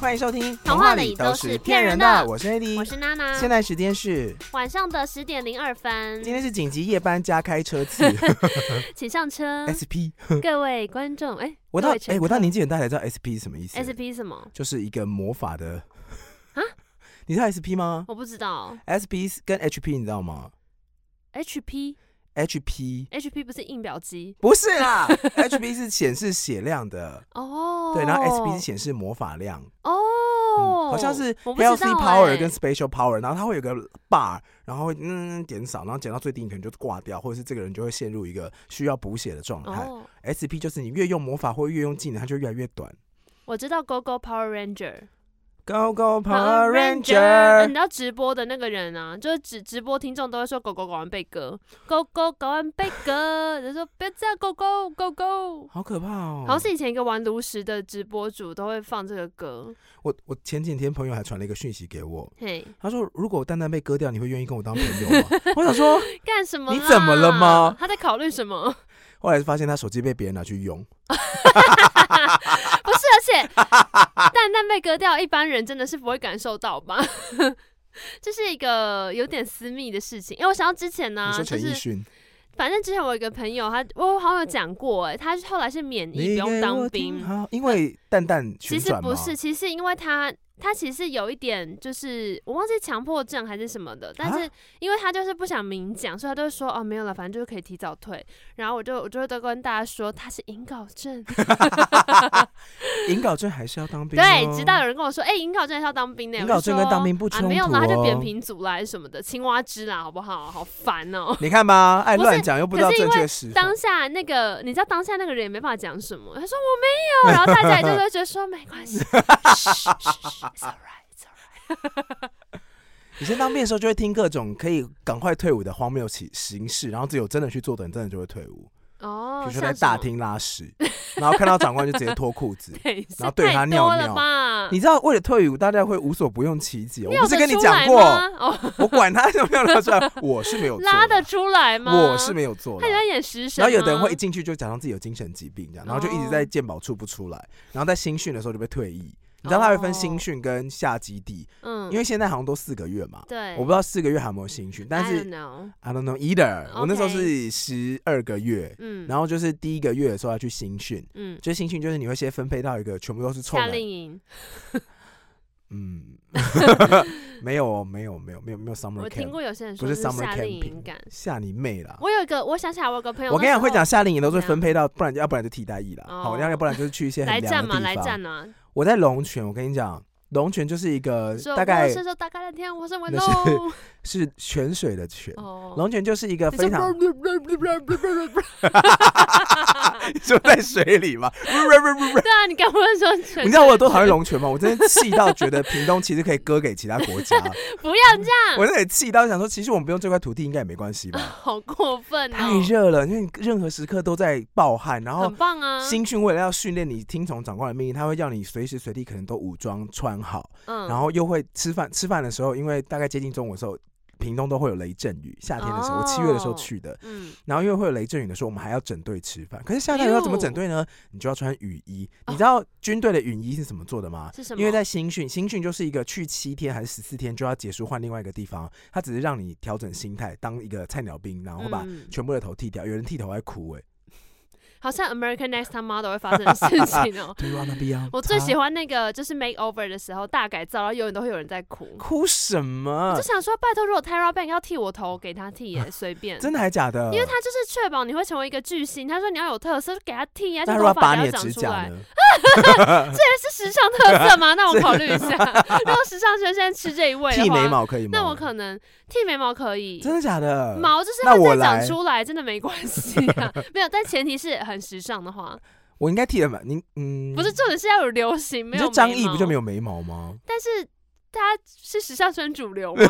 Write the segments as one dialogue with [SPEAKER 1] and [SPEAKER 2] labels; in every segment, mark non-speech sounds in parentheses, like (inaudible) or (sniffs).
[SPEAKER 1] 欢迎收听《
[SPEAKER 2] 童话里都是骗人的
[SPEAKER 1] 我是 AD，
[SPEAKER 2] 我是娜娜。
[SPEAKER 1] 现在时间是
[SPEAKER 2] 晚上的十点零二分，
[SPEAKER 1] 今天是紧急夜班加开车 (laughs) 次
[SPEAKER 2] 请上
[SPEAKER 1] (laughs)
[SPEAKER 2] 车。
[SPEAKER 1] SP。
[SPEAKER 2] 各位观众，哎、
[SPEAKER 1] 我
[SPEAKER 2] 各
[SPEAKER 1] 到
[SPEAKER 2] 位乘
[SPEAKER 1] 哎，
[SPEAKER 2] 客
[SPEAKER 1] 我到年纪很大才知道 SP 是什么意思，
[SPEAKER 2] SP 什么？
[SPEAKER 1] 就是一个魔法的啊。 (laughs) 你知道 SP 吗
[SPEAKER 2] 我不知道。
[SPEAKER 1] ？SP 是跟 HP 你知道吗
[SPEAKER 2] HP
[SPEAKER 1] ？HP
[SPEAKER 2] HP 不是印表机
[SPEAKER 1] 不是
[SPEAKER 2] (laughs)
[SPEAKER 1] 啦，HP 是显示血量的，
[SPEAKER 2] 哦。
[SPEAKER 1] 对，然后 SP 是显示魔法量。
[SPEAKER 2] 哦、
[SPEAKER 1] 嗯好像是
[SPEAKER 2] 我不知道
[SPEAKER 1] healthy power
[SPEAKER 2] 哎
[SPEAKER 1] 跟 special power，然后它会有个 bar，然后会嗯减少，然后减到最低，你可能就挂掉，或者是这个人就会陷入一个需要补血的状态。
[SPEAKER 2] 哦，
[SPEAKER 1] SP 就是你越用魔法或越用技能，它就越来越短。
[SPEAKER 2] 我知道 GoGo Power Ranger。
[SPEAKER 1] Go Go
[SPEAKER 2] 好
[SPEAKER 1] Power
[SPEAKER 2] 呃你
[SPEAKER 1] Ranger，
[SPEAKER 2] 知道直播的那个人啊，就是直直播听众都会说狗狗搞完被割，狗狗搞完被割，就说不要这样，狗狗狗狗。
[SPEAKER 1] 好可怕哦！
[SPEAKER 2] 好像是以前一个玩炉石的直播主都会放这个歌，
[SPEAKER 1] 我我前几天朋友还传了一个讯息给我，
[SPEAKER 2] 嘿，
[SPEAKER 1] 他说如果我蛋蛋被割掉，你会愿意跟我当朋
[SPEAKER 2] (laughs)
[SPEAKER 1] 友吗？我想说，
[SPEAKER 2] 干什么啦？
[SPEAKER 1] 你怎么了吗
[SPEAKER 2] 他在考虑什么？ (laughs)
[SPEAKER 1] 后来发现他手机被别人拿去用，
[SPEAKER 2] 不是，而
[SPEAKER 1] (laughs)
[SPEAKER 2] 且蛋蛋被割掉，一般人真的是不会感受到吧？ (laughs) 这是一个有点私密的事情，因为我想到之前呢、
[SPEAKER 1] 你说
[SPEAKER 2] 啊就
[SPEAKER 1] 陈奕
[SPEAKER 2] 是
[SPEAKER 1] 迅，
[SPEAKER 2] 反正之前我有一个朋友，他我好像有讲过、哎，他后来是免疫，不
[SPEAKER 1] 你
[SPEAKER 2] 用
[SPEAKER 1] 给
[SPEAKER 2] 当
[SPEAKER 1] 我
[SPEAKER 2] 兵
[SPEAKER 1] 听。好，因为蛋蛋
[SPEAKER 2] 其
[SPEAKER 1] 旋
[SPEAKER 2] 实
[SPEAKER 1] 转
[SPEAKER 2] 不
[SPEAKER 1] 嘛
[SPEAKER 2] 是，其实因为他他其实有一点就是我忘记强迫症还是什么的，但
[SPEAKER 1] 啊
[SPEAKER 2] 是因为他就是不想明讲，所以他就说哦没有了，反正就是可以提早退。然后我就我就会都跟大家说他是引稿症，
[SPEAKER 1] 引稿症还是要当兵、
[SPEAKER 2] 对，直到有人跟我说哎引稿症还是要当兵呢，
[SPEAKER 1] 引
[SPEAKER 2] 我就
[SPEAKER 1] 稿症跟
[SPEAKER 2] 说
[SPEAKER 1] 当兵不冲
[SPEAKER 2] 啊没有啦，
[SPEAKER 1] 突
[SPEAKER 2] 他就
[SPEAKER 1] 哦
[SPEAKER 2] 扁平足啦还是什么的，青蛙汁啦好不好？好烦哦、
[SPEAKER 1] 你看吧，爱乱讲又不知道
[SPEAKER 2] 可是因
[SPEAKER 1] 正
[SPEAKER 2] 为
[SPEAKER 1] 确时
[SPEAKER 2] 当
[SPEAKER 1] 候。
[SPEAKER 2] 下那个，你知道当下那个人也没办法讲什么，他说我没有，然后大家也就会觉得说没
[SPEAKER 1] (laughs)
[SPEAKER 2] 关系嘘嘘嘘，it's alright，it's alright。
[SPEAKER 1] 以前当兵的时候就会听各种可以赶快退伍的荒谬形形式，然后只有真的去做的人真的就会退伍。比
[SPEAKER 2] 哦，
[SPEAKER 1] 如说在
[SPEAKER 2] 像
[SPEAKER 1] 大
[SPEAKER 2] 什么
[SPEAKER 1] 厅拉屎，然后看到长官就直接脱裤子。
[SPEAKER 2] 对，是
[SPEAKER 1] 然后对着
[SPEAKER 2] 太
[SPEAKER 1] 他尿
[SPEAKER 2] 多了
[SPEAKER 1] 尿
[SPEAKER 2] 吧？
[SPEAKER 1] 你知道为了退伍，大家会无所不用其极。我
[SPEAKER 2] 尿
[SPEAKER 1] 不是
[SPEAKER 2] 得
[SPEAKER 1] 跟你
[SPEAKER 2] 出
[SPEAKER 1] 讲
[SPEAKER 2] 来
[SPEAKER 1] 过，
[SPEAKER 2] 吗哦，
[SPEAKER 1] 我管他有没有拉出来，我是没有做
[SPEAKER 2] 拉得出来吗？
[SPEAKER 1] 我是没有做的
[SPEAKER 2] 他有。在演食神啊
[SPEAKER 1] 然
[SPEAKER 2] 吗，
[SPEAKER 1] 后
[SPEAKER 2] 哦
[SPEAKER 1] 有的人会一进去就假装自己有精神疾病这样，然后就一直在健保处不出来，然后在新训的时候就被退役。你知道他会分新训跟下基地，
[SPEAKER 2] 哦嗯，
[SPEAKER 1] 因为现在好像都四个月嘛。
[SPEAKER 2] 对，
[SPEAKER 1] 我不知道四个月还有没有新训，但
[SPEAKER 2] I don't
[SPEAKER 1] 是
[SPEAKER 2] know
[SPEAKER 1] I don't know either。我那时候
[SPEAKER 2] OK
[SPEAKER 1] 是十二个月，
[SPEAKER 2] 嗯，
[SPEAKER 1] 然后就是第一个月的时候要去新训，
[SPEAKER 2] 嗯，
[SPEAKER 1] 就是新训就是你会先分配到一个全部都是臭
[SPEAKER 2] 夏
[SPEAKER 1] 男，
[SPEAKER 2] 令营，
[SPEAKER 1] 嗯，
[SPEAKER 2] (laughs)
[SPEAKER 1] 没有哦没有没有没有没有 summer
[SPEAKER 2] 我听
[SPEAKER 1] camp，
[SPEAKER 2] 过有些人
[SPEAKER 1] 不
[SPEAKER 2] 说就是
[SPEAKER 1] summer
[SPEAKER 2] 夏令营
[SPEAKER 1] camping，
[SPEAKER 2] 感。
[SPEAKER 1] 吓你妹啦！
[SPEAKER 2] 我有一个，我想起来，我有个朋友，
[SPEAKER 1] 我跟你讲，会讲夏令营都是
[SPEAKER 2] 怎样
[SPEAKER 1] 分配到，不然要不然就替代役啦，
[SPEAKER 2] 哦
[SPEAKER 1] 好，要不然就是去一些很
[SPEAKER 2] 来
[SPEAKER 1] 凉
[SPEAKER 2] 战
[SPEAKER 1] 的
[SPEAKER 2] 嘛，
[SPEAKER 1] 地
[SPEAKER 2] 来
[SPEAKER 1] 方。
[SPEAKER 2] 战啊！
[SPEAKER 1] 我在龙泉，我跟你讲，龙泉就是一个
[SPEAKER 2] 说
[SPEAKER 1] 呃大概
[SPEAKER 2] 我是说大概的天，我是文
[SPEAKER 1] 那
[SPEAKER 2] 龙
[SPEAKER 1] 是 (laughs) 是泉水的泉，
[SPEAKER 2] 哦
[SPEAKER 1] 龙泉就是一个
[SPEAKER 2] 你
[SPEAKER 1] 啊非
[SPEAKER 2] 说
[SPEAKER 1] 常
[SPEAKER 2] 对
[SPEAKER 1] (laughs) 就在水里嘛，
[SPEAKER 2] 啊，你刚不是说全
[SPEAKER 1] 你知道我有多讨厌龙泉吗？我真的气到觉得屏东其实可以割给其他国
[SPEAKER 2] (laughs)
[SPEAKER 1] 家，
[SPEAKER 2] (laughs) 不要这样，
[SPEAKER 1] 我真的气到想说，其实我们不用这块土地应该也没关系吧？
[SPEAKER 2] 好过分
[SPEAKER 1] 太
[SPEAKER 2] 哦！
[SPEAKER 1] 热了，因为你任何时刻都在暴汗，然后
[SPEAKER 2] 很棒啊，
[SPEAKER 1] 新训为了要训练你听从长官的命令，他会叫你随时随地可能都武装穿好，
[SPEAKER 2] 嗯
[SPEAKER 1] 然后又会吃饭。吃饭的时候，因为大概接近中午的时候。屏东都会有雷阵雨，夏天的时候，
[SPEAKER 2] 哦
[SPEAKER 1] 我七月的时候去的，
[SPEAKER 2] 嗯，
[SPEAKER 1] 然后因为会有雷阵雨的时候，我们还要整队吃饭。可是夏
[SPEAKER 2] 哎
[SPEAKER 1] 天要怎么整队呢？你就要穿雨衣。你知道军队的雨衣是怎么做的吗？
[SPEAKER 2] 哦是什么？
[SPEAKER 1] 因为在新训，新训就是一个去七天还是十四天就要结束，换另外一个地方，它只是让你调整心态，当一个菜鸟兵，然后会把
[SPEAKER 2] 嗯
[SPEAKER 1] 全部的头剃掉。有人剃头还哭哎、
[SPEAKER 2] 好像 American Next Top Model 会发生的事情哦
[SPEAKER 1] (laughs) 。Do you wanna be on？
[SPEAKER 2] 我最喜
[SPEAKER 1] 欢
[SPEAKER 2] 欢那个就是 makeover 的时候大改造，然后永远都会有人在哭。
[SPEAKER 1] 哭嗯什
[SPEAKER 2] 我
[SPEAKER 1] 么
[SPEAKER 2] 就？想说，拜托，如果 Tyra Banks 要剃我头，给他剃耶，随便。
[SPEAKER 1] 真的，还假的？
[SPEAKER 2] 因为他就是确保你会成为一个巨星。他说你要有特色，就给他剃呀，
[SPEAKER 1] 那
[SPEAKER 2] 就
[SPEAKER 1] 如果
[SPEAKER 2] 头发
[SPEAKER 1] 拔
[SPEAKER 2] 不
[SPEAKER 1] 你
[SPEAKER 2] 要
[SPEAKER 1] 的
[SPEAKER 2] 长
[SPEAKER 1] 指
[SPEAKER 2] 出
[SPEAKER 1] 甲
[SPEAKER 2] 来。
[SPEAKER 1] 呢？
[SPEAKER 2] 这是时尚特色吗？那我考虑
[SPEAKER 1] (laughs)
[SPEAKER 2] 一下。如果时尚圈现在吃这一味的
[SPEAKER 1] 剃眉
[SPEAKER 2] 话，
[SPEAKER 1] 毛可以吗？
[SPEAKER 2] 那我可能剃眉毛可以，
[SPEAKER 1] 真的假的？
[SPEAKER 2] 毛就是
[SPEAKER 1] 那我
[SPEAKER 2] 会再
[SPEAKER 1] 来
[SPEAKER 2] 长出来，真的没关系
[SPEAKER 1] (laughs)
[SPEAKER 2] 啊。没有，但前提是很时尚的话，
[SPEAKER 1] 我应该剃了吧？您嗯，
[SPEAKER 2] 不是重点是要有流行，没
[SPEAKER 1] 你
[SPEAKER 2] 有
[SPEAKER 1] 说张译不就没
[SPEAKER 2] 有？
[SPEAKER 1] 有眉毛吗？
[SPEAKER 2] 但是他是时尚圈主
[SPEAKER 1] (laughs)
[SPEAKER 2] 流吗？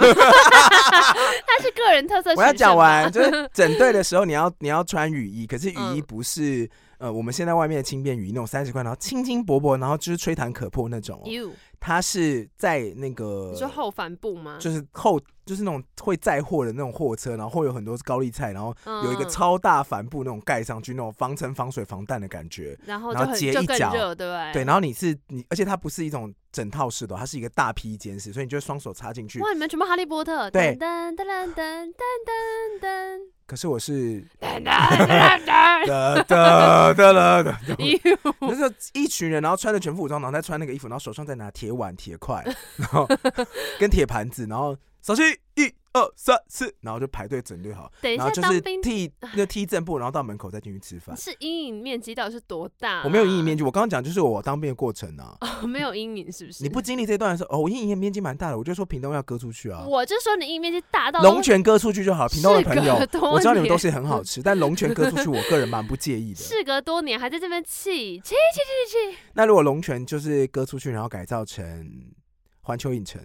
[SPEAKER 2] 他是个人特色。
[SPEAKER 1] 我要讲，
[SPEAKER 2] (laughs)
[SPEAKER 1] 完，就是整队的时候，你要你要穿雨衣，可是雨衣
[SPEAKER 2] 嗯
[SPEAKER 1] 不是、呃我们现在外面的轻便雨衣那种三十块，然后轻轻薄薄，然后就是吹弹可破那种哦、
[SPEAKER 2] you
[SPEAKER 1] 它是在那个
[SPEAKER 2] 你说后帆布吗？
[SPEAKER 1] 就是后就是那种会载货的那种货车，然后会有很多高丽菜，然后
[SPEAKER 2] 嗯
[SPEAKER 1] 有一个，超大帆布那种盖上去，那种防尘、防水、防弹的感觉。
[SPEAKER 2] 嗯然后就
[SPEAKER 1] 然后
[SPEAKER 2] 很
[SPEAKER 1] 结
[SPEAKER 2] 就
[SPEAKER 1] 一
[SPEAKER 2] 更
[SPEAKER 1] 角
[SPEAKER 2] 热，对不
[SPEAKER 1] 对，？然后你是你，而且它不是一种整套式的哦，它是一个大披肩式，所以你就双手插进去。
[SPEAKER 2] 哇，你们全部哈利波特，
[SPEAKER 1] 对
[SPEAKER 2] 噔噔噔噔噔噔
[SPEAKER 1] (laughs)
[SPEAKER 2] 噔
[SPEAKER 1] 可是我是
[SPEAKER 2] 噔噔噔
[SPEAKER 1] 的的的的的，
[SPEAKER 2] 噔，
[SPEAKER 1] 那时候一群人，然后穿着全副武装，然后再穿那个衣服，然后手上再拿铁碗、铁块，然后跟铁盘子，然后扫兴一二三四，然后就排队整队好，
[SPEAKER 2] 等一
[SPEAKER 1] 然
[SPEAKER 2] 下
[SPEAKER 1] 后就
[SPEAKER 2] 当
[SPEAKER 1] 是
[SPEAKER 2] 兵
[SPEAKER 1] 踢那踢正步，然后到门口再进去吃饭。
[SPEAKER 2] 是阴影面积到底是多大？
[SPEAKER 1] 我没有阴影面积，我刚刚讲就是我当兵的过程啊。
[SPEAKER 2] 积， (laughs) 没有阴影是不是？
[SPEAKER 1] 你不经历这段的时候，哦，我阴影面积蛮大的，我就说屏东要割出去啊，
[SPEAKER 2] 我就说你阴影面积大到
[SPEAKER 1] 龙泉割出去就好。屏东的朋友
[SPEAKER 2] 事隔多，
[SPEAKER 1] 我知道你们
[SPEAKER 2] 年
[SPEAKER 1] 都是很好吃，但龙泉割出去，我个人蛮不介意的。
[SPEAKER 2] 事隔多年还在这边气气，
[SPEAKER 1] 那如果龙泉就是割出去，然后改造成环球影
[SPEAKER 2] (laughs)
[SPEAKER 1] 城，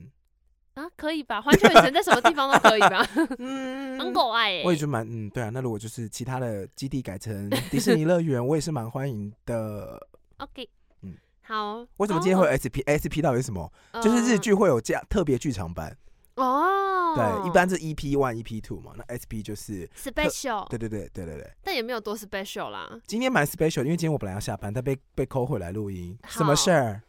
[SPEAKER 2] 啊，可以吧？环球影城在什么地方都可以
[SPEAKER 1] (laughs)
[SPEAKER 2] 吧？
[SPEAKER 1] 嗯
[SPEAKER 2] 很狗爱哎、
[SPEAKER 1] 我也觉得蛮嗯，对啊。那如果就是其他的基地改
[SPEAKER 2] (laughs)
[SPEAKER 1] 成迪士尼乐园，我也是蛮欢迎的。
[SPEAKER 2] OK，
[SPEAKER 1] 嗯
[SPEAKER 2] 好。
[SPEAKER 1] 为什么今天会有 SP、SP 到底是什么？
[SPEAKER 2] 哦
[SPEAKER 1] 就是日剧会有加特别剧场版，
[SPEAKER 2] 哦，
[SPEAKER 1] 对，一般是 EP one、EP two 嘛。那 SP 就是，
[SPEAKER 2] special，
[SPEAKER 1] 对对对对对对。
[SPEAKER 2] 但也没有多 special 啦。
[SPEAKER 1] 今天蛮 special，因为今天我本来要下班，但被被扣回来录音，
[SPEAKER 2] 好
[SPEAKER 1] 什么事儿？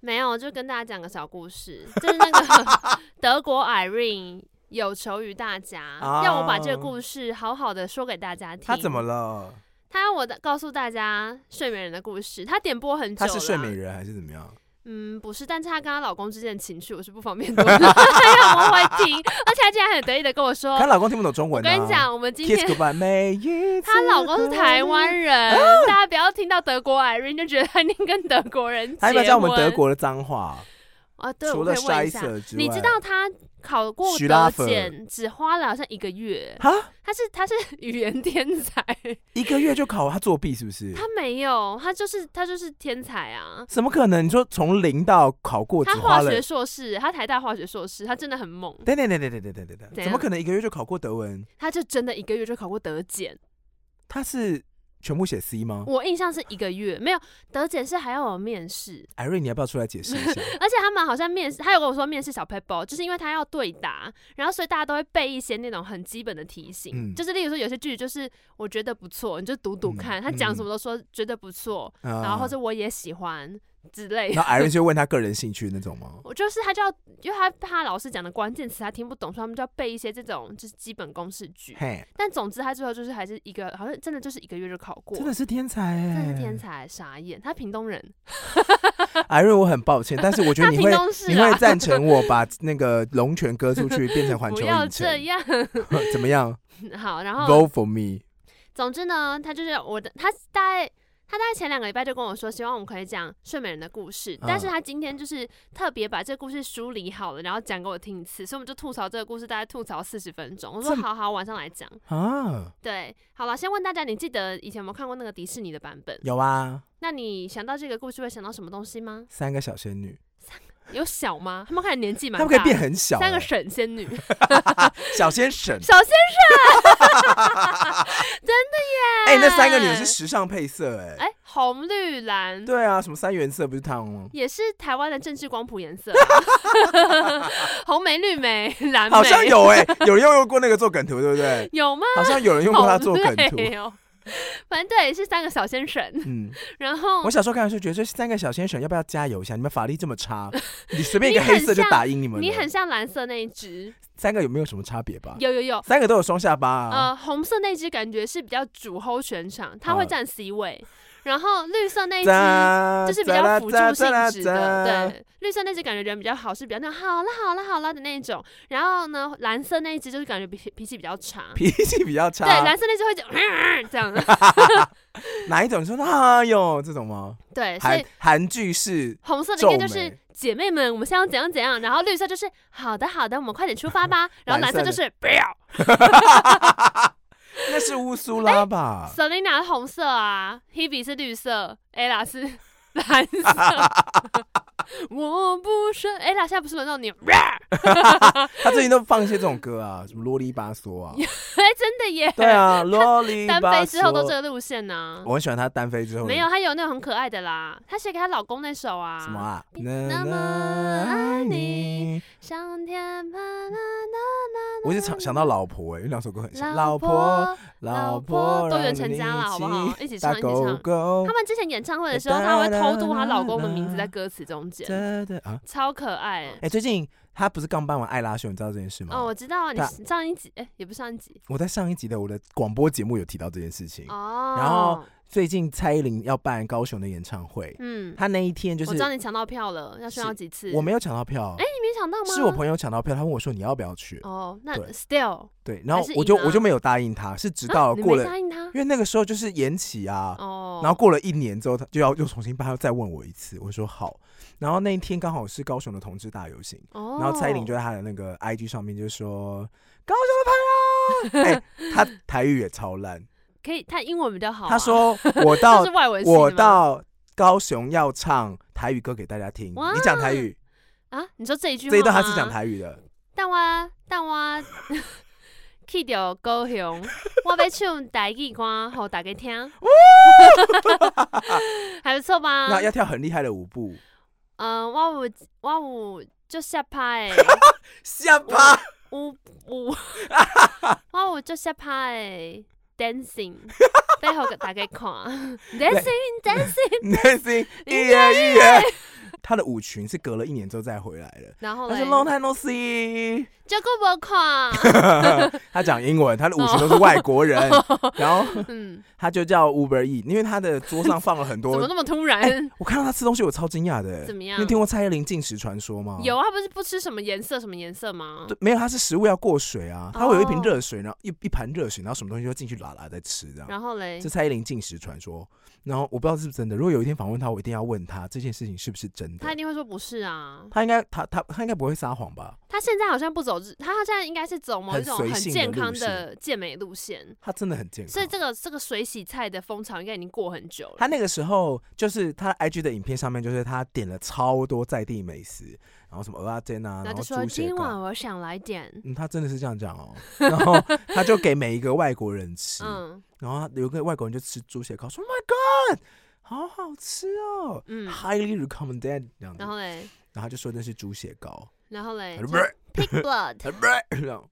[SPEAKER 2] 没有，就跟大家讲个小故事，就是
[SPEAKER 1] (laughs)
[SPEAKER 2] 那个德国 Irene 有求于大家，
[SPEAKER 1] 啊
[SPEAKER 2] 要我把这个故事好好的说给大家听。
[SPEAKER 1] 他怎么？了？
[SPEAKER 2] 他要我的告诉大家睡美人的故事，他点播很久
[SPEAKER 1] 他
[SPEAKER 2] 了。
[SPEAKER 1] 是睡美人还是怎么样？
[SPEAKER 2] 嗯，不是，但是她跟她老公之间的情绪，我是不方便多 (laughs) 说，因为我会听，而且她竟然很得意的跟我说
[SPEAKER 1] 她，老公听不懂中
[SPEAKER 2] 我
[SPEAKER 1] 文、啊。
[SPEAKER 2] 跟你讲，我们今
[SPEAKER 1] ，kiss
[SPEAKER 2] 天
[SPEAKER 1] goodbye，每一次
[SPEAKER 2] 她老公是台
[SPEAKER 1] 和
[SPEAKER 2] 湾
[SPEAKER 1] 你。
[SPEAKER 2] 人，大家不要听到德国 Irene 就觉得他一定跟德国人结
[SPEAKER 1] 他要
[SPEAKER 2] 婚。
[SPEAKER 1] 不要叫我们德国的脏话？
[SPEAKER 2] 啊？对，
[SPEAKER 1] 除
[SPEAKER 2] 我
[SPEAKER 1] 了
[SPEAKER 2] 可以问一下，
[SPEAKER 1] Scheiße 之外，
[SPEAKER 2] 你知道他考过
[SPEAKER 1] 许拉
[SPEAKER 2] 德
[SPEAKER 1] 粉
[SPEAKER 2] 检只花了好像一个月，
[SPEAKER 1] 哈，
[SPEAKER 2] 他是他是语言天才， (laughs)
[SPEAKER 1] 一个月就考完他作弊是不是？
[SPEAKER 2] 他没有，他就是他就是天才啊。
[SPEAKER 1] 怎么可能？你说从零到考过只
[SPEAKER 2] 他
[SPEAKER 1] 花
[SPEAKER 2] 化
[SPEAKER 1] 了
[SPEAKER 2] 学？硕士，他台大化学硕士，他真的很猛，
[SPEAKER 1] 等等等等等等等等
[SPEAKER 2] 怎
[SPEAKER 1] 等，怎么
[SPEAKER 2] 样
[SPEAKER 1] 可能一个月就考过德文？
[SPEAKER 2] 他就真的一个月就考过德检。
[SPEAKER 1] 他是全部写 C 吗？
[SPEAKER 2] 我印象是一个月，没有德检是还要有面试，
[SPEAKER 1] 艾瑞，你要不要出来解释一
[SPEAKER 2] (laughs)
[SPEAKER 1] 下？
[SPEAKER 2] 而且他们好像面试，他有跟我说面试小 paper，就是因为他要对答，然后所以大家都会背一些那种很基本的题型，
[SPEAKER 1] 嗯
[SPEAKER 2] 就是例如说有些句子就是我觉得不错，你就读读看，
[SPEAKER 1] 嗯
[SPEAKER 2] 他讲什么都说觉得不错，然后或
[SPEAKER 1] 啊
[SPEAKER 2] 者我也喜欢之类的。
[SPEAKER 1] 然后艾瑞就问他个人兴趣那种
[SPEAKER 2] (laughs)
[SPEAKER 1] 吗？
[SPEAKER 2] 我就是他就要，因为他怕老师讲的关键词他听不懂，所以他们就要背一些这种就是基本公式句。
[SPEAKER 1] 嘿，
[SPEAKER 2] 但总之他最后就是还是一个好像真的就是一个月就考过，
[SPEAKER 1] 真的是天才哎、
[SPEAKER 2] 真的是天！才，傻眼。他屏东人，
[SPEAKER 1] 艾瑞，我很抱歉，但是我觉
[SPEAKER 2] 他
[SPEAKER 1] 得你
[SPEAKER 2] 屏
[SPEAKER 1] 会。
[SPEAKER 2] 东
[SPEAKER 1] (laughs)
[SPEAKER 2] 市
[SPEAKER 1] 你
[SPEAKER 2] 啊
[SPEAKER 1] 会，
[SPEAKER 2] (laughs)
[SPEAKER 1] 赞成我把那个龙泉割出去，变成环
[SPEAKER 2] 不
[SPEAKER 1] 球
[SPEAKER 2] 要
[SPEAKER 1] 影
[SPEAKER 2] 这
[SPEAKER 1] 城？
[SPEAKER 2] 样。
[SPEAKER 1] (laughs) 怎么
[SPEAKER 2] (laughs)
[SPEAKER 1] 样
[SPEAKER 2] 好，然后
[SPEAKER 1] ？Vote for me！
[SPEAKER 2] 总之呢，他就是我的，他大概他大概前两个礼拜就跟我说，希望我们可以讲睡美人的故事，但是
[SPEAKER 1] 嗯
[SPEAKER 2] 他今天就是特别把这个故事梳理好了，然后讲给我听一次，所以我们就吐槽这个故事，大概吐槽四十分钟。我说
[SPEAKER 1] 这么
[SPEAKER 2] 好好，晚上来讲。
[SPEAKER 1] 啊，
[SPEAKER 2] 对，好了，先问大家，你记得以前有没有看过那个迪士尼的版本？
[SPEAKER 1] 有啊，
[SPEAKER 2] 那你想到这个故事会想到什么东西吗？
[SPEAKER 1] 三个小仙女，
[SPEAKER 2] 有小吗？他们看起来年纪蛮
[SPEAKER 1] 他
[SPEAKER 2] 大
[SPEAKER 1] 们可以变很小、
[SPEAKER 2] 三个
[SPEAKER 1] 欸
[SPEAKER 2] 神
[SPEAKER 1] (laughs)
[SPEAKER 2] 仙女，
[SPEAKER 1] 小仙婶。
[SPEAKER 2] 小 (laughs) 仙
[SPEAKER 1] 哎、那三个女人是时尚配色哎、
[SPEAKER 2] 哎、红绿蓝，
[SPEAKER 1] 对啊，什么三原色不是烫吗？
[SPEAKER 2] 也是台湾的政治光谱颜色，啊
[SPEAKER 1] (laughs)
[SPEAKER 2] 红梅、绿梅、蓝梅，
[SPEAKER 1] 好像有哎、有人用过那个做梗图，对不
[SPEAKER 2] (laughs)
[SPEAKER 1] 对？
[SPEAKER 2] 有吗？
[SPEAKER 1] 好像有人用过它做梗
[SPEAKER 2] 好
[SPEAKER 1] 图。
[SPEAKER 2] 累哦。反正对，是三个小先生，
[SPEAKER 1] 嗯，
[SPEAKER 2] 然后
[SPEAKER 1] 我小时候看的时候觉得这三个小先生要不要加油一下？你们法力这么
[SPEAKER 2] (laughs)
[SPEAKER 1] 差，你随便一个
[SPEAKER 2] 你很
[SPEAKER 1] 黑色就打赢你们了。
[SPEAKER 2] 你很像蓝色那一只，
[SPEAKER 1] 三个有没有什么差别吧？
[SPEAKER 2] 有有有。
[SPEAKER 1] 三个都有双下巴啊。
[SPEAKER 2] 呃，红色那只感觉是比较主吼全场，它会
[SPEAKER 1] 啊
[SPEAKER 2] 占 C 位，然后绿色那一只
[SPEAKER 1] 呃
[SPEAKER 2] 哎就是比较辅助性质的，。对，绿色那只感觉人比较好，是比较那种好了好了好了的那种，然后呢，蓝色那一只就是感觉脾气脾气比较差，
[SPEAKER 1] 脾气比较
[SPEAKER 2] 对，
[SPEAKER 1] 差
[SPEAKER 2] 蓝，色那只会就、呃这样，
[SPEAKER 1] (laughs) 哪一种？你说哎呦这种吗？
[SPEAKER 2] 对，所以
[SPEAKER 1] 韩韩剧是
[SPEAKER 2] 红色的应该就
[SPEAKER 1] 皱
[SPEAKER 2] 是
[SPEAKER 1] 眉
[SPEAKER 2] 姐妹们，我们现在要怎样怎样，然后绿色就是好的好的，我们快点出发
[SPEAKER 1] (laughs)
[SPEAKER 2] 吧，然后
[SPEAKER 1] 蓝
[SPEAKER 2] 蓝
[SPEAKER 1] 色
[SPEAKER 2] 色
[SPEAKER 1] 的
[SPEAKER 2] 就是不要。
[SPEAKER 1] 那是乌苏拉吧？
[SPEAKER 2] Selina
[SPEAKER 1] (laughs)
[SPEAKER 2] (laughs) 是红色啊，Hebe 是绿色，Ella 是蓝色，我不是，哎、啦，现在不是轮到你，
[SPEAKER 1] (laughs)
[SPEAKER 2] 哎、
[SPEAKER 1] 他最近都放一些这种歌啊，什么啰里吧嗦啊，
[SPEAKER 2] 哎真的耶，
[SPEAKER 1] 对啊，啰里吧
[SPEAKER 2] 单
[SPEAKER 1] 嗦。
[SPEAKER 2] 飞之后都这个路线呢、
[SPEAKER 1] 我很喜欢他单飞之后的
[SPEAKER 2] 没有，她有那种很可爱的啦，她写给她老公那首啊，
[SPEAKER 1] 什么啊，
[SPEAKER 2] 比那么爱你，上天吧啦啦啦啦
[SPEAKER 1] 我一直想想到老婆哎，因为两首歌很像。
[SPEAKER 2] 老
[SPEAKER 1] 婆，
[SPEAKER 2] 老
[SPEAKER 1] 老
[SPEAKER 2] 婆
[SPEAKER 1] 婆，
[SPEAKER 2] 都有成家了，好不好？一起唱，
[SPEAKER 1] 大
[SPEAKER 2] 一起
[SPEAKER 1] 狗。
[SPEAKER 2] 唱
[SPEAKER 1] 狗
[SPEAKER 2] 他，们之前演唱会的时候，她会偷渡她老公的名字在歌词
[SPEAKER 1] (laughs)
[SPEAKER 2] 中间，
[SPEAKER 1] 真的啊！
[SPEAKER 2] 超可爱。
[SPEAKER 1] 哎，最近他不是刚办完艾拉秀，你知道这件事吗？
[SPEAKER 2] 哦，我知道啊
[SPEAKER 1] 大
[SPEAKER 2] 你上一集，哎、也不是上一集
[SPEAKER 1] 我在上一集的我的广播节目有提到这件事情。
[SPEAKER 2] 哦。
[SPEAKER 1] 然后，最近蔡依林要办高雄的演唱会，
[SPEAKER 2] 嗯，
[SPEAKER 1] 她那一天就
[SPEAKER 2] 我知道
[SPEAKER 1] 是
[SPEAKER 2] 你抢到票了，要炫耀几次？
[SPEAKER 1] 我没有抢到票，
[SPEAKER 2] 哎、你没抢到吗？
[SPEAKER 1] 是我朋友抢到票，他问我说你要不要去？
[SPEAKER 2] 哦，那
[SPEAKER 1] 对
[SPEAKER 2] still，
[SPEAKER 1] 对，然后
[SPEAKER 2] 还是
[SPEAKER 1] 我就
[SPEAKER 2] 赢了
[SPEAKER 1] 我就没有答应他，是直
[SPEAKER 2] 啊
[SPEAKER 1] 到
[SPEAKER 2] 你
[SPEAKER 1] 过
[SPEAKER 2] 没
[SPEAKER 1] 了，
[SPEAKER 2] 答应他
[SPEAKER 1] 因为那个时候就是延期啊，
[SPEAKER 2] 哦，
[SPEAKER 1] 然后过了一年之后，他就要又重新办，他又再问我一次，我说好。然后那一天刚好是高雄的同志大游行，
[SPEAKER 2] 哦，
[SPEAKER 1] 然后蔡依林就在她的那个 IG 上面就说：“高雄
[SPEAKER 2] (laughs)
[SPEAKER 1] 的朋友，哎、她台语也超烂，
[SPEAKER 2] 可以，他英文比较好啊、
[SPEAKER 1] 她说我
[SPEAKER 2] 他
[SPEAKER 1] 到
[SPEAKER 2] 是外文系的吗，
[SPEAKER 1] 我到高雄要唱台语歌给大家听，
[SPEAKER 2] 哇
[SPEAKER 1] 你讲台语
[SPEAKER 2] 啊，你说这一句
[SPEAKER 1] 这一段
[SPEAKER 2] 话
[SPEAKER 1] 她是讲
[SPEAKER 2] 吗，
[SPEAKER 1] 台语的，
[SPEAKER 2] 但我但我去掉高雄，我要唱台语歌，好大家听， (laughs) 还不错
[SPEAKER 1] (laughs)
[SPEAKER 2] 吧？
[SPEAKER 1] 那要跳很厉害的舞步，
[SPEAKER 2] 嗯，我有我有就下拍诶，
[SPEAKER 1] 下巴
[SPEAKER 2] 有有，我有就下拍诶，dancing，背后给大家看，dancing dancing， (laughs)
[SPEAKER 1] ，Dancing 一夜一夜，她的舞裙是隔了一年之后再回来的。”
[SPEAKER 2] 然后
[SPEAKER 1] 她
[SPEAKER 2] 嘞
[SPEAKER 1] 是，Long time no see，
[SPEAKER 2] 结果无看，
[SPEAKER 1] 他讲英文，他的舞群都是外国人， (laughs) 然后
[SPEAKER 2] 嗯，
[SPEAKER 1] 他就叫 Uber E，因为他的桌上放了很
[SPEAKER 2] (laughs) 怎么
[SPEAKER 1] 多。
[SPEAKER 2] 那么突然？
[SPEAKER 1] 我看到他吃东西，我超惊讶的。
[SPEAKER 2] 怎么样
[SPEAKER 1] 哎你听过蔡依林进食传说吗？
[SPEAKER 2] 有。啊，他不是不吃什么颜色什么颜色吗？
[SPEAKER 1] 对，没有，他是食物要过水啊，他会有一瓶
[SPEAKER 2] 哦
[SPEAKER 1] 热水，然后一一盘热水，然后什么东西就进去拉拉再吃这样。
[SPEAKER 2] 然后嘞
[SPEAKER 1] 这，蔡依林进食传说，然后我不知道是不是真的。如果有一天访问他，我一定要问他这件事情是不是真的
[SPEAKER 2] 他一。定会说不是啊。
[SPEAKER 1] 他应该他他他应该不会撒谎吧？
[SPEAKER 2] 他现在好像不走日，他现在应该是走某一种
[SPEAKER 1] 很
[SPEAKER 2] 很
[SPEAKER 1] 随性的
[SPEAKER 2] 健康
[SPEAKER 1] 路
[SPEAKER 2] 的
[SPEAKER 1] 线嗯
[SPEAKER 2] 健美路线，
[SPEAKER 1] 他真的很健康。
[SPEAKER 2] 所以这个这个水洗菜的风潮应该已经过很久
[SPEAKER 1] 他
[SPEAKER 2] 了。
[SPEAKER 1] 那个时候就是他的 IG 的影片上面，就是他点了超多在地美食，然后什么鹅啊煎啊，
[SPEAKER 2] 然
[SPEAKER 1] 然
[SPEAKER 2] 后
[SPEAKER 1] 后
[SPEAKER 2] 就说
[SPEAKER 1] 猪血
[SPEAKER 2] 今晚
[SPEAKER 1] 糕。
[SPEAKER 2] 我想来点，
[SPEAKER 1] 嗯，他真的是这样讲
[SPEAKER 2] (laughs)
[SPEAKER 1] 哦，然后他就给每一个外国人吃，
[SPEAKER 2] 嗯
[SPEAKER 1] 然后有个外国人就吃猪血糕，说，“Oh “My God，好好吃哦、
[SPEAKER 2] 嗯，
[SPEAKER 1] h i g h l y recommended” 这样子，
[SPEAKER 2] 然
[SPEAKER 1] 然
[SPEAKER 2] 后
[SPEAKER 1] 后
[SPEAKER 2] 嘞，
[SPEAKER 1] 他就说那是猪血糕，
[SPEAKER 2] 然后
[SPEAKER 1] (laughs)
[SPEAKER 2] 嘞
[SPEAKER 1] 他就然 (laughs)
[SPEAKER 2] ，pig blood，
[SPEAKER 1] 后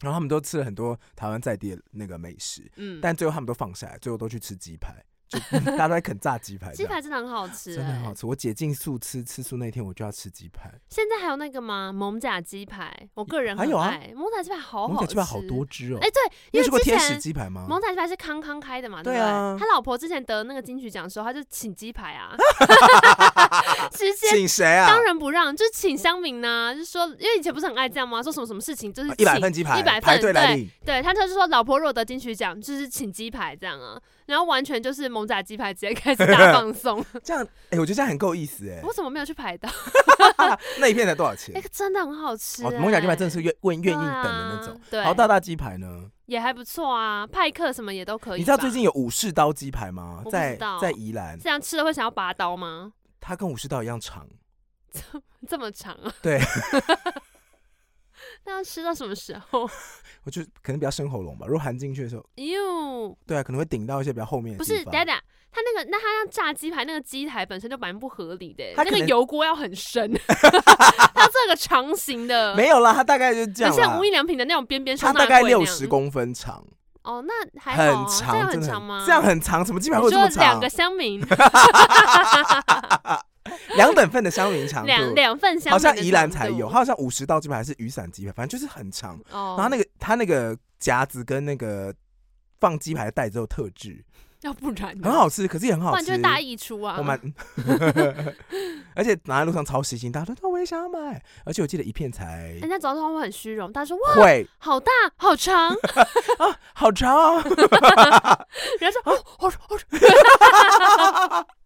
[SPEAKER 1] 然后他们都吃了很多台湾在地的那个美食，
[SPEAKER 2] 嗯，
[SPEAKER 1] 但最后他们都放下来，最后都去吃鸡排，就大家都在啃炸鸡排这
[SPEAKER 2] 鸡
[SPEAKER 1] 样，
[SPEAKER 2] 排真的很好吃，
[SPEAKER 1] 真的很好
[SPEAKER 2] 哎，
[SPEAKER 1] 吃。我解禁素吃吃素那天，我就要吃鸡排。
[SPEAKER 2] 现在还有那个吗？蒙甲鸡排，我个人
[SPEAKER 1] 还
[SPEAKER 2] 很
[SPEAKER 1] 有啊
[SPEAKER 2] 爱蒙甲鸡排好
[SPEAKER 1] 我们
[SPEAKER 2] 好
[SPEAKER 1] 家
[SPEAKER 2] 吃，
[SPEAKER 1] 鸡排好多，只哦。
[SPEAKER 2] 哎，对，
[SPEAKER 1] 你
[SPEAKER 2] 因
[SPEAKER 1] 有吃过
[SPEAKER 2] 为之
[SPEAKER 1] 天使
[SPEAKER 2] 前
[SPEAKER 1] 鸡排吗？
[SPEAKER 2] 蒙仔鸡排是康康开的嘛，对不
[SPEAKER 1] 对啊
[SPEAKER 2] 他老婆之前得那个金曲奖的时候，他就请鸡排啊，
[SPEAKER 1] (laughs)
[SPEAKER 2] (laughs) 直接
[SPEAKER 1] 请谁啊？
[SPEAKER 2] 当仁不让，就是请乡民呐、就是说，因为以前不是很爱这样吗？说什么什么事情就是
[SPEAKER 1] 一百份鸡排，
[SPEAKER 2] 一百
[SPEAKER 1] 排
[SPEAKER 2] 份
[SPEAKER 1] 队来
[SPEAKER 2] 对
[SPEAKER 1] 领。
[SPEAKER 2] 对，他就是说老婆若得金曲奖，就是请鸡排这样啊，然后完全就是蒙仔鸡排直接开始大
[SPEAKER 1] (laughs)
[SPEAKER 2] 放松，
[SPEAKER 1] 这样，哎，我觉得这样很够意思哎
[SPEAKER 2] 我。哎怎么没有去排到？
[SPEAKER 1] 那一片才多少钱
[SPEAKER 2] 那？个真的很好吃、
[SPEAKER 1] 哎哦，
[SPEAKER 2] 欸，
[SPEAKER 1] 蒙甲鸡排真的是愿愿愿意等的那种。
[SPEAKER 2] 对啊、对
[SPEAKER 1] 好，大大鸡排呢？
[SPEAKER 2] 也还不错啊，派克什么也都可以吧。
[SPEAKER 1] 你知道最近有武士刀鸡排吗
[SPEAKER 2] 我？不
[SPEAKER 1] 在
[SPEAKER 2] 知道
[SPEAKER 1] 在宜兰，
[SPEAKER 2] 这样吃了会想要拔刀吗？
[SPEAKER 1] 它跟武士刀一样长。
[SPEAKER 2] 这么长啊？
[SPEAKER 1] 对。
[SPEAKER 2] (laughs) 那要吃到什么时候？
[SPEAKER 1] 我就可能比较生喉咙吧，如果含进去的时候，
[SPEAKER 2] 哟，
[SPEAKER 1] 对啊，可能会顶到一些比较后面的
[SPEAKER 2] 不
[SPEAKER 1] 地
[SPEAKER 2] 是，
[SPEAKER 1] 方。
[SPEAKER 2] 等一下等一下，他那个那他那炸鸡排那个鸡排本身就蛮不合理的欸，
[SPEAKER 1] 他
[SPEAKER 2] 那
[SPEAKER 1] 可
[SPEAKER 2] 个
[SPEAKER 1] 能
[SPEAKER 2] 油锅要很
[SPEAKER 1] (laughs)
[SPEAKER 2] 深，它这个长形的，
[SPEAKER 1] 没有啦，它大概就是这
[SPEAKER 2] 很
[SPEAKER 1] 样
[SPEAKER 2] 像
[SPEAKER 1] 啦
[SPEAKER 2] 无。印良品的那种边边
[SPEAKER 1] 它
[SPEAKER 2] 上
[SPEAKER 1] 大概六十公分长，
[SPEAKER 2] 哦，那还
[SPEAKER 1] 很
[SPEAKER 2] 好啊这
[SPEAKER 1] 长，
[SPEAKER 2] 样很
[SPEAKER 1] 真的
[SPEAKER 2] 长吗？
[SPEAKER 1] 这样很长，什么鸡排
[SPEAKER 2] 你
[SPEAKER 1] 会有这
[SPEAKER 2] 说
[SPEAKER 1] 么
[SPEAKER 2] 两
[SPEAKER 1] 长
[SPEAKER 2] 个？乡民，
[SPEAKER 1] (laughs) 两等份的香茗长
[SPEAKER 2] 两
[SPEAKER 1] 度，
[SPEAKER 2] 两份乡
[SPEAKER 1] 好
[SPEAKER 2] 民的
[SPEAKER 1] 像宜兰
[SPEAKER 2] 长
[SPEAKER 1] 才
[SPEAKER 2] 度
[SPEAKER 1] 有，它好像五十道鸡排还是雨伞鸡排，反正就是很长。
[SPEAKER 2] 哦，
[SPEAKER 1] 然后那个它那个夹子跟那个放鸡排的袋子都有特制，
[SPEAKER 2] 要不然呢
[SPEAKER 1] 很，好吃，可是也很
[SPEAKER 2] 嗯不
[SPEAKER 1] 好
[SPEAKER 2] 然
[SPEAKER 1] 吃。
[SPEAKER 2] 就是大溢出啊，
[SPEAKER 1] 我
[SPEAKER 2] (laughs)
[SPEAKER 1] 蛮，而且拿在路上超吸睛，大家都说我也想要买，而且我记得一片才
[SPEAKER 2] 人家早上会很虚荣，他说哇
[SPEAKER 1] 会
[SPEAKER 2] 好大好
[SPEAKER 1] (laughs)
[SPEAKER 2] 长，
[SPEAKER 1] 好长
[SPEAKER 2] (laughs)
[SPEAKER 1] 哦，
[SPEAKER 2] 人家说
[SPEAKER 1] 啊
[SPEAKER 2] 哦，好爽好爽 (laughs)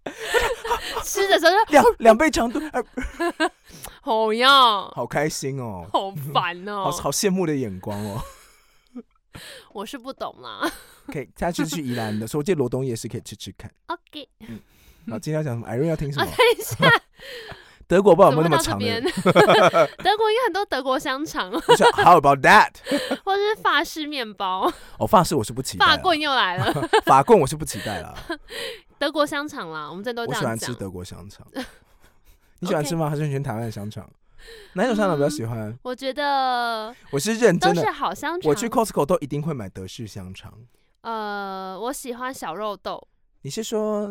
[SPEAKER 2] 吃的时候
[SPEAKER 1] 两两倍长度，呃
[SPEAKER 2] 就好呀，
[SPEAKER 1] 好开心哦，
[SPEAKER 2] 好烦
[SPEAKER 1] 好
[SPEAKER 2] 哦。
[SPEAKER 1] 好羡慕的眼光哦。
[SPEAKER 2] 我是不懂啦。
[SPEAKER 1] 可以下次去宜兰的时候，我记得罗东夜市可以吃吃看。
[SPEAKER 2] OK，
[SPEAKER 1] 好，今天要讲什么？艾瑞要听什
[SPEAKER 2] 嗯啊，
[SPEAKER 1] 么
[SPEAKER 2] 等？一下，
[SPEAKER 1] (laughs) 德国不知道
[SPEAKER 2] 怎
[SPEAKER 1] 有没
[SPEAKER 2] 么
[SPEAKER 1] 有
[SPEAKER 2] 会
[SPEAKER 1] 那么
[SPEAKER 2] 到这
[SPEAKER 1] 长的
[SPEAKER 2] 边？
[SPEAKER 1] 人。
[SPEAKER 2] (laughs) 德国应该很多德国香肠， (laughs)
[SPEAKER 1] 我想 How about that？
[SPEAKER 2] 或者是法式面
[SPEAKER 1] (laughs)
[SPEAKER 2] 包，
[SPEAKER 1] 哦，法式我是不期待啦，
[SPEAKER 2] 法棍又来了，
[SPEAKER 1] (laughs)
[SPEAKER 2] (laughs)
[SPEAKER 1] 法棍我是不期待啦。
[SPEAKER 2] 德国香肠啦，我们 (laughs) 这都这
[SPEAKER 1] 我喜
[SPEAKER 2] 样
[SPEAKER 1] 欢吃
[SPEAKER 2] 讲。
[SPEAKER 1] 德国香
[SPEAKER 2] (laughs)
[SPEAKER 1] 肠，你喜欢吃吗？还是你喜欢台湾的香肠？哪一种香肠比较喜欢？
[SPEAKER 2] 我觉得
[SPEAKER 1] 我是认
[SPEAKER 2] 都
[SPEAKER 1] 真
[SPEAKER 2] 是
[SPEAKER 1] 的，
[SPEAKER 2] 好香肠。
[SPEAKER 1] 我去 Costco 都一定会买德式香肠。
[SPEAKER 2] 呃，我喜欢小肉豆，
[SPEAKER 1] 你是
[SPEAKER 2] (laughs)
[SPEAKER 1] 说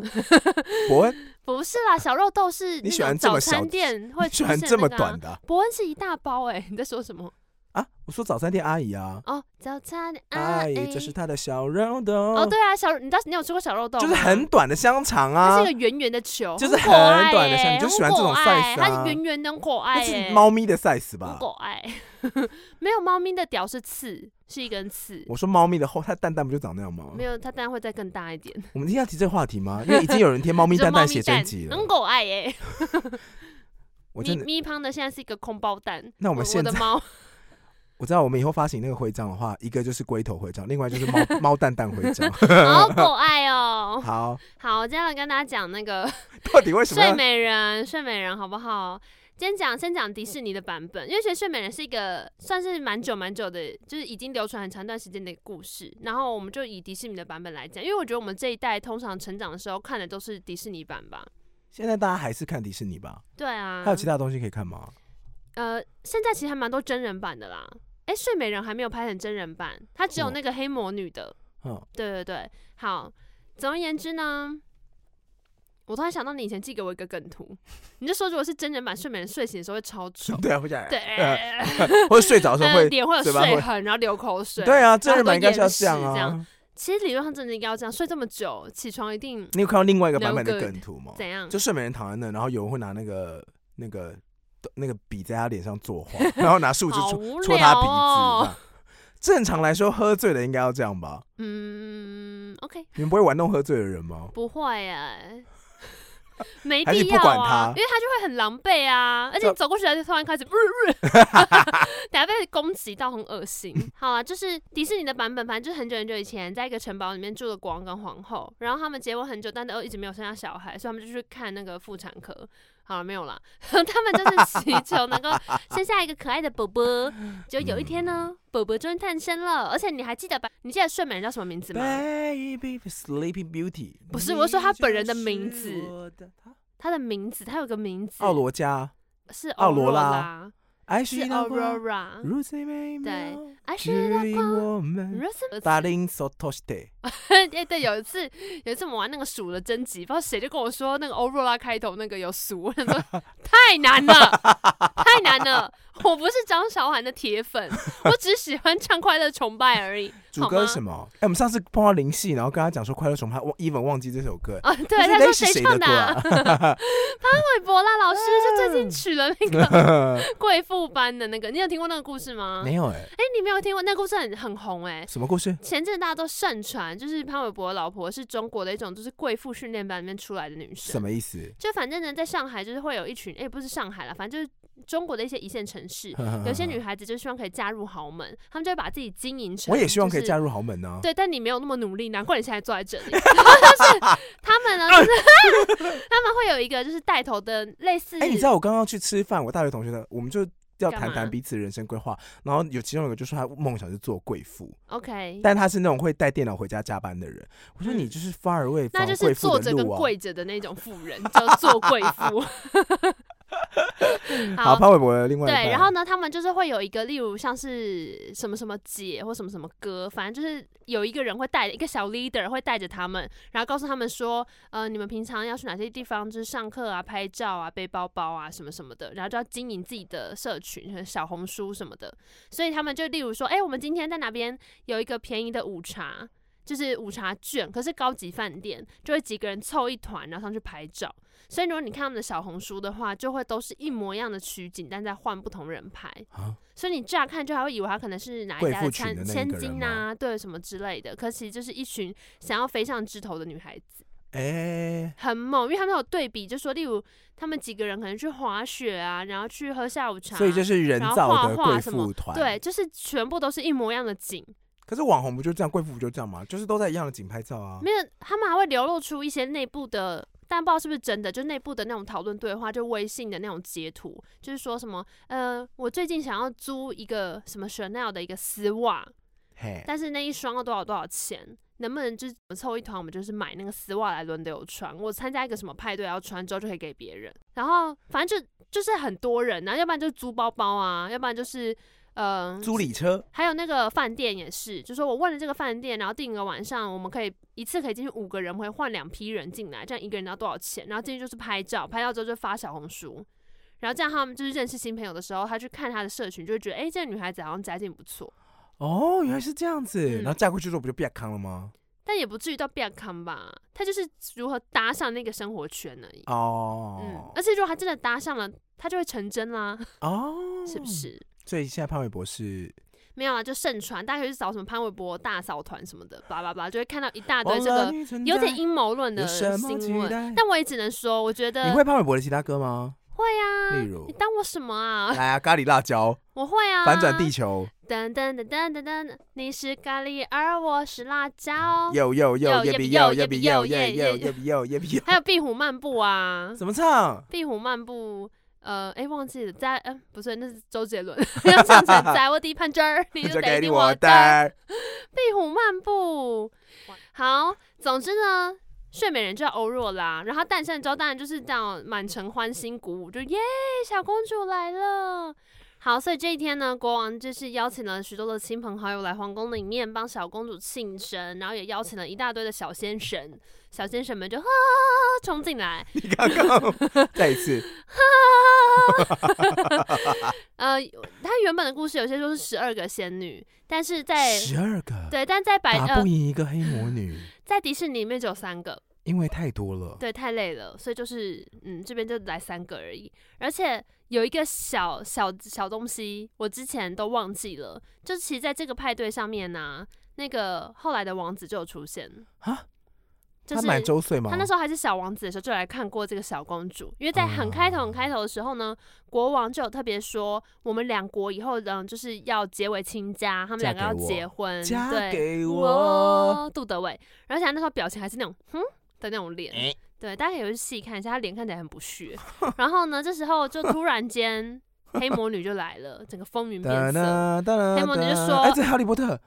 [SPEAKER 1] 伯恩？
[SPEAKER 2] 不是啦，小肉豆是
[SPEAKER 1] 你
[SPEAKER 2] 那
[SPEAKER 1] 喜欢
[SPEAKER 2] 种
[SPEAKER 1] 这
[SPEAKER 2] 早
[SPEAKER 1] 么小
[SPEAKER 2] 餐店会
[SPEAKER 1] 你喜
[SPEAKER 2] 出
[SPEAKER 1] 欢
[SPEAKER 2] 现
[SPEAKER 1] 这么
[SPEAKER 2] 那个啊
[SPEAKER 1] 短的啊
[SPEAKER 2] 伯恩是一大包哎、 (laughs) 你在说什么？
[SPEAKER 1] 啊？我说早餐店阿姨啊，
[SPEAKER 2] 哦，早餐阿
[SPEAKER 1] 阿
[SPEAKER 2] 姨，
[SPEAKER 1] 姨，哎这是她的小肉豆，
[SPEAKER 2] 哎哦，对啊，小你到你有吃过小肉豆吗？
[SPEAKER 1] 就是很短的香肠
[SPEAKER 2] 它是
[SPEAKER 1] 啊
[SPEAKER 2] 一，个圆圆的球，
[SPEAKER 1] 就是
[SPEAKER 2] 很可爱
[SPEAKER 1] 很短的
[SPEAKER 2] 欸
[SPEAKER 1] 像你就喜欢
[SPEAKER 2] 很
[SPEAKER 1] 这种
[SPEAKER 2] 可爱
[SPEAKER 1] size
[SPEAKER 2] 它
[SPEAKER 1] 啊
[SPEAKER 2] 是圆圆的，很可
[SPEAKER 1] 那
[SPEAKER 2] 爱、欸，
[SPEAKER 1] 是猫咪的 size
[SPEAKER 2] 很
[SPEAKER 1] 吧？
[SPEAKER 2] 可爱。 (laughs) 没有猫咪的屌是刺，是一根刺，
[SPEAKER 1] 我说哦猫咪的后，它蛋蛋不就长那样吗
[SPEAKER 2] 没？有它当然会再更大一点。
[SPEAKER 1] 我们今天要提这个话题吗？因为已经有人贴猫
[SPEAKER 2] (laughs)
[SPEAKER 1] 咪
[SPEAKER 2] 就
[SPEAKER 1] 蛋
[SPEAKER 2] 猫
[SPEAKER 1] 蛋
[SPEAKER 2] 咪
[SPEAKER 1] 写
[SPEAKER 2] 蛋
[SPEAKER 1] 真集了
[SPEAKER 2] 很，可爱耶、
[SPEAKER 1] 我
[SPEAKER 2] 咪
[SPEAKER 1] 真的。
[SPEAKER 2] 咪胖的现在是一个空包蛋。
[SPEAKER 1] 那我们现
[SPEAKER 2] 我
[SPEAKER 1] 在
[SPEAKER 2] 的
[SPEAKER 1] (laughs)
[SPEAKER 2] 猫，
[SPEAKER 1] 我知道我们以后发行那个徽章的话，一个就是龟头徽章，另外就是猫
[SPEAKER 2] (laughs)
[SPEAKER 1] 猫蛋蛋徽章。
[SPEAKER 2] 好可爱哦、
[SPEAKER 1] 好，
[SPEAKER 2] 好，接下来跟大家讲那个
[SPEAKER 1] 到底为什么
[SPEAKER 2] 睡
[SPEAKER 1] 要？
[SPEAKER 2] 美人，睡美人好不好？先讲先讲迪士尼的版本，因为其实睡美人是一个算是蛮久蛮久的，就是已经流传很长一段时间的故事。然后我们就以迪士尼的版本来讲，因为我觉得我们这一代通常成长的时候看的都是迪士尼版吧。
[SPEAKER 1] 现在大家还是看迪士尼吧？
[SPEAKER 2] 对啊，
[SPEAKER 1] 还有其他东西可以看吗？
[SPEAKER 2] 呃，现在其实还蛮多真人版的啦。哎、睡美人还没有拍成真人版，它只有
[SPEAKER 1] 哦
[SPEAKER 2] 那个黑魔女的。
[SPEAKER 1] 嗯，，
[SPEAKER 2] 对对对，好。总而言之呢，我突然想到你以前寄给我一个梗图，你就说如果是真人版睡美人睡醒的时候会超丑
[SPEAKER 1] (laughs) 对啊，会这样，
[SPEAKER 2] 对，
[SPEAKER 1] 或者睡着的
[SPEAKER 2] (laughs)
[SPEAKER 1] 时候
[SPEAKER 2] 呃
[SPEAKER 1] 呃会，
[SPEAKER 2] 脸会有
[SPEAKER 1] 嘴巴会
[SPEAKER 2] 睡痕，然后流口水。
[SPEAKER 1] 对啊，真
[SPEAKER 2] 然后
[SPEAKER 1] 人版应该是要
[SPEAKER 2] 都
[SPEAKER 1] 这样
[SPEAKER 2] 掩饰这样
[SPEAKER 1] 啊。
[SPEAKER 2] 其实理论上真的应该要这样，睡这么久，起床一定
[SPEAKER 1] 你有看到另外一个版
[SPEAKER 2] No
[SPEAKER 1] 本的
[SPEAKER 2] good
[SPEAKER 1] 梗图吗？
[SPEAKER 2] 怎样？
[SPEAKER 1] 就睡美人躺在那，然后有人会拿那个那个那个笔在他脸上作画，然后拿树枝
[SPEAKER 2] (laughs) 好
[SPEAKER 1] 戳
[SPEAKER 2] 无
[SPEAKER 1] 戳他
[SPEAKER 2] 聊
[SPEAKER 1] 鼻子这
[SPEAKER 2] 哦。
[SPEAKER 1] 样。正常来说，喝醉了应该要这样吧？
[SPEAKER 2] 嗯，OK，
[SPEAKER 1] 你们不会玩弄喝醉的人吗？
[SPEAKER 2] 不会
[SPEAKER 1] (laughs)
[SPEAKER 2] 哎，没
[SPEAKER 1] 还是
[SPEAKER 2] 必
[SPEAKER 1] 不
[SPEAKER 2] 要
[SPEAKER 1] 管
[SPEAKER 2] 啊，
[SPEAKER 1] 他
[SPEAKER 2] 因为他就会很狼狈
[SPEAKER 1] (laughs)
[SPEAKER 2] 啊，而且
[SPEAKER 1] 这
[SPEAKER 2] 你走过去他就突然开始， (laughs) 等下被攻击到很恶
[SPEAKER 1] (laughs)
[SPEAKER 2] 心。好啊，就是迪士尼的版本，反正就是很久很久以前，在一个城堡里面住了国王跟皇后，然后他们结婚很久，但都一直没有生下小孩，所以他们就去看那个妇产科。 (laughs) 好了，没有啦，他们就是祈求能够生下一个可 (laughs) 爱的宝宝。就有一天
[SPEAKER 1] 嗯
[SPEAKER 2] 呢，宝宝终于诞生了，而且你还记得吧？你记得睡美人叫什么名字
[SPEAKER 1] 哎
[SPEAKER 2] 吗？
[SPEAKER 1] Baby Sleeping Beauty，
[SPEAKER 2] 不是我是说他本人的名字你就是她的名字，她有个名字，
[SPEAKER 1] 奥罗加
[SPEAKER 2] 是
[SPEAKER 1] 奥
[SPEAKER 2] 罗
[SPEAKER 1] 罗拉，爱
[SPEAKER 2] 是
[SPEAKER 1] 是
[SPEAKER 2] Aurora，
[SPEAKER 1] 如此美妙，
[SPEAKER 2] 爱啊是
[SPEAKER 1] 指引我们。
[SPEAKER 2] (laughs)
[SPEAKER 1] 达林索托西特，
[SPEAKER 2] 哎、对，有一次，有一次我们玩那个数的征集，不知道谁就跟我说那个欧若拉开头那个有数，我想
[SPEAKER 1] (laughs)
[SPEAKER 2] 说太难了，太难了。我不是张韶涵的铁粉，我只喜欢唱《快乐崇拜》而已。
[SPEAKER 1] 主歌是什
[SPEAKER 2] 么？
[SPEAKER 1] 么？哎、我们上次碰到林夕，然后跟他讲说《快乐崇拜》，忘 even 忘记这首歌。
[SPEAKER 2] 啊，对，
[SPEAKER 1] 这
[SPEAKER 2] 他
[SPEAKER 1] 到
[SPEAKER 2] 说
[SPEAKER 1] 底是
[SPEAKER 2] 谁
[SPEAKER 1] 谁
[SPEAKER 2] 唱
[SPEAKER 1] 的歌
[SPEAKER 2] 啊？ (laughs) 潘玮柏啦，老师就最近娶了那个贵妇班的那个，你有听过那个故事吗？
[SPEAKER 1] 嗯没有哎、
[SPEAKER 2] 哎、你没有听过？那故事很很红哎、
[SPEAKER 1] 什么故事？
[SPEAKER 2] 前阵子大家都盛传，就是潘玮柏的老婆是中国的一种，就是贵妇训练班里面出来的女生。
[SPEAKER 1] 什么意 (laughs) 思？
[SPEAKER 2] 就反正呢，在上海就是会有一群，哎、不是上海啦，反正就是中国的一些一线城市，
[SPEAKER 1] 嗯
[SPEAKER 2] 有些女，孩子就希望可以嫁入豪门，她们就会把自己经营成。
[SPEAKER 1] 我也希望可以
[SPEAKER 2] 就是
[SPEAKER 1] 嫁入豪门呢、啊。
[SPEAKER 2] 对，但你没有那么努力，难怪你现在坐在这
[SPEAKER 1] (laughs)
[SPEAKER 2] 里。就是他们呢，就是他们会有一个就是带头的类似，
[SPEAKER 1] 哎、你知道我刚刚去吃饭，我大学同学的，我们就要
[SPEAKER 2] 干
[SPEAKER 1] 谈
[SPEAKER 2] 嘛
[SPEAKER 1] 谈彼此人生规划，然后有其中有一个就说他梦想是做贵妇，
[SPEAKER 2] OK，
[SPEAKER 1] 但他是那种会带电脑回家加班的人。我说
[SPEAKER 2] 嗯
[SPEAKER 1] 你就是 far away
[SPEAKER 2] 那
[SPEAKER 1] from
[SPEAKER 2] 就是
[SPEAKER 1] 贵妇
[SPEAKER 2] 坐
[SPEAKER 1] 的
[SPEAKER 2] 着跟
[SPEAKER 1] 路啊。
[SPEAKER 2] 跪着的那种妇人，叫做贵
[SPEAKER 1] (laughs)
[SPEAKER 2] 妇。
[SPEAKER 1] 好，潘玮柏的另外一半
[SPEAKER 2] 对，然后呢，他们就是会有一个，例如像是什么什么姐或什么什么哥，反正就是有一个人会带一个小 leader 会带着他们，然后告诉他们说，呃，你们平常要去哪些地方，就是上课啊、拍照啊、背包包啊什么什么的，然后就要经营自己的社群，和小红书什么的。所以他们就例如说，哎、我们今天在哪边有一个便宜的午茶。就是午茶券，可是高级饭店就会几个人凑一团，然后上去拍照。所以如果你看他们的小红书的话，就会都是一模一样的取景，但在换不同人拍。
[SPEAKER 1] 啊，
[SPEAKER 2] 所以你乍看就还会以为他可能是哪一
[SPEAKER 1] 贵
[SPEAKER 2] 家
[SPEAKER 1] 妇群的那一
[SPEAKER 2] 千千
[SPEAKER 1] 个人
[SPEAKER 2] 金啊，对什么之类的。可其实就是一群想要飞上枝头的女孩子，
[SPEAKER 1] 哎、
[SPEAKER 2] 很猛，因为他们有对比，就说例如他们几个人可能去滑雪啊，然后去喝下午茶，
[SPEAKER 1] 所以就是是人造的
[SPEAKER 2] 然后画
[SPEAKER 1] 贵
[SPEAKER 2] 画什么
[SPEAKER 1] 妇团。
[SPEAKER 2] 对，，就是全部都是一模一样的景，
[SPEAKER 1] 可是网红不就这样，贵妇不就这样吗？就是都在一样的景拍照啊。
[SPEAKER 2] 没有他们还会流露出一些内部的但不知道是不是真的，就内部的那种讨论对话，就微信的那种截图，就是说什么，呃，我最近想要租一个什么 Chanel 的一个丝袜，
[SPEAKER 1] 嘿，
[SPEAKER 2] 但是那一双要多少多少钱？能不能就是我们凑一团，我们就是买那个丝袜来轮流穿？我参加一个什么派对要穿之后就可以给别人。然后反正就就是很多人然后要不然就租包包啊，要不然就是嗯、呃
[SPEAKER 1] 租礼车，
[SPEAKER 2] 还有那个饭店也是，就说我问了这个饭店，然后订个晚上，我们可以一次可以进去五个人，会换两批人进来，这样一个人要多少钱？然后进去就是拍照，拍照之后就发小红书，然后这样他们就是认识新朋友的时候，他去看他的社群，就会觉得哎、诶这个女孩子好像家境不错，
[SPEAKER 1] 哦，原来是这样子，
[SPEAKER 2] 嗯
[SPEAKER 1] 然后嫁过去之后不就变康了吗？
[SPEAKER 2] 但也不至于到变康吧，她就是如何搭上那个生活圈而已。嗯
[SPEAKER 1] 哦，，
[SPEAKER 2] 而且如果她真的搭上了，她就会成真啦，
[SPEAKER 1] 哦，
[SPEAKER 2] 是不？是？
[SPEAKER 1] 所以现在潘玮柏是
[SPEAKER 2] 没有啊，就盛传，大家就是找什么潘玮柏大嫂团什么的，叭叭叭，就会看到一大堆
[SPEAKER 1] 忘
[SPEAKER 2] 啊这
[SPEAKER 1] 了
[SPEAKER 2] 个
[SPEAKER 1] 哦你存
[SPEAKER 2] 有点
[SPEAKER 1] 在
[SPEAKER 2] 阴谋论的
[SPEAKER 1] 有什么期
[SPEAKER 2] 新闻。
[SPEAKER 1] 待
[SPEAKER 2] 但我也只能说，我觉得
[SPEAKER 1] 你会潘玮柏的其他歌吗？
[SPEAKER 2] 会啊，
[SPEAKER 1] 例如
[SPEAKER 2] 你当我什么啊？
[SPEAKER 1] 来啊，咖喱辣椒，
[SPEAKER 2] 我会啊，
[SPEAKER 1] 反转地。球，
[SPEAKER 2] 噔噔噔噔噔噔，你是咖喱，而我是辣椒。
[SPEAKER 1] 又又又
[SPEAKER 2] 又
[SPEAKER 1] 耶
[SPEAKER 2] 耶
[SPEAKER 1] 比
[SPEAKER 2] 比
[SPEAKER 1] 又
[SPEAKER 2] 又
[SPEAKER 1] 耶比又耶
[SPEAKER 2] 耶哦比又耶
[SPEAKER 1] 又
[SPEAKER 2] 耶
[SPEAKER 1] 耶比又耶比又，
[SPEAKER 2] 还有壁虎漫步啊，
[SPEAKER 1] 怎么唱？
[SPEAKER 2] 壁虎漫步。呃，哎，忘记了，在，嗯、不是，那是周杰伦，要唱成在我地盘这儿，你就得
[SPEAKER 1] 给你
[SPEAKER 2] 听我
[SPEAKER 1] 我
[SPEAKER 2] 的
[SPEAKER 1] 的， (laughs)
[SPEAKER 2] 壁虎漫步。好，总之呢，睡美人就叫欧若拉，然后她诞生之后，当然就是这样满城欢欣鼓舞，就耶，小公主来了。好，所以这一天呢，国王就是邀请了许多的亲朋好友来皇宫里面帮小公主庆生，然后也邀请了一大堆的小仙神，小仙神们就哈冲进来，
[SPEAKER 1] 你刚刚 (laughs) 再一次，
[SPEAKER 2] 呃，他原本的故事有些说是十二个仙女，但是在
[SPEAKER 1] 十二个
[SPEAKER 2] 对，但在白
[SPEAKER 1] 打
[SPEAKER 2] 呃
[SPEAKER 1] 不赢一个黑魔女，
[SPEAKER 2] 在迪士尼里面只有三个，
[SPEAKER 1] 因为太多了。
[SPEAKER 2] 对，太累了，所以就是嗯，这边就来三个而已。而且有一个小小小东西，我之前都忘记了，就是其实在这个派对上面呢、那个后来的王子就有出现
[SPEAKER 1] 啊，
[SPEAKER 2] 就
[SPEAKER 1] 他
[SPEAKER 2] 是
[SPEAKER 1] 满周岁吗
[SPEAKER 2] 他？那时候还是小王子的时候，就来看过这个小公主，因为在很开头、很开头的时候
[SPEAKER 1] 哦
[SPEAKER 2] 呢，国王就有特别说，我们两国以后呢，就是要结为亲家，他们
[SPEAKER 1] 嫁
[SPEAKER 2] 两个要
[SPEAKER 1] 给我
[SPEAKER 2] 结婚，
[SPEAKER 1] 嫁
[SPEAKER 2] 嗯对，
[SPEAKER 1] 给我
[SPEAKER 2] 我杜德伟，而且他那时候表情还是那种哼的那种
[SPEAKER 1] (laughs)
[SPEAKER 2] 脸，
[SPEAKER 1] 哎
[SPEAKER 2] 对，大家也会细看一下，他脸看起来很不屑。然后呢，这时候就突
[SPEAKER 1] (laughs)
[SPEAKER 2] 然间黑魔女就来了，整个风云变色，
[SPEAKER 1] 哒哒哒
[SPEAKER 2] 黑魔女就
[SPEAKER 1] 哒
[SPEAKER 2] 说
[SPEAKER 1] 哎，这哈利波特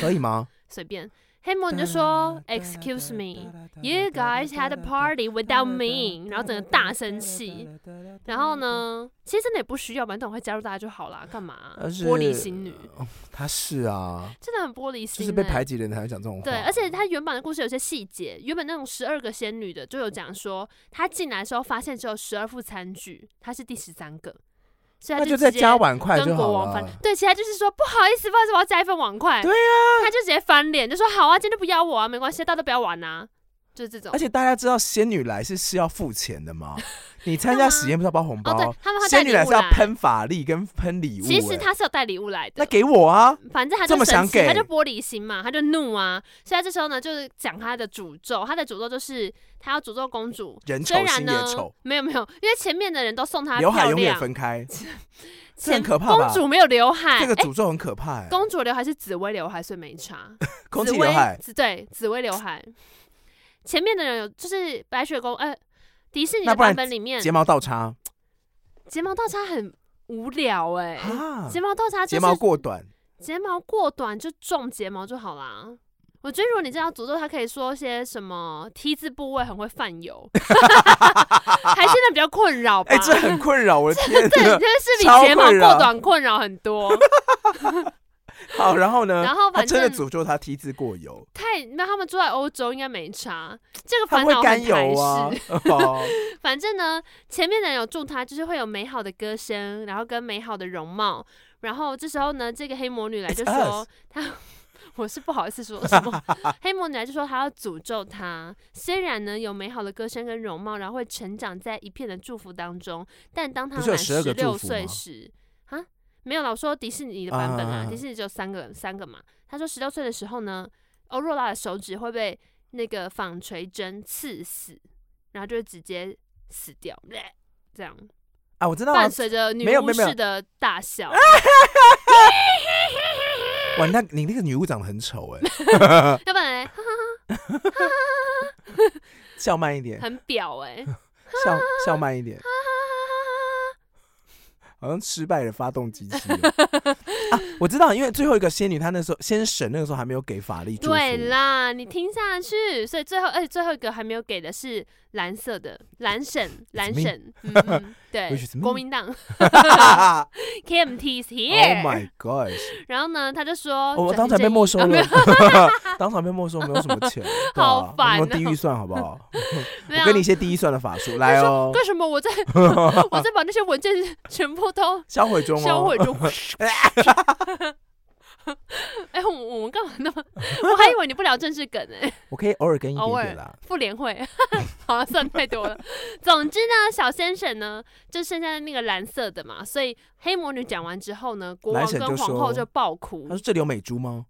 [SPEAKER 1] 可以吗？
[SPEAKER 2] 随便。 (laughs) 黑魔女就说：“Excuse me, you guys had a party without me。”然后整个大生气。。然后？呢，
[SPEAKER 1] 嗯
[SPEAKER 2] 其实真的也不需要，反正等会加入大家就好啦，干嘛、
[SPEAKER 1] 而是
[SPEAKER 2] 玻璃心女，
[SPEAKER 1] 她是啊，
[SPEAKER 2] 真的很玻璃
[SPEAKER 1] 就
[SPEAKER 2] 心、欸，
[SPEAKER 1] 是被排挤的人才会讲这种话。
[SPEAKER 2] 对，而且他原版的故事有些细节，原本那种十二个仙女的就有讲说，他进来的时候发现只有十二副餐具，他是第十三个，所以
[SPEAKER 1] 那
[SPEAKER 2] 他
[SPEAKER 1] 就
[SPEAKER 2] 直
[SPEAKER 1] 再
[SPEAKER 2] 接
[SPEAKER 1] 加碗筷就
[SPEAKER 2] 跟国
[SPEAKER 1] 好
[SPEAKER 2] 王翻
[SPEAKER 1] 了。。
[SPEAKER 2] 对，其他就是说不好意思，不好意思，我要加一份碗筷。
[SPEAKER 1] 对
[SPEAKER 2] 啊，他就直接翻脸，就说好啊，今天就不要我啊，没关系，大家都不要玩啊，就是这种
[SPEAKER 1] 而。且大家知道仙女来是是要付钱的
[SPEAKER 2] (laughs)
[SPEAKER 1] 吗？你参加实验不是要包红
[SPEAKER 2] 哦，对
[SPEAKER 1] 包？
[SPEAKER 2] 他们会带
[SPEAKER 1] 仙女
[SPEAKER 2] 礼
[SPEAKER 1] 来
[SPEAKER 2] 物
[SPEAKER 1] 是要
[SPEAKER 2] 来，
[SPEAKER 1] 喷法力跟喷礼物。
[SPEAKER 2] 其实
[SPEAKER 1] 哎
[SPEAKER 2] 他是有带礼物来的
[SPEAKER 1] 那。给我啊，
[SPEAKER 2] 反正他
[SPEAKER 1] 这
[SPEAKER 2] 就
[SPEAKER 1] 么想
[SPEAKER 2] 生气，他
[SPEAKER 1] 给
[SPEAKER 2] 就玻璃心嘛，他就怒啊。所以他这时候呢，就是讲他的诅咒，他的诅咒就是他要诅咒公主。
[SPEAKER 1] 人丑
[SPEAKER 2] 虽然
[SPEAKER 1] 心
[SPEAKER 2] 呢
[SPEAKER 1] 也丑，，
[SPEAKER 2] 没有没有，因为前面的人都送她
[SPEAKER 1] 刘海
[SPEAKER 2] 漂
[SPEAKER 1] 永远
[SPEAKER 2] 亮，
[SPEAKER 1] 分开，这
[SPEAKER 2] 前
[SPEAKER 1] 很可怕吧
[SPEAKER 2] 公主没有刘海，
[SPEAKER 1] 这个
[SPEAKER 2] 哎
[SPEAKER 1] 诅咒很可怕哎。
[SPEAKER 2] 公主刘海是紫薇刘海，所以
[SPEAKER 1] (laughs)
[SPEAKER 2] 没差。
[SPEAKER 1] 空
[SPEAKER 2] 紫
[SPEAKER 1] 气
[SPEAKER 2] 薇
[SPEAKER 1] 刘海，
[SPEAKER 2] 紫对，紫薇刘海。前面的人有就是白雪公，呃，迪士尼
[SPEAKER 1] 那
[SPEAKER 2] 的
[SPEAKER 1] 不然
[SPEAKER 2] 版本里面
[SPEAKER 1] 睫毛倒插
[SPEAKER 2] 睫毛倒插很无聊哎、
[SPEAKER 1] 啊
[SPEAKER 2] 睫，毛倒插就
[SPEAKER 1] 睫
[SPEAKER 2] 是
[SPEAKER 1] 毛过短，
[SPEAKER 2] 睫毛过短就种睫毛就好啦。我觉得如果你真的要诅咒他，可以说些什么 T 字部位很会
[SPEAKER 1] (laughs)
[SPEAKER 2] 泛油，还真的比较困扰吧？
[SPEAKER 1] 哎，这很困扰，我的天
[SPEAKER 2] (laughs) 对，真
[SPEAKER 1] 哪
[SPEAKER 2] 的！是比
[SPEAKER 1] 超
[SPEAKER 2] 睫毛
[SPEAKER 1] 困扰
[SPEAKER 2] 过短困扰很
[SPEAKER 1] (laughs)
[SPEAKER 2] 多。
[SPEAKER 1] 好，然后呢？
[SPEAKER 2] 然后
[SPEAKER 1] 他
[SPEAKER 2] 反
[SPEAKER 1] 真的
[SPEAKER 2] 正
[SPEAKER 1] 诅咒他 T 字过
[SPEAKER 2] (laughs)
[SPEAKER 1] 油，
[SPEAKER 2] 太那他们住在欧洲应该没差，这个
[SPEAKER 1] 他
[SPEAKER 2] 烦
[SPEAKER 1] 会
[SPEAKER 2] 恼
[SPEAKER 1] 甘
[SPEAKER 2] 很台
[SPEAKER 1] 油啊
[SPEAKER 2] 式。。
[SPEAKER 1] 哦
[SPEAKER 2] (laughs) 反正呢，前面的人有祝他，就是会有美好的歌声，然后跟美好的容貌。然后这时候呢，这个黑魔女来就
[SPEAKER 1] It's
[SPEAKER 2] 说
[SPEAKER 1] us
[SPEAKER 2] 她， (laughs) 我是不好意思说
[SPEAKER 1] (laughs)
[SPEAKER 2] 什么。黑魔女来就说她要诅咒他，虽然呢有美好的歌声跟容貌，然后会成长在一片的祝福当中，但当他
[SPEAKER 1] 不是有
[SPEAKER 2] 满
[SPEAKER 1] 12
[SPEAKER 2] 十
[SPEAKER 1] 个祝
[SPEAKER 2] 六
[SPEAKER 1] 福
[SPEAKER 2] 岁
[SPEAKER 1] 吗
[SPEAKER 2] 时，啊，没有啦，我说迪士尼的版本
[SPEAKER 1] 啊啊
[SPEAKER 2] 啊
[SPEAKER 1] 啊，啊
[SPEAKER 2] 迪士尼只有三个三个嘛。他说十六岁的时候呢，欧若拉的手指会被那个纺锤针刺死，然后就会直接死掉， (sniffs) 这样
[SPEAKER 1] 啊，我知道啊
[SPEAKER 2] 伴，随着女
[SPEAKER 1] 没有没有
[SPEAKER 2] 巫
[SPEAKER 1] 没有啊
[SPEAKER 2] 师的大笑。
[SPEAKER 1] 哇，那你
[SPEAKER 2] (laughs)
[SPEAKER 1] 那个女巫长得很丑哎，
[SPEAKER 2] 要不然嘞，哈哈哈哈哈哈
[SPEAKER 1] 笑慢一点，
[SPEAKER 2] 很表哎、欸，
[SPEAKER 1] 笑笑慢一点，好像失败的发动机器人
[SPEAKER 2] (laughs)
[SPEAKER 1] 啊！我知道，因为最后一个仙女她那时候仙神那个时候还没有给法力 (laughs) 祝福，
[SPEAKER 2] 对啦，你听下去，所以最后，而且最后一个还没有给的是蓝色的蓝省，蓝省，嗯
[SPEAKER 1] (laughs)
[SPEAKER 2] 嗯对
[SPEAKER 1] Which is，me
[SPEAKER 2] 国民
[SPEAKER 1] (laughs)
[SPEAKER 2] 党 (laughs)
[SPEAKER 1] ，Oh
[SPEAKER 2] KMT is here。
[SPEAKER 1] my god！
[SPEAKER 2] 然后呢，他就说，
[SPEAKER 1] 我当场
[SPEAKER 2] 转型
[SPEAKER 1] 被
[SPEAKER 2] 正义
[SPEAKER 1] 没收
[SPEAKER 2] 啊没
[SPEAKER 1] 了
[SPEAKER 2] 有，
[SPEAKER 1] (laughs) 当场被没收，没有什么
[SPEAKER 2] (laughs)
[SPEAKER 1] 钱，对
[SPEAKER 2] 好
[SPEAKER 1] 啊
[SPEAKER 2] 烦
[SPEAKER 1] 我们
[SPEAKER 2] 哦啊
[SPEAKER 1] 低预算好不好？
[SPEAKER 2] (laughs) 没有
[SPEAKER 1] 我给你一些低预算的法术，来
[SPEAKER 2] (laughs)
[SPEAKER 1] 哦，
[SPEAKER 2] 干什么？
[SPEAKER 1] (laughs)
[SPEAKER 2] 我在我在把那些文件 (laughs) 全部都
[SPEAKER 1] 销毁中哦，
[SPEAKER 2] 销毁
[SPEAKER 1] (laughs)
[SPEAKER 2] 中。 (laughs) 哎、我我们干嘛那么？ (laughs) 我还以为你不聊政治梗呢、 (laughs)
[SPEAKER 1] 我可以偶尔跟一点
[SPEAKER 2] 偶尔
[SPEAKER 1] 点啦。
[SPEAKER 2] 妇联会， (laughs) 好像算
[SPEAKER 1] (laughs)
[SPEAKER 2] 太多了。总之呢，小先生呢就剩下那个蓝色的嘛，所以黑魔女讲完之后呢，国
[SPEAKER 1] 蓝
[SPEAKER 2] 王
[SPEAKER 1] 神
[SPEAKER 2] 跟
[SPEAKER 1] 就
[SPEAKER 2] 皇后
[SPEAKER 1] 说
[SPEAKER 2] 就爆哭
[SPEAKER 1] 他，说这里有美珠吗？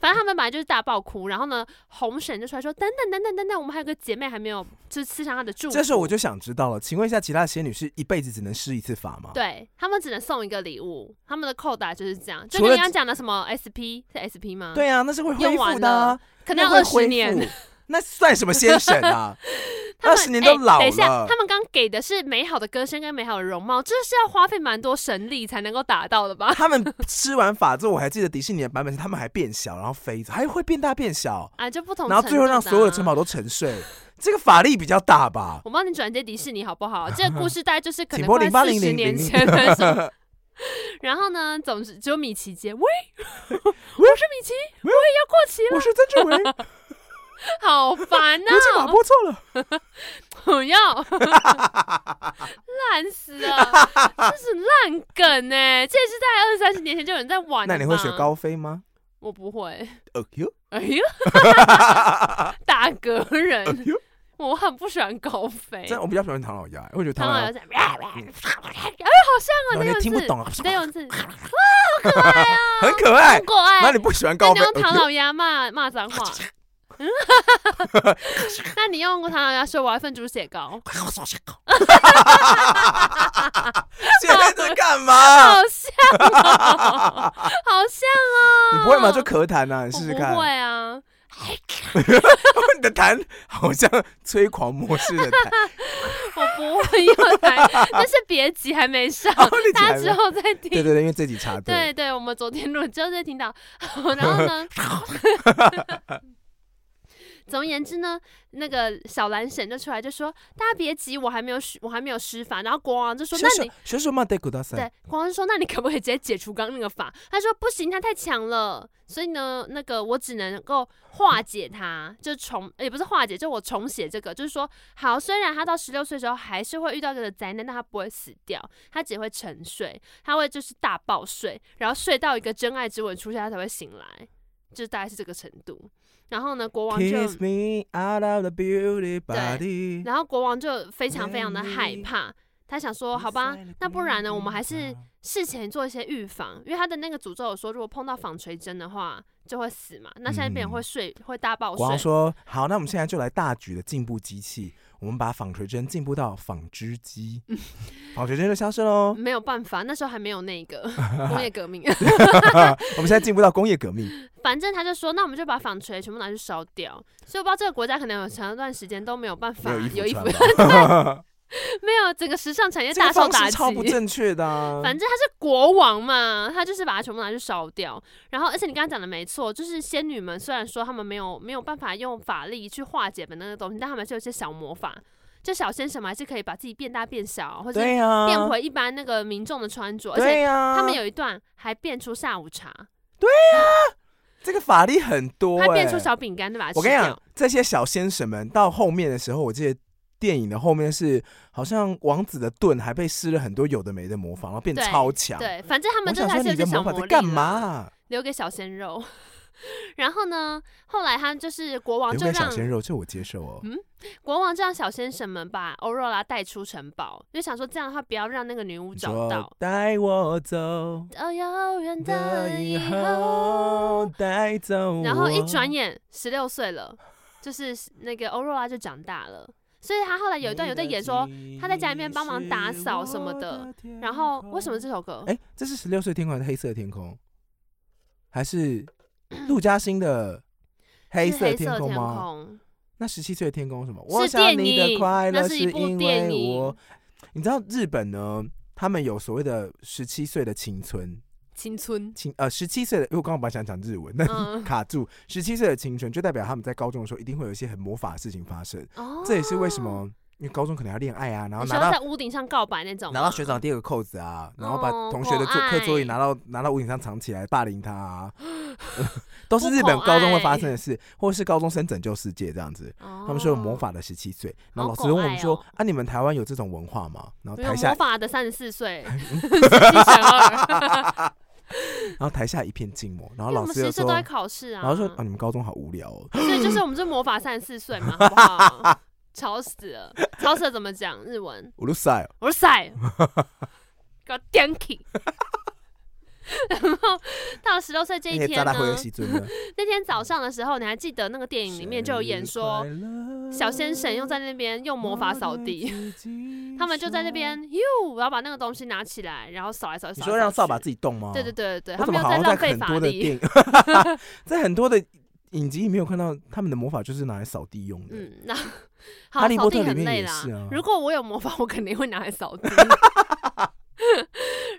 [SPEAKER 2] 反正他们本来就是大爆哭。然后呢，红神就出来说：“等等等等等等，我们还有个姐妹还没有，就是吃上她的祝福。”
[SPEAKER 1] 这时候我就想知道了，请问一下，其他的仙女是一辈子只能施一次法吗？
[SPEAKER 2] 对他们只能送一个礼物，他们的扣打就是这样。就
[SPEAKER 1] 除
[SPEAKER 2] 跟
[SPEAKER 1] 了
[SPEAKER 2] 你刚刚讲的什么 SP 是 SP 吗？，
[SPEAKER 1] 对啊，那是会恢
[SPEAKER 2] 用
[SPEAKER 1] 复
[SPEAKER 2] 完
[SPEAKER 1] 的啊
[SPEAKER 2] 了，可能要
[SPEAKER 1] 那
[SPEAKER 2] 二
[SPEAKER 1] 会恢
[SPEAKER 2] 十
[SPEAKER 1] 复
[SPEAKER 2] (laughs) 年。，
[SPEAKER 1] 那算什么仙神
[SPEAKER 2] (laughs)
[SPEAKER 1] 啊？
[SPEAKER 2] 他
[SPEAKER 1] 二
[SPEAKER 2] 们
[SPEAKER 1] 十年都
[SPEAKER 2] 哎
[SPEAKER 1] 老
[SPEAKER 2] 等一下，
[SPEAKER 1] 了
[SPEAKER 2] 他，们刚给的是美好的歌声跟美好的容貌，这是要花费蛮多神力才能够达到的吧？
[SPEAKER 1] 他们吃完法之后，我还记得迪士尼的版本是他们还变小，然后飞走，还会变大变小，
[SPEAKER 2] 啊，就不同、程
[SPEAKER 1] 然后最后
[SPEAKER 2] 度
[SPEAKER 1] 让
[SPEAKER 2] 的
[SPEAKER 1] 所有
[SPEAKER 2] 啊
[SPEAKER 1] 的城堡都沉睡。这个法力比较大吧？
[SPEAKER 2] 我帮你转接迪士尼好不好？这个故事大概就是可
[SPEAKER 1] 请
[SPEAKER 2] 能
[SPEAKER 1] 拨
[SPEAKER 2] 快
[SPEAKER 1] 零八
[SPEAKER 2] 四
[SPEAKER 1] 零
[SPEAKER 2] 十
[SPEAKER 1] 零
[SPEAKER 2] 年
[SPEAKER 1] 零
[SPEAKER 2] 前的时候。
[SPEAKER 1] 零。
[SPEAKER 2] 然后呢，总之只有米奇接，喂，我是米奇，我也要过期了，
[SPEAKER 1] 我是曾志
[SPEAKER 2] (laughs)
[SPEAKER 1] 伟，国
[SPEAKER 2] 好烦呐、
[SPEAKER 1] 际码拨错了。
[SPEAKER 2] 不 (laughs) 要，烂死
[SPEAKER 1] (laughs)
[SPEAKER 2] 了，这是烂梗哎、这也是在二三十年前就有人在玩了
[SPEAKER 1] 那你会
[SPEAKER 2] 吧
[SPEAKER 1] 学？高飞吗？
[SPEAKER 2] 我不会。
[SPEAKER 1] 呃哟，
[SPEAKER 2] 哎
[SPEAKER 1] (laughs)
[SPEAKER 2] 呀，打嗝人， (laughs) 我很不喜欢高飞。
[SPEAKER 1] 哦这样我比较喜欢唐老鸭，我觉得
[SPEAKER 2] 哎唐
[SPEAKER 1] 唐老
[SPEAKER 2] 老
[SPEAKER 1] 鸭
[SPEAKER 2] 鸭
[SPEAKER 1] 嗯
[SPEAKER 2] 在，哎，好像啊，那
[SPEAKER 1] 你
[SPEAKER 2] 样
[SPEAKER 1] 听不
[SPEAKER 2] 子，
[SPEAKER 1] 懂啊，
[SPEAKER 2] 那
[SPEAKER 1] (laughs)
[SPEAKER 2] 样子，啊
[SPEAKER 1] 很可爱
[SPEAKER 2] 不。过哎，
[SPEAKER 1] 那你不喜欢
[SPEAKER 2] 那
[SPEAKER 1] 高
[SPEAKER 2] 你
[SPEAKER 1] 飞？
[SPEAKER 2] 用
[SPEAKER 1] 呃
[SPEAKER 2] 唐
[SPEAKER 1] 哟
[SPEAKER 2] 老鸭骂骂
[SPEAKER 1] (laughs)
[SPEAKER 2] 脏话。 (laughs) 那你用唐老鸭说我要份猪血糕，
[SPEAKER 1] 哎现在在干嘛？
[SPEAKER 2] 好像、哦，好像哦。
[SPEAKER 1] 你不会吗？就咳痰啊，你试试
[SPEAKER 2] 我
[SPEAKER 1] 看
[SPEAKER 2] 不。会啊，
[SPEAKER 1] 你的痰好像催狂魔似的
[SPEAKER 2] (laughs)
[SPEAKER 1] 痰，
[SPEAKER 2] 我不会又来，但是别急，还没上，
[SPEAKER 1] 哦你急
[SPEAKER 2] 大
[SPEAKER 1] 还
[SPEAKER 2] 家
[SPEAKER 1] 没
[SPEAKER 2] 之后再
[SPEAKER 1] 对
[SPEAKER 2] 听。
[SPEAKER 1] 对对，因为这集插队，
[SPEAKER 2] 对对，我们昨天录之后再听到，然后呢？ (laughs) 总而言之呢，那个小蓝神就出来就说：“大家别急，我还没有施，我还没有施法。”然后国王就说：“
[SPEAKER 1] 选
[SPEAKER 2] 那
[SPEAKER 1] 手
[SPEAKER 2] 你
[SPEAKER 1] 选手嘛得古大赛，
[SPEAKER 2] 对，国王就说：“那你可不可以直接解除刚刚那个法？”他说：“不行，他太强了。所以呢，那个我只能够化解他，就重也不是化解，就我重写这个，就是说，好，虽然他到十六岁的时候还是会遇到这个灾难，但他不会死掉，他只会沉睡，他会就是大爆睡，然后睡到一个真爱之吻出现，他才会醒来，就大概是这个程度。然后呢，国王就
[SPEAKER 1] Kiss me out of the beauty body。
[SPEAKER 2] 然后国王就非常非常的害
[SPEAKER 1] Let me
[SPEAKER 2] 怕，他想说，好吧，那不然呢，我们还是事前做一些预防，因为他的那个诅咒有说，如果碰到纺锤针的话就会死嘛。那现在变
[SPEAKER 1] 嗯
[SPEAKER 2] 人会睡，会大爆
[SPEAKER 1] 国王
[SPEAKER 2] 睡。
[SPEAKER 1] 说：“好，那我们现在就来大举的进步机器，我们把纺锤针进步到纺织机，
[SPEAKER 2] 嗯
[SPEAKER 1] 纺锤针就消失喽。
[SPEAKER 2] 没有办法，那时候还没有那
[SPEAKER 1] (laughs)
[SPEAKER 2] 个工业革命， (laughs)
[SPEAKER 1] 我们现在进步到工业革命，
[SPEAKER 2] 反正他就说，那我们就把纺锤全部拿去烧掉。所以我不知道这个国家可能有长一段时间都没有办
[SPEAKER 1] 没
[SPEAKER 2] 法
[SPEAKER 1] 有衣
[SPEAKER 2] (laughs) 有
[SPEAKER 1] 服
[SPEAKER 2] 衣服
[SPEAKER 1] 穿，了。
[SPEAKER 2] 没有整个时尚产业
[SPEAKER 1] 这
[SPEAKER 2] 大
[SPEAKER 1] 个
[SPEAKER 2] 受
[SPEAKER 1] 方
[SPEAKER 2] 打
[SPEAKER 1] 式
[SPEAKER 2] 击，
[SPEAKER 1] 超不正确的、啊。
[SPEAKER 2] 反正他是国王嘛，他就是把它全部拿去烧掉。然后，而且你刚刚讲的没错，就是仙女们虽然说她们没有没有办法用法力去化解本那个东西，但她们是有一些小魔法，就小仙什么还是可以把自己变大变小，或者
[SPEAKER 1] 对呀、
[SPEAKER 2] 变回一般那个民众的穿着。而
[SPEAKER 1] 对嗯啊
[SPEAKER 2] 且
[SPEAKER 1] 呀、
[SPEAKER 2] 他们有一段还变出下午茶，
[SPEAKER 1] 这个法力很多、欸，
[SPEAKER 2] 还变出小饼干，对吧？
[SPEAKER 1] 我跟你
[SPEAKER 2] 啊吃
[SPEAKER 1] 讲
[SPEAKER 2] 掉，，
[SPEAKER 1] 这些小先生们到后面的时候，我记得电影的后面是好像王子的盾还被施了很多有的没的魔法，然后变
[SPEAKER 2] 对
[SPEAKER 1] 超强。，
[SPEAKER 2] 对，反正他
[SPEAKER 1] 我
[SPEAKER 2] 们就是
[SPEAKER 1] 想说
[SPEAKER 2] 还是有
[SPEAKER 1] 你
[SPEAKER 2] 一些
[SPEAKER 1] 的
[SPEAKER 2] 小
[SPEAKER 1] 魔法
[SPEAKER 2] 魔
[SPEAKER 1] 在
[SPEAKER 2] 力啊
[SPEAKER 1] 干
[SPEAKER 2] 啦
[SPEAKER 1] 嘛、
[SPEAKER 2] 留给小鲜肉。 (laughs) 然后呢，后来他哦就是嗯国王
[SPEAKER 1] 留
[SPEAKER 2] 就
[SPEAKER 1] 给
[SPEAKER 2] 让
[SPEAKER 1] 小鲜肉，这我接受哦。
[SPEAKER 2] 国王就让小先生们把欧若拉带出城堡，就想说这样的话不要让那个女巫
[SPEAKER 1] 你
[SPEAKER 2] 找
[SPEAKER 1] 说
[SPEAKER 2] 到。
[SPEAKER 1] 带我走
[SPEAKER 2] 到遥远
[SPEAKER 1] 的
[SPEAKER 2] 的
[SPEAKER 1] 以
[SPEAKER 2] 以
[SPEAKER 1] 后
[SPEAKER 2] 后，，
[SPEAKER 1] 带走我。
[SPEAKER 2] 然后一转眼十六岁了，就是那个欧若拉就长大了。所以他后来有一段有在演说，他在家里面帮忙打扫什么的
[SPEAKER 1] 你的记忆是我的天空。
[SPEAKER 2] 然后为什么这首歌？
[SPEAKER 1] 哎、这是十六岁天空还是黑色天空？还是陆嘉欣的黑
[SPEAKER 2] 嗯是黑
[SPEAKER 1] 天
[SPEAKER 2] 色
[SPEAKER 1] 空吗？
[SPEAKER 2] 空，
[SPEAKER 1] 那十七岁的天空是什么？我
[SPEAKER 2] 是
[SPEAKER 1] 想
[SPEAKER 2] 电
[SPEAKER 1] 你的
[SPEAKER 2] 影
[SPEAKER 1] 快乐
[SPEAKER 2] 那是一部
[SPEAKER 1] 因
[SPEAKER 2] 电
[SPEAKER 1] 为我
[SPEAKER 2] 影。
[SPEAKER 1] 你知道日本呢，他们有所谓的十七岁的青春，
[SPEAKER 2] 青春，
[SPEAKER 1] 青呃十七岁的，因为我刚刚本来想讲日文，但， (laughs)
[SPEAKER 2] 嗯
[SPEAKER 1] 卡住。十七岁的青春就代表他们在高中的时候一定会有一些很魔法的事情发生，
[SPEAKER 2] 哦，
[SPEAKER 1] 这也是为什么，因为高中可能要恋爱啊，然后
[SPEAKER 2] 你
[SPEAKER 1] 拿
[SPEAKER 2] 说
[SPEAKER 1] 到
[SPEAKER 2] 在屋顶上告白那种吗，
[SPEAKER 1] 拿到学长第二个扣子啊，然后把
[SPEAKER 2] 哦
[SPEAKER 1] 同学的作
[SPEAKER 2] 够爱
[SPEAKER 1] 课桌椅拿到拿到屋顶上藏起来，霸凌他
[SPEAKER 2] (laughs)
[SPEAKER 1] 啊，都是
[SPEAKER 2] 不
[SPEAKER 1] 日本
[SPEAKER 2] 够
[SPEAKER 1] 高中会
[SPEAKER 2] 爱
[SPEAKER 1] 发生的事，或者是高中生拯救世界这样子。
[SPEAKER 2] 哦，
[SPEAKER 1] 他们说有魔法的十七岁，然后老
[SPEAKER 2] 好
[SPEAKER 1] 师
[SPEAKER 2] 狗
[SPEAKER 1] 问我
[SPEAKER 2] 爱
[SPEAKER 1] 们说
[SPEAKER 2] 哦：“
[SPEAKER 1] 啊，你们台湾有这种文化吗？”然后
[SPEAKER 2] 没有
[SPEAKER 1] 哦台
[SPEAKER 2] 魔
[SPEAKER 1] 下，嗯
[SPEAKER 2] 法的三十四岁， (laughs) 七乘二，
[SPEAKER 1] 然后台下一片静默，然后
[SPEAKER 2] 因为
[SPEAKER 1] 老
[SPEAKER 2] 我们
[SPEAKER 1] 师
[SPEAKER 2] 十
[SPEAKER 1] 又
[SPEAKER 2] 岁
[SPEAKER 1] 说
[SPEAKER 2] 都在，考试啊，
[SPEAKER 1] 然后说：“啊，你们高中好无聊哦。
[SPEAKER 2] 所
[SPEAKER 1] (laughs)
[SPEAKER 2] 以就是我们这魔法三十四岁嘛，好不好？吵死了，吵死了怎么讲日文？”
[SPEAKER 1] 我都塞哦，
[SPEAKER 2] 我说塞，给我点起。然后到了十六岁这一
[SPEAKER 1] 那些渣
[SPEAKER 2] 天呢
[SPEAKER 1] 打，哎会有戏尊的。
[SPEAKER 2] 那天早上的时候，你还记得那个电影里面就有演说，小先生又在那边用魔法扫地，
[SPEAKER 1] 地
[SPEAKER 2] 他们就在那。边哟，我要把那个东西拿起来，然后扫来扫去。
[SPEAKER 1] 你
[SPEAKER 2] 扫来
[SPEAKER 1] 说让
[SPEAKER 2] 扫
[SPEAKER 1] 扫
[SPEAKER 2] 去
[SPEAKER 1] 把自己动吗？
[SPEAKER 2] 对对对对，
[SPEAKER 1] 我
[SPEAKER 2] 他
[SPEAKER 1] 怎
[SPEAKER 2] 们
[SPEAKER 1] 么
[SPEAKER 2] 又
[SPEAKER 1] 好像
[SPEAKER 2] 浪费
[SPEAKER 1] 很
[SPEAKER 2] 法
[SPEAKER 1] 多的
[SPEAKER 2] 力。 (laughs)
[SPEAKER 1] 电影，在很多的影集里面有看到他们的魔法就是拿来扫地用的。
[SPEAKER 2] 嗯，
[SPEAKER 1] (laughs)
[SPEAKER 2] 那好，
[SPEAKER 1] 哈利
[SPEAKER 2] 扫
[SPEAKER 1] 波特
[SPEAKER 2] 地
[SPEAKER 1] 里
[SPEAKER 2] 很
[SPEAKER 1] 面
[SPEAKER 2] 累
[SPEAKER 1] 也
[SPEAKER 2] 啦
[SPEAKER 1] 是啊。
[SPEAKER 2] 如果我有魔法，我肯定会拿来扫地。 (laughs)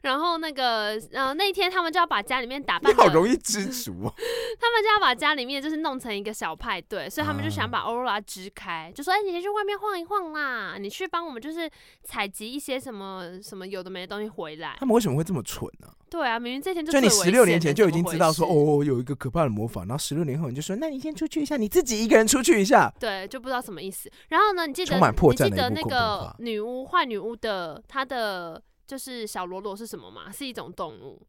[SPEAKER 2] 然后那个，呃，那一天他们就要把家里面打
[SPEAKER 1] 你
[SPEAKER 2] 扮
[SPEAKER 1] 好
[SPEAKER 2] 的，
[SPEAKER 1] 容易
[SPEAKER 2] (laughs)
[SPEAKER 1] 知足哦，
[SPEAKER 2] 他们就要把家里面就是弄成一个小派对，所以他们就想
[SPEAKER 1] 啊
[SPEAKER 2] 把欧若拉支开，就说：“哎、你先去外面晃一晃啦，你去帮我们就是采集一些什么什么有的没的东西回来。
[SPEAKER 1] 他们为什么会这么蠢呢、”
[SPEAKER 2] 对啊，明明这天就
[SPEAKER 1] 就你
[SPEAKER 2] 最危
[SPEAKER 1] 十六年前
[SPEAKER 2] 险的
[SPEAKER 1] 就已
[SPEAKER 2] 怎么
[SPEAKER 1] 经
[SPEAKER 2] 回
[SPEAKER 1] 知道说
[SPEAKER 2] 事，
[SPEAKER 1] 哦，有一个可怕的魔法，然后十六年后你就说，那你先出去一下，你自己一个人出去一下。
[SPEAKER 2] 对，就不知道什么意思。然后呢，你记得
[SPEAKER 1] 充满破
[SPEAKER 2] 你记
[SPEAKER 1] 绽的一
[SPEAKER 2] 得
[SPEAKER 1] 部
[SPEAKER 2] 那
[SPEAKER 1] 共同
[SPEAKER 2] 个
[SPEAKER 1] 化
[SPEAKER 2] 女巫坏女巫的她的就是小罗罗是什么吗？是一种动物，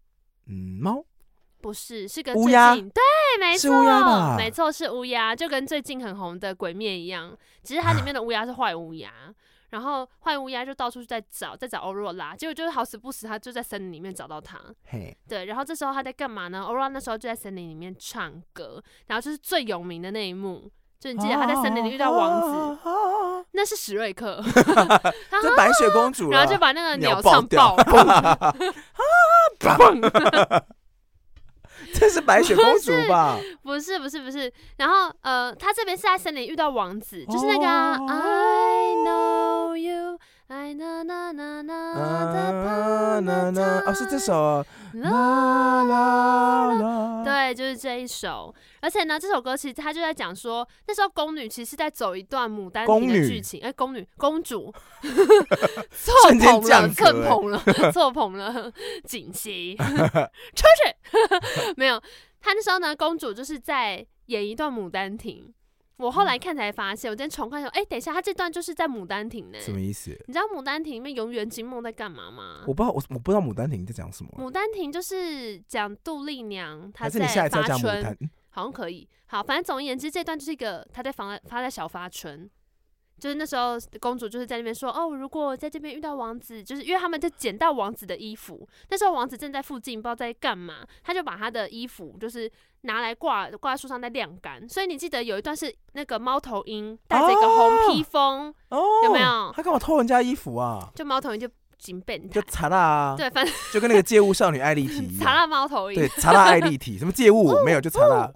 [SPEAKER 1] 嗯，猫
[SPEAKER 2] 不是，是跟
[SPEAKER 1] 乌
[SPEAKER 2] 最
[SPEAKER 1] 鸦
[SPEAKER 2] 近对，没
[SPEAKER 1] 是
[SPEAKER 2] 错，
[SPEAKER 1] 乌鸦吧
[SPEAKER 2] 没错是乌鸦，就跟最近很红的《鬼灭》一样，只是它里面的乌鸦是坏乌鸦。然后坏乌鸦就到处在找，在找欧若拉，结果就是好死不死，他就在森林里面找到他。
[SPEAKER 1] 嘿，
[SPEAKER 2] 对，然后这时候他在干嘛呢？欧若拉那时候就在森林里面唱歌，然后就是最有名的那一幕，就你记得他在森林里遇到王子，
[SPEAKER 1] 哦子，
[SPEAKER 2] 那是史瑞克，
[SPEAKER 1] 啊这白雪公主
[SPEAKER 2] (laughs) 啊然
[SPEAKER 1] 啦，
[SPEAKER 2] 后就把那个
[SPEAKER 1] 鸟
[SPEAKER 2] 鸟
[SPEAKER 1] 爆
[SPEAKER 2] 唱
[SPEAKER 1] 掉
[SPEAKER 2] 爆，
[SPEAKER 1] (laughs)
[SPEAKER 2] 啊砰
[SPEAKER 1] 这是白雪公主吧？
[SPEAKER 2] 不是不是不是，然后呃，他这边是在森林遇到王子，就是那个啊、
[SPEAKER 1] 哦
[SPEAKER 2] I know you, I na na na na
[SPEAKER 1] 啊那
[SPEAKER 2] da na
[SPEAKER 1] 那哦，是这首哦啦
[SPEAKER 2] La
[SPEAKER 1] 啦啦，
[SPEAKER 2] 对，就是这一首。而且呢，这首歌其实他就在讲说，那时候宫女其实在走一段牡丹
[SPEAKER 1] 宫
[SPEAKER 2] 亭的
[SPEAKER 1] 女
[SPEAKER 2] 剧情，哎、宫女公主 (laughs) 错
[SPEAKER 1] 瞬间
[SPEAKER 2] 捧了，
[SPEAKER 1] 降 (laughs) 格
[SPEAKER 2] 错
[SPEAKER 1] 哎
[SPEAKER 2] 捧了，错捧了，锦溪 (laughs) 出去 (laughs) 没有。他那时候呢，公主就是在演一段《牡丹亭》。我后来
[SPEAKER 1] 嗯
[SPEAKER 2] 看才发现，我今天重看说，哎、等一下，他这段就是在《牡丹亭》呢。
[SPEAKER 1] 什么意思？
[SPEAKER 2] 你知道《牡丹亭》里面永远金梦在干嘛吗？
[SPEAKER 1] 我不知道，我我不知道《牡丹亭》在讲什么，
[SPEAKER 2] 牡丹亭就是讲杜丽娘她
[SPEAKER 1] 还是你
[SPEAKER 2] 在
[SPEAKER 1] 下一次要
[SPEAKER 2] 发
[SPEAKER 1] 讲《牡
[SPEAKER 2] 春 (laughs)
[SPEAKER 1] 丹》？
[SPEAKER 2] 好像可以。好，反正总而言之，这段就是一个他在发发在小发春，就是那时候公主就是在那边说哦，如果在这边遇到王子，就是因为他们就捡到王子的衣服，那时候王子正在附近，不知道在干嘛，他就把他的衣服就是拿来挂挂在树上在晾干。所以你记得有一段是那个猫头鹰带着一个红披风，
[SPEAKER 1] 哦，
[SPEAKER 2] 有没有
[SPEAKER 1] 他干嘛偷人家衣服啊？
[SPEAKER 2] 就猫头鹰就紧变
[SPEAKER 1] 就
[SPEAKER 2] (laughs) 态，
[SPEAKER 1] 查啦啊，
[SPEAKER 2] 对，反正
[SPEAKER 1] 就跟那个借物少女艾丽缇一
[SPEAKER 2] (laughs) 查
[SPEAKER 1] 样，
[SPEAKER 2] 哦到猫头鹰，
[SPEAKER 1] 对，查拉
[SPEAKER 2] (laughs)
[SPEAKER 1] 艾丽缇，什么借物没有就查拉，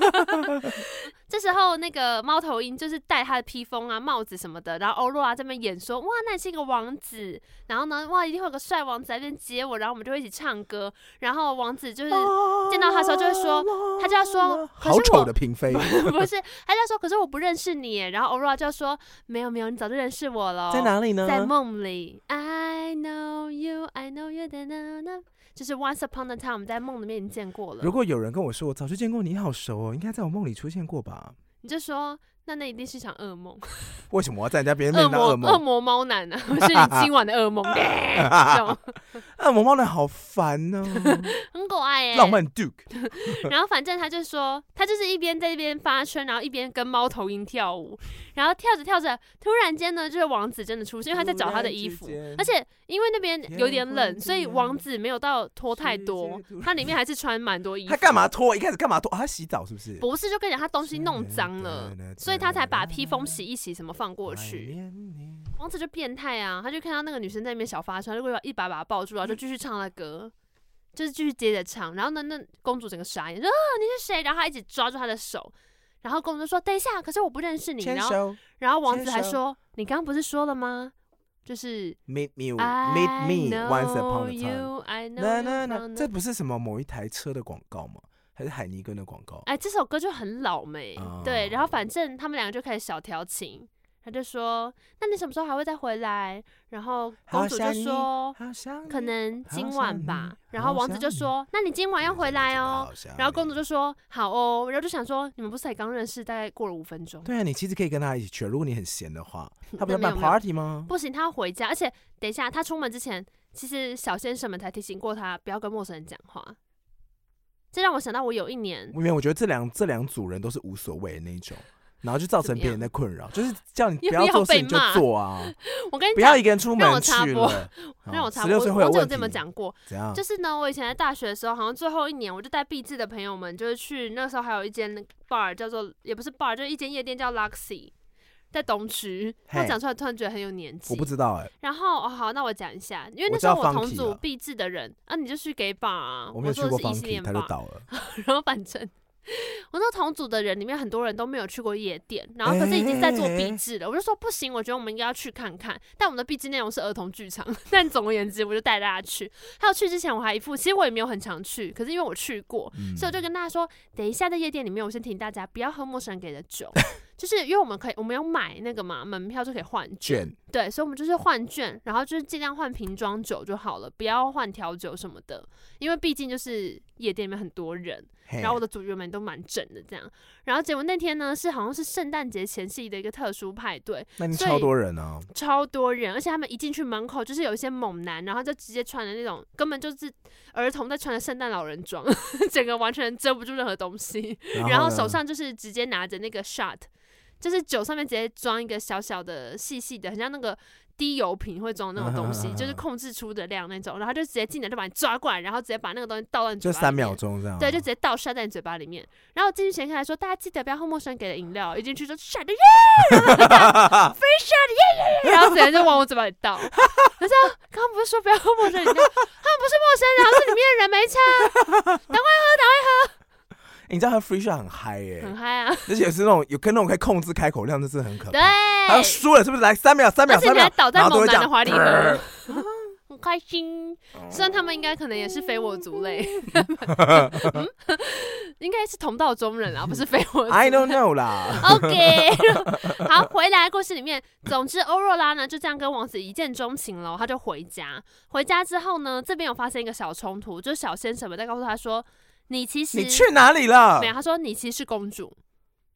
[SPEAKER 2] (laughs) 这时候，那个猫头鹰就是戴他的披风啊、帽子什么的，然后欧若拉这边演说：“哇，那你是一个王子，然后呢，哇，一定会有个帅王子在那边接我，然后我们就会一起唱歌。”然后王
[SPEAKER 1] (laughs)
[SPEAKER 2] 子就是嗯
[SPEAKER 1] 嗯
[SPEAKER 2] 见到他的时候就会说，他就要说，可
[SPEAKER 1] 哦好
[SPEAKER 2] 是
[SPEAKER 1] 丑
[SPEAKER 2] 我哦
[SPEAKER 1] 的嫔妃，
[SPEAKER 2] (laughs) 不是，他就说，可是我不认识你耶。然后欧若拉就说：“没有没有，你早就认识我了，
[SPEAKER 1] 在哪里呢？
[SPEAKER 2] 在梦里，I know you, I know you, da na na，就是 Once upon a time，我们在梦里面已经见过了。
[SPEAKER 1] 如果有人跟我说我早就见过你，好熟哦，应该在我梦里出现过吧？
[SPEAKER 2] 你就说，那那一定是一场噩梦。”
[SPEAKER 1] 为什么我要在人家别人面
[SPEAKER 2] 恶
[SPEAKER 1] 前当
[SPEAKER 2] 魔
[SPEAKER 1] 恶
[SPEAKER 2] 恶
[SPEAKER 1] 魔？
[SPEAKER 2] 魔猫男啊，我 (laughs) 是你今晚的
[SPEAKER 1] (laughs)
[SPEAKER 2] 噩梦，这种
[SPEAKER 1] 恶魔猫男好烦
[SPEAKER 2] (laughs)
[SPEAKER 1] 哦，
[SPEAKER 2] 很可爱耶、
[SPEAKER 1] 浪漫 Duke，
[SPEAKER 2] 然后反正他就说，他就是一边在这边发春，然后一边跟猫头鹰跳舞，然后跳着跳着，突然间呢，就是王子真的出现，因为他在找他的衣服
[SPEAKER 1] 突然之间，
[SPEAKER 2] 而且因为那边有点
[SPEAKER 1] 天
[SPEAKER 2] 冷，
[SPEAKER 1] 空
[SPEAKER 2] 所以
[SPEAKER 1] 之
[SPEAKER 2] 王
[SPEAKER 1] 蓝
[SPEAKER 2] 子没有到脱太多
[SPEAKER 1] 世界突，然
[SPEAKER 2] 他里面还是穿蛮多衣服。
[SPEAKER 1] 他干嘛？脱？一开始干嘛脱？啊他洗澡是不是？
[SPEAKER 2] 不是，就跟你讲他东西弄脏了。，所以他才把披风洗一洗，什么放过去。。王子就变态啊，他就看到那个女生在那边小发出来，就过来一把把她抱住，然后
[SPEAKER 1] 嗯
[SPEAKER 2] 就继续唱她的歌，就是继续接着唱。然后呢，那公主整个傻眼，说啊你是谁？然后他一直抓住她的手，然后公主就说等一下，可是我不认识你。
[SPEAKER 1] 牵
[SPEAKER 2] 然后
[SPEAKER 1] 手
[SPEAKER 2] 然后王子还
[SPEAKER 1] 牵手
[SPEAKER 2] 说你刚刚不是说了吗？就是
[SPEAKER 1] ，meet
[SPEAKER 2] I
[SPEAKER 1] me，meet me once upon a
[SPEAKER 2] know
[SPEAKER 1] time。
[SPEAKER 2] you, I know
[SPEAKER 1] 那
[SPEAKER 2] you
[SPEAKER 1] 那那，
[SPEAKER 2] from
[SPEAKER 1] 这
[SPEAKER 2] the-
[SPEAKER 1] 不是什么某一台车的广告吗？还是海尼根的广告？
[SPEAKER 2] 哎，这首歌就很老没、对，然后
[SPEAKER 1] 哦
[SPEAKER 2] 反正他们两个就开始小调情，他就说：“那你什么时候还会再回来？”然后
[SPEAKER 1] 好
[SPEAKER 2] 公主就
[SPEAKER 1] 想你
[SPEAKER 2] 说
[SPEAKER 1] 好想：“
[SPEAKER 2] 可
[SPEAKER 1] 你
[SPEAKER 2] 能
[SPEAKER 1] 好
[SPEAKER 2] 今
[SPEAKER 1] 想
[SPEAKER 2] 晚
[SPEAKER 1] 你
[SPEAKER 2] 吧。”然
[SPEAKER 1] 好嗯
[SPEAKER 2] 后王子
[SPEAKER 1] 想
[SPEAKER 2] 就
[SPEAKER 1] 你
[SPEAKER 2] 说：“那你今晚要回来哦。”。然后公主
[SPEAKER 1] 就
[SPEAKER 2] 就说：“好哦。”然后就想说：“你们不是才刚认识，大概过了五分钟。”
[SPEAKER 1] 对啊，你其实可以跟他一起去，如果你很闲的
[SPEAKER 2] (laughs)
[SPEAKER 1] 话，他不是
[SPEAKER 2] 那没有
[SPEAKER 1] 办
[SPEAKER 2] 没有
[SPEAKER 1] party 吗？
[SPEAKER 2] 不行，他要回家。而且等一下，他出门之前，其实小先生们才提醒过他不要跟陌生人讲话。这让我想到，我有一年，
[SPEAKER 1] 没有，我觉得这两这两组人都是无所谓的那一种，然后就造
[SPEAKER 2] 怎
[SPEAKER 1] 成
[SPEAKER 2] 么
[SPEAKER 1] 别人的困扰，就是叫你
[SPEAKER 2] 又
[SPEAKER 1] 不要
[SPEAKER 2] 要
[SPEAKER 1] 做
[SPEAKER 2] 被
[SPEAKER 1] 事你就
[SPEAKER 2] 骂
[SPEAKER 1] 做啊，
[SPEAKER 2] 我跟
[SPEAKER 1] 不
[SPEAKER 2] 你
[SPEAKER 1] 要
[SPEAKER 2] 讲，
[SPEAKER 1] 一个人出
[SPEAKER 2] 让我 (laughs)
[SPEAKER 1] 门去
[SPEAKER 2] 插播
[SPEAKER 1] 了。哦
[SPEAKER 2] 让我插
[SPEAKER 1] 十
[SPEAKER 2] 播，
[SPEAKER 1] 六
[SPEAKER 2] 我
[SPEAKER 1] 岁会有
[SPEAKER 2] 忘记我
[SPEAKER 1] 问
[SPEAKER 2] 这
[SPEAKER 1] 题
[SPEAKER 2] 么，讲过。
[SPEAKER 1] 怎样
[SPEAKER 2] 就？是呢，我以前在大学的时候，好像最后一年，我就带必志的朋友们，就是去那时候还有一间 bar 叫做，也不是 bar，就是一间夜店叫 Luxy，在东区。他
[SPEAKER 1] 嘿
[SPEAKER 2] 讲出来突然觉得很有年纪
[SPEAKER 1] 我不。知道哎，
[SPEAKER 2] 然后哦好，那我讲一下，因为
[SPEAKER 1] 我
[SPEAKER 2] 那
[SPEAKER 1] 知
[SPEAKER 2] 时候
[SPEAKER 1] 道
[SPEAKER 2] 我同
[SPEAKER 1] Funky
[SPEAKER 2] 组
[SPEAKER 1] 啊
[SPEAKER 2] 必志的人啊，你就去给 bar 啊，
[SPEAKER 1] 我没有去
[SPEAKER 2] 做的
[SPEAKER 1] 过
[SPEAKER 2] 是异性
[SPEAKER 1] funky，
[SPEAKER 2] 恋
[SPEAKER 1] 他就
[SPEAKER 2] bar，
[SPEAKER 1] 倒
[SPEAKER 2] (laughs)
[SPEAKER 1] 了。
[SPEAKER 2] 然后反正。我那同组的人里面很多人都没有去过夜店，然后可是已经在做壁纸了。我就说不行，我觉得我们应该要去看看。但我们的壁纸内容是儿童剧场，但总而言之，我就带大家去。还有去之前我还一副，其实我也没有很常去，可是因为我去过，
[SPEAKER 1] 嗯
[SPEAKER 2] 所以我就跟大家说，等一下在夜店里面，我先提醒大家不要喝陌生人给的酒，就是因为我们可以，我们有买那个嘛门票就可以换
[SPEAKER 1] 卷
[SPEAKER 2] 对，所以我们就是换券，然后就是尽量换瓶装酒就好了，不要换调酒什么的，因为毕竟就是夜店里面很多人。
[SPEAKER 1] 嘿
[SPEAKER 2] 然后我的组员们都蛮整的这样。然后结果那天呢，是好像是圣诞节前夕的一个特殊派对，
[SPEAKER 1] 那你
[SPEAKER 2] 所
[SPEAKER 1] 超
[SPEAKER 2] 以
[SPEAKER 1] 多人啊，
[SPEAKER 2] 超多人，而且他们一进去门口就是有一些猛男，然后就直接穿的那种根本就是儿童在穿的圣诞老人装， (laughs) 整个完全遮不住任何
[SPEAKER 1] (laughs)
[SPEAKER 2] 东西，然后
[SPEAKER 1] 呢
[SPEAKER 2] 手上就是直接拿着那个 shot。就是酒上面直接装一个小小的、细细的，很像那个滴油瓶会装的那种东
[SPEAKER 1] 嗯
[SPEAKER 2] 西，就是控制出的量那种，然后就直接进来就把你抓过来，然后直接把那个东西倒到你嘴
[SPEAKER 1] 就
[SPEAKER 2] 巴
[SPEAKER 1] 三
[SPEAKER 2] 里面
[SPEAKER 1] 秒钟这样啊，
[SPEAKER 2] 对，就直接倒塞在你嘴巴里面。然后进去前看还说，大家记得不要喝陌生人给的饮料。一进去就 shut 耶，
[SPEAKER 1] (laughs)
[SPEAKER 2] 然后 free shut 耶耶耶，然后直接就往我嘴巴里倒。我说刚刚不是说不要喝陌生人饮料，他们不是陌生人啊，是里面的人没差，
[SPEAKER 1] 欸你知道他 free shot 很嗨哎，
[SPEAKER 2] 很嗨
[SPEAKER 1] (laughs)
[SPEAKER 2] 啊，
[SPEAKER 1] 而且是那种有跟那种可以控制开口量，那真的很可
[SPEAKER 2] 对
[SPEAKER 1] 怕。，他要输了是不是？来三秒，三秒，
[SPEAKER 2] 而且
[SPEAKER 1] 三
[SPEAKER 2] 你
[SPEAKER 1] 秒
[SPEAKER 2] 还，倒在
[SPEAKER 1] 然后都会
[SPEAKER 2] 猛
[SPEAKER 1] 这
[SPEAKER 2] 男
[SPEAKER 1] 样
[SPEAKER 2] 的怀里喝。 (laughs) 很开心，虽然他们应该可能也是非我
[SPEAKER 1] (laughs)
[SPEAKER 2] 族类，嗯 (laughs) 应该是同道中人啊，不是非我族。
[SPEAKER 1] (laughs) I don't know 啦。
[SPEAKER 2] OK，好，回来故事里面，总之欧若拉呢就这样跟王子一见钟情了，他就回家。回家之后呢，这边有发生一个小冲突，就是小先生们在告诉他说，你其实
[SPEAKER 1] 你去哪里了
[SPEAKER 2] 没？有，他说你其实是公主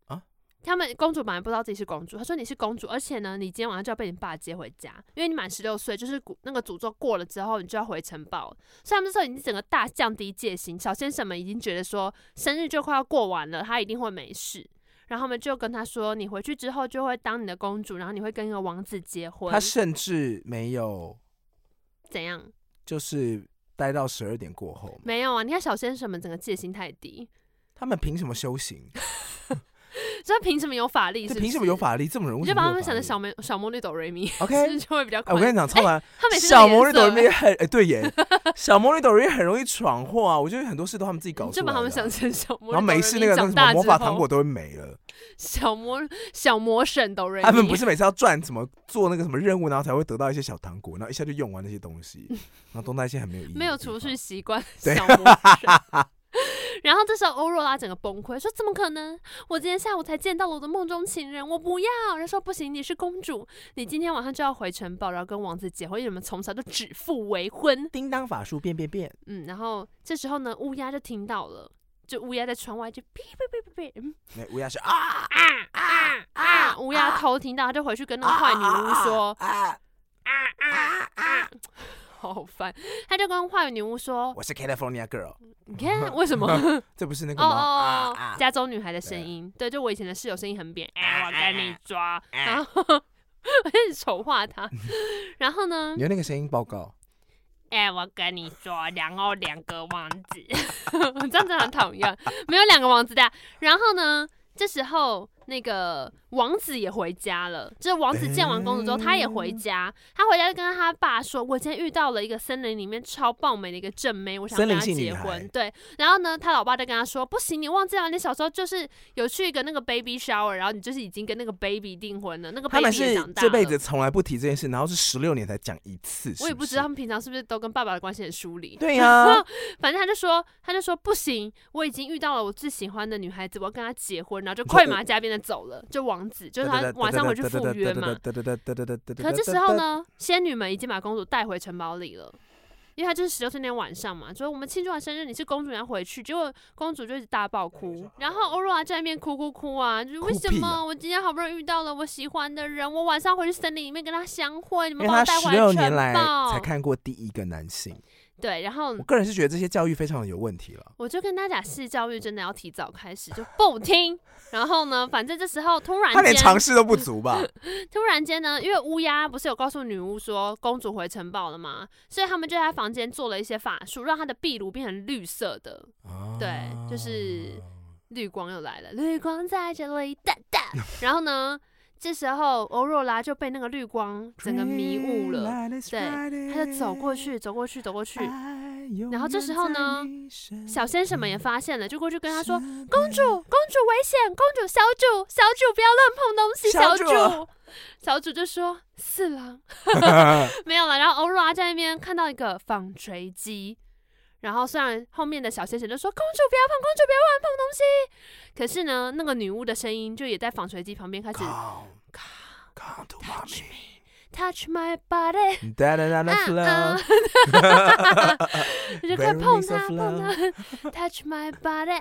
[SPEAKER 1] 啊。
[SPEAKER 2] 他们公主本来不知道自己是公主，他说你是公主，而且呢，你今天晚上就要被你爸接回家，因为你满十六岁，就是古那个诅咒过了之后，你就要回城堡。所以他们那时候已经整个大降低戒心，小先生们已经觉得说生日就快要过完了，他一定会没事。然后他们就跟他说，你回去之后就会当你的公主，然后你会跟一个王子结婚
[SPEAKER 1] 他，甚至没有，
[SPEAKER 2] 怎样？
[SPEAKER 1] 就是待到十二点过后嘛。
[SPEAKER 2] 没有啊！你看小先生们整个戒心太低， (laughs)
[SPEAKER 1] 他们凭什么修行？
[SPEAKER 2] 这凭什么有法力
[SPEAKER 1] 这
[SPEAKER 2] 是不是？
[SPEAKER 1] 凭什么有？法力？这种人
[SPEAKER 2] 你
[SPEAKER 1] 为
[SPEAKER 2] 就
[SPEAKER 1] 什
[SPEAKER 2] 把
[SPEAKER 1] 么
[SPEAKER 2] 他
[SPEAKER 1] 会有
[SPEAKER 2] 们
[SPEAKER 1] 法
[SPEAKER 2] 想成
[SPEAKER 1] 力
[SPEAKER 2] 小魔小魔女斗
[SPEAKER 1] (laughs)
[SPEAKER 2] 瑞咪，
[SPEAKER 1] OK，
[SPEAKER 2] 就会比较
[SPEAKER 1] 哎
[SPEAKER 2] 快。
[SPEAKER 1] 我跟你讲，超完
[SPEAKER 2] 他每次
[SPEAKER 1] 小魔女斗瑞很哎，对
[SPEAKER 2] (laughs)
[SPEAKER 1] 耶，小魔女斗瑞很容易闯祸啊！我觉得很多事都他们自己搞出来
[SPEAKER 2] 就
[SPEAKER 1] 的
[SPEAKER 2] 把
[SPEAKER 1] 啊。
[SPEAKER 2] 他们想成小魔女。
[SPEAKER 1] 然后没事那个那个
[SPEAKER 2] 长
[SPEAKER 1] 什么
[SPEAKER 2] 大
[SPEAKER 1] 魔
[SPEAKER 2] 之
[SPEAKER 1] 法
[SPEAKER 2] 后
[SPEAKER 1] 糖果都会没了。
[SPEAKER 2] 小魔小魔神斗瑞咪，
[SPEAKER 1] 他们不是每次要赚什么做那个什么任务，然后才会得到一些小糖果，然后一下就用完那些东
[SPEAKER 2] (laughs)
[SPEAKER 1] 西，然后都那些很没有意义的地方。
[SPEAKER 2] 没有储蓄习惯，
[SPEAKER 1] (laughs) 对
[SPEAKER 2] 小魔神。
[SPEAKER 1] (laughs)
[SPEAKER 2] 然后这时候欧若拉整个崩溃，说：“怎么可能？我今天下午才见到了我的梦中情人，我不要！”人家说：“不行，你是公主，你今天晚上就要回城堡，然后跟王子结婚，因为你们从小就指腹为婚。
[SPEAKER 1] 叮当法术变变变，”
[SPEAKER 2] 嗯，然后这时候呢，乌鸦就听到了，就乌鸦在窗外就哔哔哔哔哔，嗯，
[SPEAKER 1] 那乌鸦是啊
[SPEAKER 2] 啊啊啊！乌鸦偷听到，他就回去跟那个坏女巫说
[SPEAKER 1] 啊，
[SPEAKER 2] 啊啊，好烦！他就跟坏女巫说
[SPEAKER 1] 我是 California girl，
[SPEAKER 2] 你看 (laughs) 为什么？哦
[SPEAKER 1] 这不是那个
[SPEAKER 2] 哦
[SPEAKER 1] 吗？
[SPEAKER 2] 哦
[SPEAKER 1] 啊，
[SPEAKER 2] 加州女孩的声音，对，就我以前的室友声音很扁，哎，我跟你抓，然后 (laughs) 我开始丑化他，然后呢
[SPEAKER 1] 你，用那个声音报告，
[SPEAKER 2] 哎，我跟你说，然后两个王 (laughs) 子，这样真的很讨厌，没有两个王子的。然后呢，这时候那个王子也回家了，就是王子见完公主之后，他也回家，他回家就跟他爸说：“我今天遇到了一个森林里面超爆美的一个正妹，我想
[SPEAKER 1] 森
[SPEAKER 2] 跟
[SPEAKER 1] 林
[SPEAKER 2] 她
[SPEAKER 1] 系女
[SPEAKER 2] 结
[SPEAKER 1] 孩
[SPEAKER 2] 婚。”对，然后呢，他老爸就跟他说：“不行，你忘记了，你小时候就是有去一个那个 baby shower，然后你就是已经跟那个 baby 订婚了，那个
[SPEAKER 1] 他们
[SPEAKER 2] baby 也
[SPEAKER 1] 是
[SPEAKER 2] 长大
[SPEAKER 1] 这
[SPEAKER 2] 了。”
[SPEAKER 1] 辈子从来不提这件事，然后是十六年才讲一次，是
[SPEAKER 2] 我也不知
[SPEAKER 1] 是
[SPEAKER 2] 道他。们平常是不是都跟爸爸的关系很疏离。
[SPEAKER 1] 对呀、
[SPEAKER 2] 反正他就说，他就说不行，我已经遇到了我最喜欢的女孩子，我要跟她结婚，然后就
[SPEAKER 1] 你说
[SPEAKER 2] 快
[SPEAKER 1] 我
[SPEAKER 2] 马加鞭的走了，就王子，就是
[SPEAKER 1] 哒
[SPEAKER 2] 他
[SPEAKER 1] 哒哒
[SPEAKER 2] 晚上
[SPEAKER 1] 哒
[SPEAKER 2] 回去
[SPEAKER 1] 哒
[SPEAKER 2] 赴
[SPEAKER 1] 哒
[SPEAKER 2] 约
[SPEAKER 1] 哒
[SPEAKER 2] 嘛。
[SPEAKER 1] 哒哒哒哒哒哒哒哒
[SPEAKER 2] 可这时
[SPEAKER 1] 哒
[SPEAKER 2] 候
[SPEAKER 1] 哒？
[SPEAKER 2] 呢，仙女们已经把公主带回城堡里了。因为她就是十六岁那天晚上嘛，说我们庆祝完生日，你是公主，你要回去。结果公主就一直大爆哭，然后欧若拉在那边哭哭哭啊，就是为
[SPEAKER 1] 哎哭
[SPEAKER 2] 什
[SPEAKER 1] 屁
[SPEAKER 2] 么
[SPEAKER 1] 啊
[SPEAKER 2] 我今天好不容易遇到了我喜欢的人，我晚上回去森林里面跟他相会，你
[SPEAKER 1] 因
[SPEAKER 2] 们
[SPEAKER 1] 为
[SPEAKER 2] 把
[SPEAKER 1] 他
[SPEAKER 2] 我带
[SPEAKER 1] 十
[SPEAKER 2] 回
[SPEAKER 1] 六
[SPEAKER 2] 来
[SPEAKER 1] 年
[SPEAKER 2] 城
[SPEAKER 1] 来
[SPEAKER 2] 堡。
[SPEAKER 1] 才看过第一个男性，
[SPEAKER 2] 对，然后
[SPEAKER 1] 我个人是觉得这些教育非常的有问题了。
[SPEAKER 2] 我就跟大家讲，性教育真的要提早开始，就不听。然后呢，反正这时候突然
[SPEAKER 1] 他连
[SPEAKER 2] 间，
[SPEAKER 1] 尝试都不足
[SPEAKER 2] (laughs)
[SPEAKER 1] 吧？
[SPEAKER 2] 突然间呢，因为乌鸦不是有告诉女巫说公主回城堡了吗？所以他们就在她房间做了一些法术，让她的壁炉变成绿色的，
[SPEAKER 1] 啊
[SPEAKER 2] 对就是绿光又来了，绿光在这里，哒哒。
[SPEAKER 1] (laughs)
[SPEAKER 2] 然后呢，这时候欧若拉就被那个绿光整个迷雾了，
[SPEAKER 1] 对
[SPEAKER 2] 她就走过去，走过去，走过去。然后这时候呢，小先生们也发现了，就过去跟他说：“公主，公主危险！公主，小主，小主不要乱碰东西！小
[SPEAKER 1] 小
[SPEAKER 2] 主，
[SPEAKER 1] 主
[SPEAKER 2] 小主就说：“四
[SPEAKER 1] (laughs)
[SPEAKER 2] 郎没有了。”然后欧若拉在那边看到一个纺锤机，然后虽然后面的小先生就说：“公主不要碰，公主不要乱碰东西。”可是呢，那个女巫的声音就也在纺锤机旁边开始
[SPEAKER 1] Come, come to mommy.
[SPEAKER 2] touch my
[SPEAKER 1] (laughs)
[SPEAKER 2] body，
[SPEAKER 1] Da da da
[SPEAKER 2] 啊
[SPEAKER 1] da
[SPEAKER 2] 啊
[SPEAKER 1] love.，
[SPEAKER 2] 你就快碰
[SPEAKER 1] Very nice
[SPEAKER 2] 它，
[SPEAKER 1] of
[SPEAKER 2] 碰它 touch my body，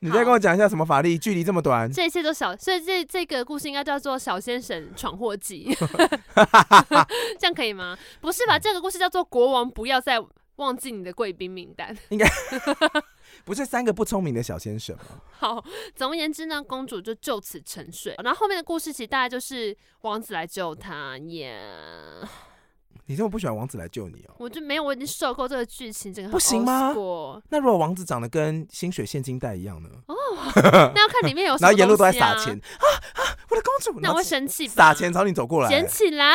[SPEAKER 1] 你再
[SPEAKER 2] 好
[SPEAKER 1] 跟我讲一下什么法力？距离这么短，
[SPEAKER 2] 这一切都小，所以这这个故事应该叫做《小先生闯祸记》，
[SPEAKER 1] (laughs)
[SPEAKER 2] 这样可以吗？不是吧？这个故事叫做《国王不要再忘记你的贵宾名单》。 (laughs)
[SPEAKER 1] 不是三个不聪明的小先生吗？
[SPEAKER 2] 好，总而言之呢，公主就就此沉睡。然后后面的故事其实大概就是王子来救她，耶、
[SPEAKER 1] 你这么不喜欢王子来救你哦？
[SPEAKER 2] 我就没有，我已经受够这个剧情，整个很
[SPEAKER 1] 不行吗
[SPEAKER 2] old school
[SPEAKER 1] 那如果王子长得跟薪水现金袋一样呢？
[SPEAKER 2] 那要看里面哦有
[SPEAKER 1] (laughs)
[SPEAKER 2] 什
[SPEAKER 1] 然后
[SPEAKER 2] 么、
[SPEAKER 1] 沿路都在撒钱，啊啊！我的公主，
[SPEAKER 2] 那
[SPEAKER 1] 然
[SPEAKER 2] 我
[SPEAKER 1] 后
[SPEAKER 2] 会生气吧。
[SPEAKER 1] 撒钱朝你走过
[SPEAKER 2] 捡
[SPEAKER 1] 来，
[SPEAKER 2] 起来，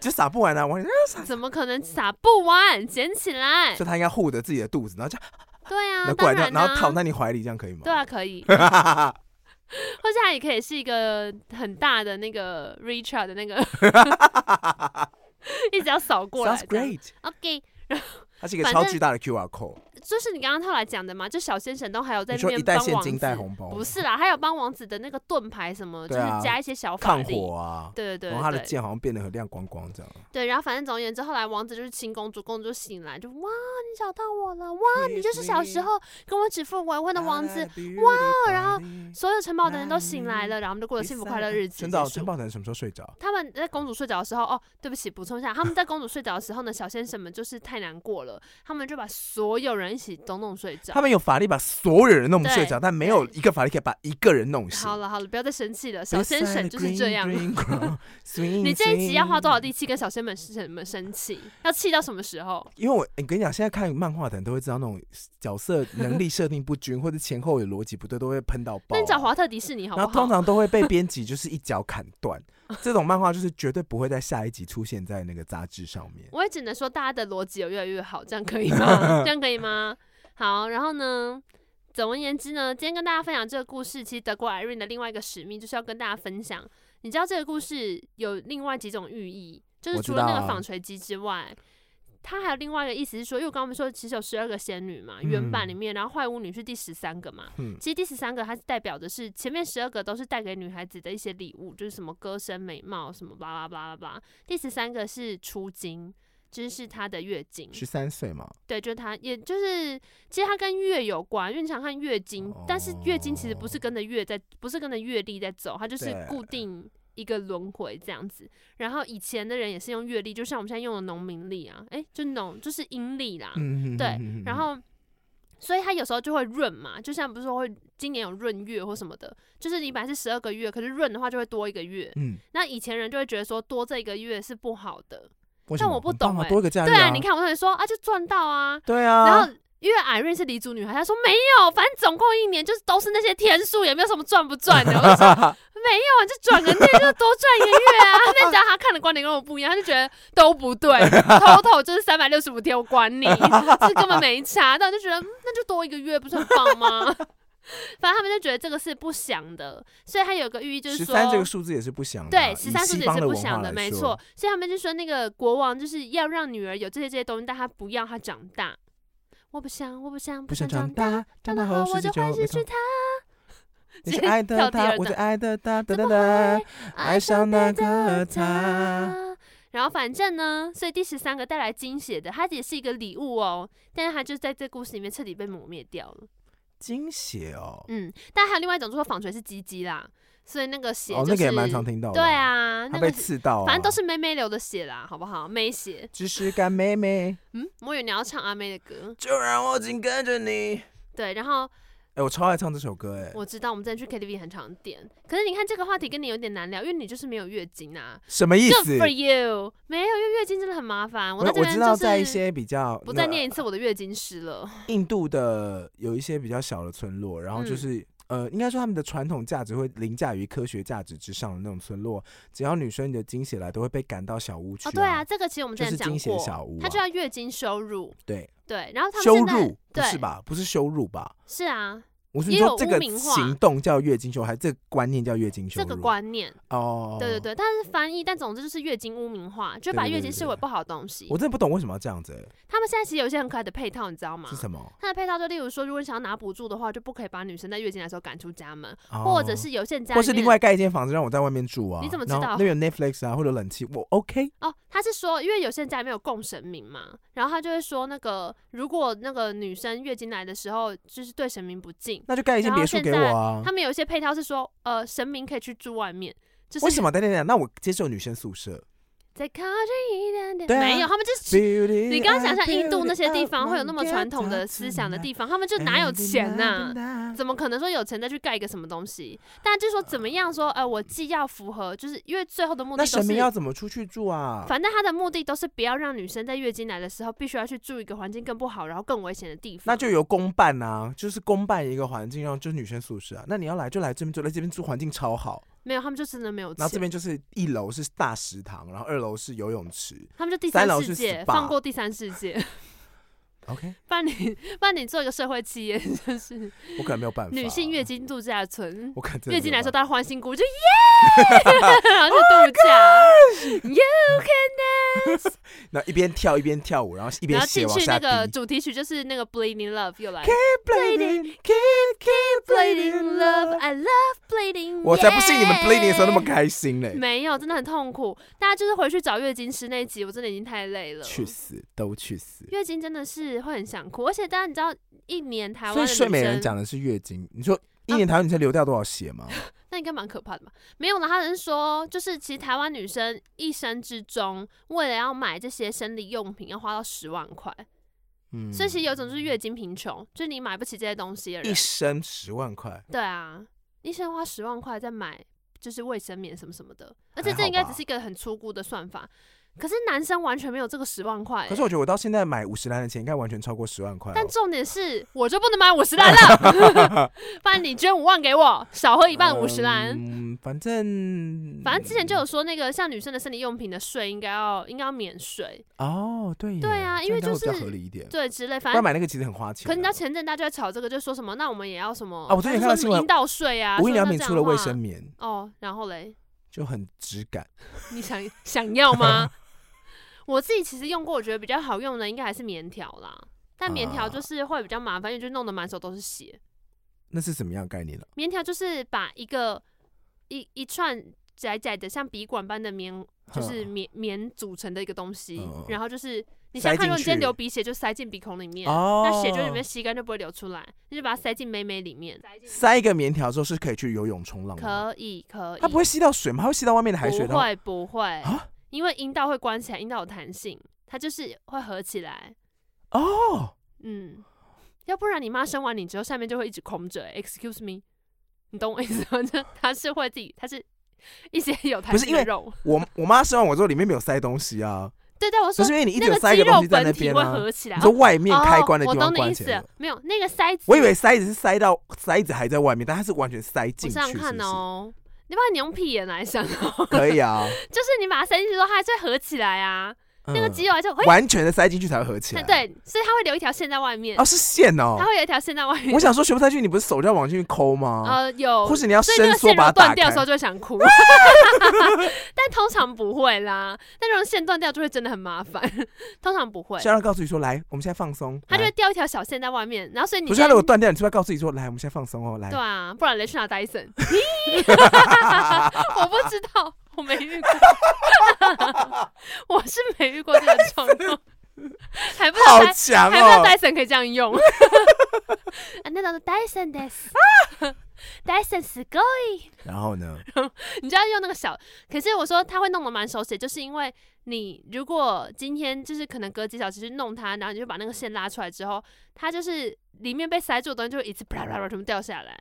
[SPEAKER 1] 就撒不完啊！王子，
[SPEAKER 2] 怎么可能撒不完？捡起来
[SPEAKER 1] 所，以他应该护着自己的肚子，然后这样，
[SPEAKER 2] 对啊，
[SPEAKER 1] 然后过来
[SPEAKER 2] 当
[SPEAKER 1] 这样，
[SPEAKER 2] 啊
[SPEAKER 1] 然后躺在你怀里，这样可以吗？
[SPEAKER 2] 对啊，
[SPEAKER 1] (laughs)
[SPEAKER 2] 可以，或者它也可以是一个很大的那个 Richard 的那
[SPEAKER 1] (laughs)
[SPEAKER 2] 个，一直要扫 (laughs) 过来
[SPEAKER 1] Sounds
[SPEAKER 2] 这样。
[SPEAKER 1] great，
[SPEAKER 2] OK，
[SPEAKER 1] 它是一个
[SPEAKER 2] 反
[SPEAKER 1] 超
[SPEAKER 2] 正
[SPEAKER 1] 巨大的 QR code。
[SPEAKER 2] 就是你刚刚后来讲的嘛，就小先生都还有在
[SPEAKER 1] 你
[SPEAKER 2] 那
[SPEAKER 1] 说
[SPEAKER 2] 边
[SPEAKER 1] 一袋
[SPEAKER 2] 帮
[SPEAKER 1] 现
[SPEAKER 2] 王
[SPEAKER 1] 金带
[SPEAKER 2] 子，
[SPEAKER 1] 红包，
[SPEAKER 2] 不是啦，还有帮王子的那个盾牌什么，就
[SPEAKER 1] 对
[SPEAKER 2] 是
[SPEAKER 1] 啊
[SPEAKER 2] 加一些小法
[SPEAKER 1] 抗
[SPEAKER 2] 力。
[SPEAKER 1] 火啊？
[SPEAKER 2] 对对
[SPEAKER 1] 然后他的
[SPEAKER 2] 对
[SPEAKER 1] 剑好像变得很亮光光这样。
[SPEAKER 2] 对，然后反正总而言之，后来王子就是亲公主，公主就醒来就哇，你找到我了，哇，你就是小时候跟我指腹为婚的王子，，
[SPEAKER 1] 哇
[SPEAKER 2] 然后所有城堡的人都醒来
[SPEAKER 1] 嗯
[SPEAKER 2] 了，然后我们就过了幸福快乐日子。
[SPEAKER 1] 陈导，
[SPEAKER 2] 结束
[SPEAKER 1] 陈宝成什么时候睡着？
[SPEAKER 2] 他们在公主睡着的时候，哦，对不起，补充一下，他们在公主睡着的时候呢，小先生们就是太难过了，他们就把所有人一起都弄睡着
[SPEAKER 1] 他。们有法力把所有人弄
[SPEAKER 2] 对
[SPEAKER 1] 睡着，但没有
[SPEAKER 2] 对
[SPEAKER 1] 一个法力可以把一个人弄醒
[SPEAKER 2] 好。了好了，不要再生气了，小先生就是这
[SPEAKER 1] (laughs)
[SPEAKER 2] 样。你
[SPEAKER 1] 你
[SPEAKER 2] 这一集要花多少？力气跟小先们生们生气？要气到什么时候？
[SPEAKER 1] 因为我你跟你讲，现在看漫画的人都会知道那种角色能力设定不均或者前后有逻辑不对，都会喷到爆
[SPEAKER 2] 那
[SPEAKER 1] 啊。
[SPEAKER 2] 你找华特迪士尼好
[SPEAKER 1] 然后
[SPEAKER 2] 不
[SPEAKER 1] 通
[SPEAKER 2] 好？
[SPEAKER 1] 常都会被编辑就是一脚砍断，这种漫画就是绝对不会在下一集出现在那个杂志上面。
[SPEAKER 2] 我也只能说大家的逻辑有越来越好，这样可以
[SPEAKER 1] (laughs)
[SPEAKER 2] 吗？这样可以吗？好，然后呢？总而言之呢，今天跟大家分享这个故事，其实德国 Irene 的另外一个使命就是要跟大家分享。你知道这个故事有另外几种寓意，就是
[SPEAKER 1] 我知
[SPEAKER 2] 除了那
[SPEAKER 1] 道
[SPEAKER 2] 个
[SPEAKER 1] 啊
[SPEAKER 2] 纺锤机之外，它还有另外一个意思是说，因为我刚刚我们说其实有十二个仙女嘛，原版
[SPEAKER 1] 嗯
[SPEAKER 2] 里面，然后坏巫女是第十三个嘛，
[SPEAKER 1] 嗯，
[SPEAKER 2] 其实第十三个它是代表的是前面十二个都是带给女孩子的一些礼物，就是什么歌声、美貌什么巴拉巴拉巴拉。第十三个是出经，就是是她的月经，
[SPEAKER 1] 十三岁嘛，
[SPEAKER 2] 对，就是她，也就是其实它跟月有关，因为你常看月经，但是月经其实不是跟着月在，不是跟着月历在走，它就是
[SPEAKER 1] 对
[SPEAKER 2] 固定一个轮回这样子。然后以前的人也是用月历，就像我们现在用的农民历啊，诶，就农就是阴历啦，
[SPEAKER 1] 嗯
[SPEAKER 2] 对
[SPEAKER 1] 哼哼哼
[SPEAKER 2] 然后，所以它有时候就会闰嘛，就像不是说会今年有闰月或什么的，就是你本来是十二个月，可是闰的话就会多一个月。
[SPEAKER 1] 嗯，
[SPEAKER 2] 那以前人就会觉得说多这一个月是不好的，
[SPEAKER 1] 为什
[SPEAKER 2] 但
[SPEAKER 1] 么
[SPEAKER 2] 我不
[SPEAKER 1] 很棒
[SPEAKER 2] 懂
[SPEAKER 1] 啊
[SPEAKER 2] 欸
[SPEAKER 1] 多一个假日
[SPEAKER 2] 对啊，
[SPEAKER 1] 啊，
[SPEAKER 2] 你看我同学说啊就赚到啊，
[SPEAKER 1] 对啊，
[SPEAKER 2] 然后。因为 Irene 是黎族女孩，她说没有，反正总共一年就是都是那些天数，也没有什么赚不赚的。我就说
[SPEAKER 1] (laughs)
[SPEAKER 2] 没有，啊，就转个念就多赚一个月啊。 (laughs) 但只要她看的观点跟我不一样，她就觉得都不对，total 就是三百六十五天，我管你，这根本没差。但我就觉得、嗯那就多一个月，不是很棒吗？ (laughs) 反正他们就觉得这个是不祥的，所以它有个寓意就是
[SPEAKER 1] 十
[SPEAKER 2] 说，
[SPEAKER 1] 三这个数字也是不祥的啊，
[SPEAKER 2] 对，十三叔
[SPEAKER 1] 叔
[SPEAKER 2] 也是不想的，没错。。所以他们就说那个国王就是要让女儿有这些这些东西，但他不要她长大。我不想，我不想，
[SPEAKER 1] 不想
[SPEAKER 2] 长
[SPEAKER 1] 长大，长
[SPEAKER 2] 长
[SPEAKER 1] 大
[SPEAKER 2] 大
[SPEAKER 1] 后
[SPEAKER 2] 后我
[SPEAKER 1] 世界
[SPEAKER 2] 就
[SPEAKER 1] 就
[SPEAKER 2] 会
[SPEAKER 1] 没
[SPEAKER 2] 失
[SPEAKER 1] 错
[SPEAKER 2] 去。他。
[SPEAKER 1] 你是爱的
[SPEAKER 2] 跳第
[SPEAKER 1] 他，
[SPEAKER 2] 二
[SPEAKER 1] 我是
[SPEAKER 2] 段
[SPEAKER 1] 爱的他，哒
[SPEAKER 2] 怎
[SPEAKER 1] 哒
[SPEAKER 2] 么
[SPEAKER 1] 哒
[SPEAKER 2] 会。
[SPEAKER 1] 爱上那个他。
[SPEAKER 2] 然后反正呢，所以第十三个带来惊喜的，它也是一个礼物哦，但是它就在这故事里面彻底被磨灭掉了。
[SPEAKER 1] 惊血哦，
[SPEAKER 2] 嗯，但还有另外一种说纺锤是鸡鸡啦，所以那个血
[SPEAKER 1] 哦
[SPEAKER 2] 就，是、
[SPEAKER 1] 那个也蛮常听到的。哦
[SPEAKER 2] 对，啊，
[SPEAKER 1] 他
[SPEAKER 2] 那
[SPEAKER 1] 被
[SPEAKER 2] 个
[SPEAKER 1] 刺到啊，
[SPEAKER 2] 反正都是妹妹流的血啦，好不好？妹血，
[SPEAKER 1] 只是干妹妹，
[SPEAKER 2] 嗯，我以为你要唱阿妹的
[SPEAKER 1] (laughs)
[SPEAKER 2] 歌，
[SPEAKER 1] 就让我紧跟着你。
[SPEAKER 2] 对，然后
[SPEAKER 1] 哎，我超爱唱这首歌哎，
[SPEAKER 2] 我知道我们之前去 KTV 很常点，可是你看这个话题跟你有点难聊，因为你就是没有月经啊。
[SPEAKER 1] 什么意
[SPEAKER 2] Good
[SPEAKER 1] 思
[SPEAKER 2] for？you，没有，因为月经真的很麻烦。
[SPEAKER 1] 我
[SPEAKER 2] 在这
[SPEAKER 1] 我
[SPEAKER 2] 边
[SPEAKER 1] 知
[SPEAKER 2] 就
[SPEAKER 1] 道，
[SPEAKER 2] 是
[SPEAKER 1] 在一些比较
[SPEAKER 2] 不再
[SPEAKER 1] 那
[SPEAKER 2] 念一次我的月经诗了。
[SPEAKER 1] 印度的有一些比较小的村落，然后就
[SPEAKER 2] 嗯
[SPEAKER 1] 是、呃，应该说他们的传统价值会凌驾于科学价值之上的那种村落，只要女生的经血来，都会被赶到小屋去、
[SPEAKER 2] 哦，对啊，，这个其实我们之
[SPEAKER 1] 就
[SPEAKER 2] 前
[SPEAKER 1] 是
[SPEAKER 2] 讲
[SPEAKER 1] 惊险
[SPEAKER 2] 过，
[SPEAKER 1] 小屋、啊，
[SPEAKER 2] 它就叫月经羞辱。
[SPEAKER 1] 对
[SPEAKER 2] 对，然后他
[SPEAKER 1] 羞
[SPEAKER 2] 们现在
[SPEAKER 1] 辱，不是
[SPEAKER 2] 对
[SPEAKER 1] 吧？不是羞辱吧？
[SPEAKER 2] 是啊，
[SPEAKER 1] 我是
[SPEAKER 2] 也有
[SPEAKER 1] 说这
[SPEAKER 2] 污
[SPEAKER 1] 个
[SPEAKER 2] 名化
[SPEAKER 1] 行动叫月经羞辱，还是这个观念叫月经羞
[SPEAKER 2] 这
[SPEAKER 1] 辱？
[SPEAKER 2] 个观念，
[SPEAKER 1] 哦，
[SPEAKER 2] 对对。对，但是翻译，但总之就是月经污名化，就把
[SPEAKER 1] 对对对
[SPEAKER 2] 月
[SPEAKER 1] 对
[SPEAKER 2] 经视为不好的东西
[SPEAKER 1] 我。真的不懂为什么要这样子、欸，
[SPEAKER 2] 他们现在其实有一些很可爱的配套，你知道吗
[SPEAKER 1] 是？什么？
[SPEAKER 2] 它的配套就例如说，如果你想要拿补助的话，就不可以把女生在月经来的时候赶出家门，
[SPEAKER 1] 哦
[SPEAKER 2] 或者是有些人家
[SPEAKER 1] 或
[SPEAKER 2] 里
[SPEAKER 1] 是另
[SPEAKER 2] 面
[SPEAKER 1] 外盖一间房子让我在外面住啊？
[SPEAKER 2] 你怎么知
[SPEAKER 1] 然后
[SPEAKER 2] 道
[SPEAKER 1] 那边有 Netflix 啊，或者冷气，我 OK。
[SPEAKER 2] 哦，他是说，因为有些人家里面有供神明嘛，然后他就会说，那个如果那个女生月经来的时候，就是对神明不敬。
[SPEAKER 1] 那就盖一间
[SPEAKER 2] 然后
[SPEAKER 1] 别墅
[SPEAKER 2] 现
[SPEAKER 1] 给我
[SPEAKER 2] 在
[SPEAKER 1] 啊！
[SPEAKER 2] 他们有一些配套是说，呃，神明可以去住外面，就是
[SPEAKER 1] 为什么？等等等等，那我接受女生宿舍。
[SPEAKER 2] 再靠近一点点，
[SPEAKER 1] 对啊
[SPEAKER 2] 没有，他们就是。 (laughs) 你
[SPEAKER 1] 你
[SPEAKER 2] 刚刚想象印度那些地
[SPEAKER 1] 啊
[SPEAKER 2] 方会有那么传统的思想的地方，他们就哪有钱啊呐、
[SPEAKER 1] 呐？
[SPEAKER 2] 怎么可能说有钱再去盖一个什么东西？但就说怎么样说，呃，我既要符合，就是因为最后的目
[SPEAKER 1] 那
[SPEAKER 2] 的都
[SPEAKER 1] 神
[SPEAKER 2] 是
[SPEAKER 1] 明要怎么出去住啊？
[SPEAKER 2] 反正他的目的都是不要让女生在月经来的时候必须要去住一个环境更不好，然后更危险的地方。
[SPEAKER 1] 那就由公办啊，就是公办一个环境，然后就是女生宿舍啊。那你要来就来这边住，来这边住环境超好。
[SPEAKER 2] 没有，他们就真的没有
[SPEAKER 1] 然后这
[SPEAKER 2] 钱。
[SPEAKER 1] 边就是一楼是大食堂，然后二楼是游泳池。
[SPEAKER 2] 他们就第
[SPEAKER 1] 三
[SPEAKER 2] 三
[SPEAKER 1] 楼
[SPEAKER 2] 世
[SPEAKER 1] 是
[SPEAKER 2] 界，
[SPEAKER 1] SPA
[SPEAKER 2] 放过第三世界， (laughs)
[SPEAKER 1] OK，
[SPEAKER 2] 不然你不然你做一个社会企业，
[SPEAKER 1] (laughs)
[SPEAKER 2] 就是
[SPEAKER 1] 我可能没有办法。啊
[SPEAKER 2] 女性月，经度假村。
[SPEAKER 1] 我可能真的
[SPEAKER 2] 月经
[SPEAKER 1] 没
[SPEAKER 2] 来
[SPEAKER 1] 有
[SPEAKER 2] 说，
[SPEAKER 1] 办
[SPEAKER 2] 大家欢欣鼓舞，就耶， (laughs) 然后就度假，
[SPEAKER 1] 法然后一边跳一边跳舞，然后一
[SPEAKER 2] 然
[SPEAKER 1] 边
[SPEAKER 2] 后
[SPEAKER 1] 写
[SPEAKER 2] 进
[SPEAKER 1] 往
[SPEAKER 2] 去
[SPEAKER 1] 下
[SPEAKER 2] 那
[SPEAKER 1] 滴。
[SPEAKER 2] 个主题曲就是那个 Bleeding Love 又来
[SPEAKER 1] Bleeding, keep, keep
[SPEAKER 2] Bleeding
[SPEAKER 1] bleeding
[SPEAKER 2] Love
[SPEAKER 1] love。
[SPEAKER 2] I love Bleeding，
[SPEAKER 1] 我才不信你们 bleeding 的时候那么
[SPEAKER 2] yeah
[SPEAKER 1] 开心嘞！
[SPEAKER 2] 没有，真的很痛苦。大家就是回去找月经师那一集，我真的已经太累了。
[SPEAKER 1] 去死，都去死！
[SPEAKER 2] 月经真的是会很想哭，而且大家你知道，一年台
[SPEAKER 1] 所
[SPEAKER 2] 湾
[SPEAKER 1] 以
[SPEAKER 2] 的
[SPEAKER 1] 睡美人
[SPEAKER 2] 女生，
[SPEAKER 1] 讲的是月经，你说一
[SPEAKER 2] 啊
[SPEAKER 1] 年台湾女生流掉多少血吗？
[SPEAKER 2] 那应该蛮可怕的吧？没有啦，他只是说，就是其实台湾女生一生之中，为了要买这些生理用品，要花到十万块，
[SPEAKER 1] 嗯，
[SPEAKER 2] 所以其实有一种就是月经贫穷，就是你买不起这些东西的
[SPEAKER 1] 一
[SPEAKER 2] 人。
[SPEAKER 1] 生十万块，
[SPEAKER 2] 对啊，一生花十万块在买就是卫生棉什么什么的，而
[SPEAKER 1] 还
[SPEAKER 2] 且
[SPEAKER 1] 好
[SPEAKER 2] 这应该
[SPEAKER 1] 吧
[SPEAKER 2] 只是一个很粗估的算法。可是男生完全没有这个十万块、欸，
[SPEAKER 1] 可是我觉得我到现在买五十单的钱应该完全超过十万块哦。
[SPEAKER 2] 但重点是，我就不能买五十
[SPEAKER 1] (laughs)
[SPEAKER 2] 兰了，不然你捐五万给我，少喝一半五十兰。
[SPEAKER 1] 嗯，反正
[SPEAKER 2] 反正之前就有说，那个像女生的生理用品的税应该要应该要免税，
[SPEAKER 1] 哦，对耶
[SPEAKER 2] 对啊
[SPEAKER 1] 这
[SPEAKER 2] 因
[SPEAKER 1] 样应
[SPEAKER 2] 为
[SPEAKER 1] 该会
[SPEAKER 2] 就是
[SPEAKER 1] 比较合理一点。
[SPEAKER 2] 对之类。
[SPEAKER 1] 不
[SPEAKER 2] 反
[SPEAKER 1] 然
[SPEAKER 2] 正
[SPEAKER 1] 买那个其实很花钱啊。
[SPEAKER 2] 可是你知道前阵大家就在吵这个，就说什么那我们也要什么
[SPEAKER 1] 啊我最近
[SPEAKER 2] 他
[SPEAKER 1] 看到
[SPEAKER 2] 就说
[SPEAKER 1] 新
[SPEAKER 2] 什么
[SPEAKER 1] 闻
[SPEAKER 2] 引导税啊，
[SPEAKER 1] 无印
[SPEAKER 2] 说
[SPEAKER 1] 良
[SPEAKER 2] 那
[SPEAKER 1] 品
[SPEAKER 2] 这样
[SPEAKER 1] 出了
[SPEAKER 2] 的话
[SPEAKER 1] 卫生棉，
[SPEAKER 2] 哦，然后嘞，
[SPEAKER 1] 就很质感。
[SPEAKER 2] 你想 (laughs) 想要
[SPEAKER 1] (laughs)
[SPEAKER 2] 吗？我自己其实用过，我觉得比较好用的应该还是棉条啦，但棉条就
[SPEAKER 1] 啊
[SPEAKER 2] 是会比较麻烦，因为就弄得满手都是血。
[SPEAKER 1] 那是什么样的概念呢？
[SPEAKER 2] 棉条就是把一个一一串窄窄的像笔管般的棉，就是
[SPEAKER 1] 哼
[SPEAKER 2] 棉棉组成的一个东西
[SPEAKER 1] 嗯嗯，
[SPEAKER 2] 然后就是你想
[SPEAKER 1] 塞进
[SPEAKER 2] 想看，如果你今天
[SPEAKER 1] 去
[SPEAKER 2] 流鼻血，就塞进鼻孔里面，
[SPEAKER 1] 哦，
[SPEAKER 2] 那血就里面吸干就不会流出来，你就把它塞进美美里面。
[SPEAKER 1] 塞一个棉条之后是可以去游泳冲浪的吗，
[SPEAKER 2] 可以可
[SPEAKER 1] 哦
[SPEAKER 2] 以，
[SPEAKER 1] 它不会吸到水吗？它会吸到外面的海水，
[SPEAKER 2] 不
[SPEAKER 1] 然后
[SPEAKER 2] 会不会
[SPEAKER 1] 啊，
[SPEAKER 2] 因为阴道会关起来，阴道有弹性，它就是会合起来。
[SPEAKER 1] 哦，
[SPEAKER 2] 嗯，要不然你妈生完你之后，下面就会一直空着、Excuse 欸 me，你懂我意思吗？ (laughs) 就它是会自己，它是一些有弹
[SPEAKER 1] 不是
[SPEAKER 2] 性
[SPEAKER 1] 因
[SPEAKER 2] 的
[SPEAKER 1] 为
[SPEAKER 2] 肉。
[SPEAKER 1] 我我妈生完我之后里面没有塞东西啊，
[SPEAKER 2] 对对，我
[SPEAKER 1] 可
[SPEAKER 2] 说
[SPEAKER 1] 是因为你一直
[SPEAKER 2] 那
[SPEAKER 1] 有
[SPEAKER 2] 个
[SPEAKER 1] 塞一
[SPEAKER 2] 肌
[SPEAKER 1] 个东
[SPEAKER 2] 肉
[SPEAKER 1] 西在那
[SPEAKER 2] 本体
[SPEAKER 1] 边
[SPEAKER 2] 会
[SPEAKER 1] 啊，
[SPEAKER 2] 合起来。
[SPEAKER 1] 你说外面开关的
[SPEAKER 2] 哦、
[SPEAKER 1] 地
[SPEAKER 2] 我
[SPEAKER 1] 方
[SPEAKER 2] 懂你
[SPEAKER 1] 关
[SPEAKER 2] 意
[SPEAKER 1] 起
[SPEAKER 2] 思
[SPEAKER 1] 来
[SPEAKER 2] 了
[SPEAKER 1] 了。，
[SPEAKER 2] 没有那个塞子，
[SPEAKER 1] 我以为塞子是塞到塞子还在外面，但它是完全塞
[SPEAKER 2] 我
[SPEAKER 1] 进去，
[SPEAKER 2] 想想
[SPEAKER 1] 是
[SPEAKER 2] 看
[SPEAKER 1] 不是
[SPEAKER 2] 哦。你把你用屁眼来想哦， (laughs)
[SPEAKER 1] 可以啊，
[SPEAKER 2] 就是你把它塞进去之后，它还是会合起来啊，那个
[SPEAKER 1] 嗯
[SPEAKER 2] 肌肉还是会，
[SPEAKER 1] 完全的塞进去才会合起来。
[SPEAKER 2] 对，所以它会留一条线在外面，
[SPEAKER 1] 啊，是线哦
[SPEAKER 2] 它。会有一条线在外面。
[SPEAKER 1] 我想说全部塞进去，你不是手就要往进去抠吗？
[SPEAKER 2] 呃，有，
[SPEAKER 1] 或是你要
[SPEAKER 2] 所以那
[SPEAKER 1] 啊伸
[SPEAKER 2] 个
[SPEAKER 1] 缩
[SPEAKER 2] 线如
[SPEAKER 1] 把它
[SPEAKER 2] 果
[SPEAKER 1] 打
[SPEAKER 2] 断
[SPEAKER 1] 开
[SPEAKER 2] 掉的时候就会想
[SPEAKER 1] (laughs)
[SPEAKER 2] 哭，但通常不会啦。但如果线断掉就会真的很麻烦， (laughs) 通常不会，
[SPEAKER 1] 现在告诉你说，来，我们现在放松。
[SPEAKER 2] 它就
[SPEAKER 1] 来
[SPEAKER 2] 会掉一条小线在外面，然后所以你
[SPEAKER 1] 不是
[SPEAKER 2] 现
[SPEAKER 1] 他
[SPEAKER 2] 在
[SPEAKER 1] 如果断掉，你是不是要告诉自己说，来，我们现在放松哦，来
[SPEAKER 2] 对。啊，不然雷去
[SPEAKER 1] (laughs)
[SPEAKER 2] 拿 Dyson？我不知道，我没遇过，
[SPEAKER 1] (laughs)
[SPEAKER 2] 我是没遇过这个状况，还不知道
[SPEAKER 1] 好
[SPEAKER 2] Dy-
[SPEAKER 1] 强
[SPEAKER 2] 还不知道
[SPEAKER 1] 哦！
[SPEAKER 2] Dyson 可以这样用。 (laughs) 啊，那种
[SPEAKER 1] (laughs)
[SPEAKER 2] Dyson 的 Dyson すごい
[SPEAKER 1] (laughs) 然后呢？
[SPEAKER 2] (laughs) 你就要用那个小。可是我说他会弄得蛮手写，就是因为你如果今天就是可能隔几小时去弄它，然后你就把那个线拉出来之后，它就是里面被塞住的东西就会一次啪啪啪全部掉下来。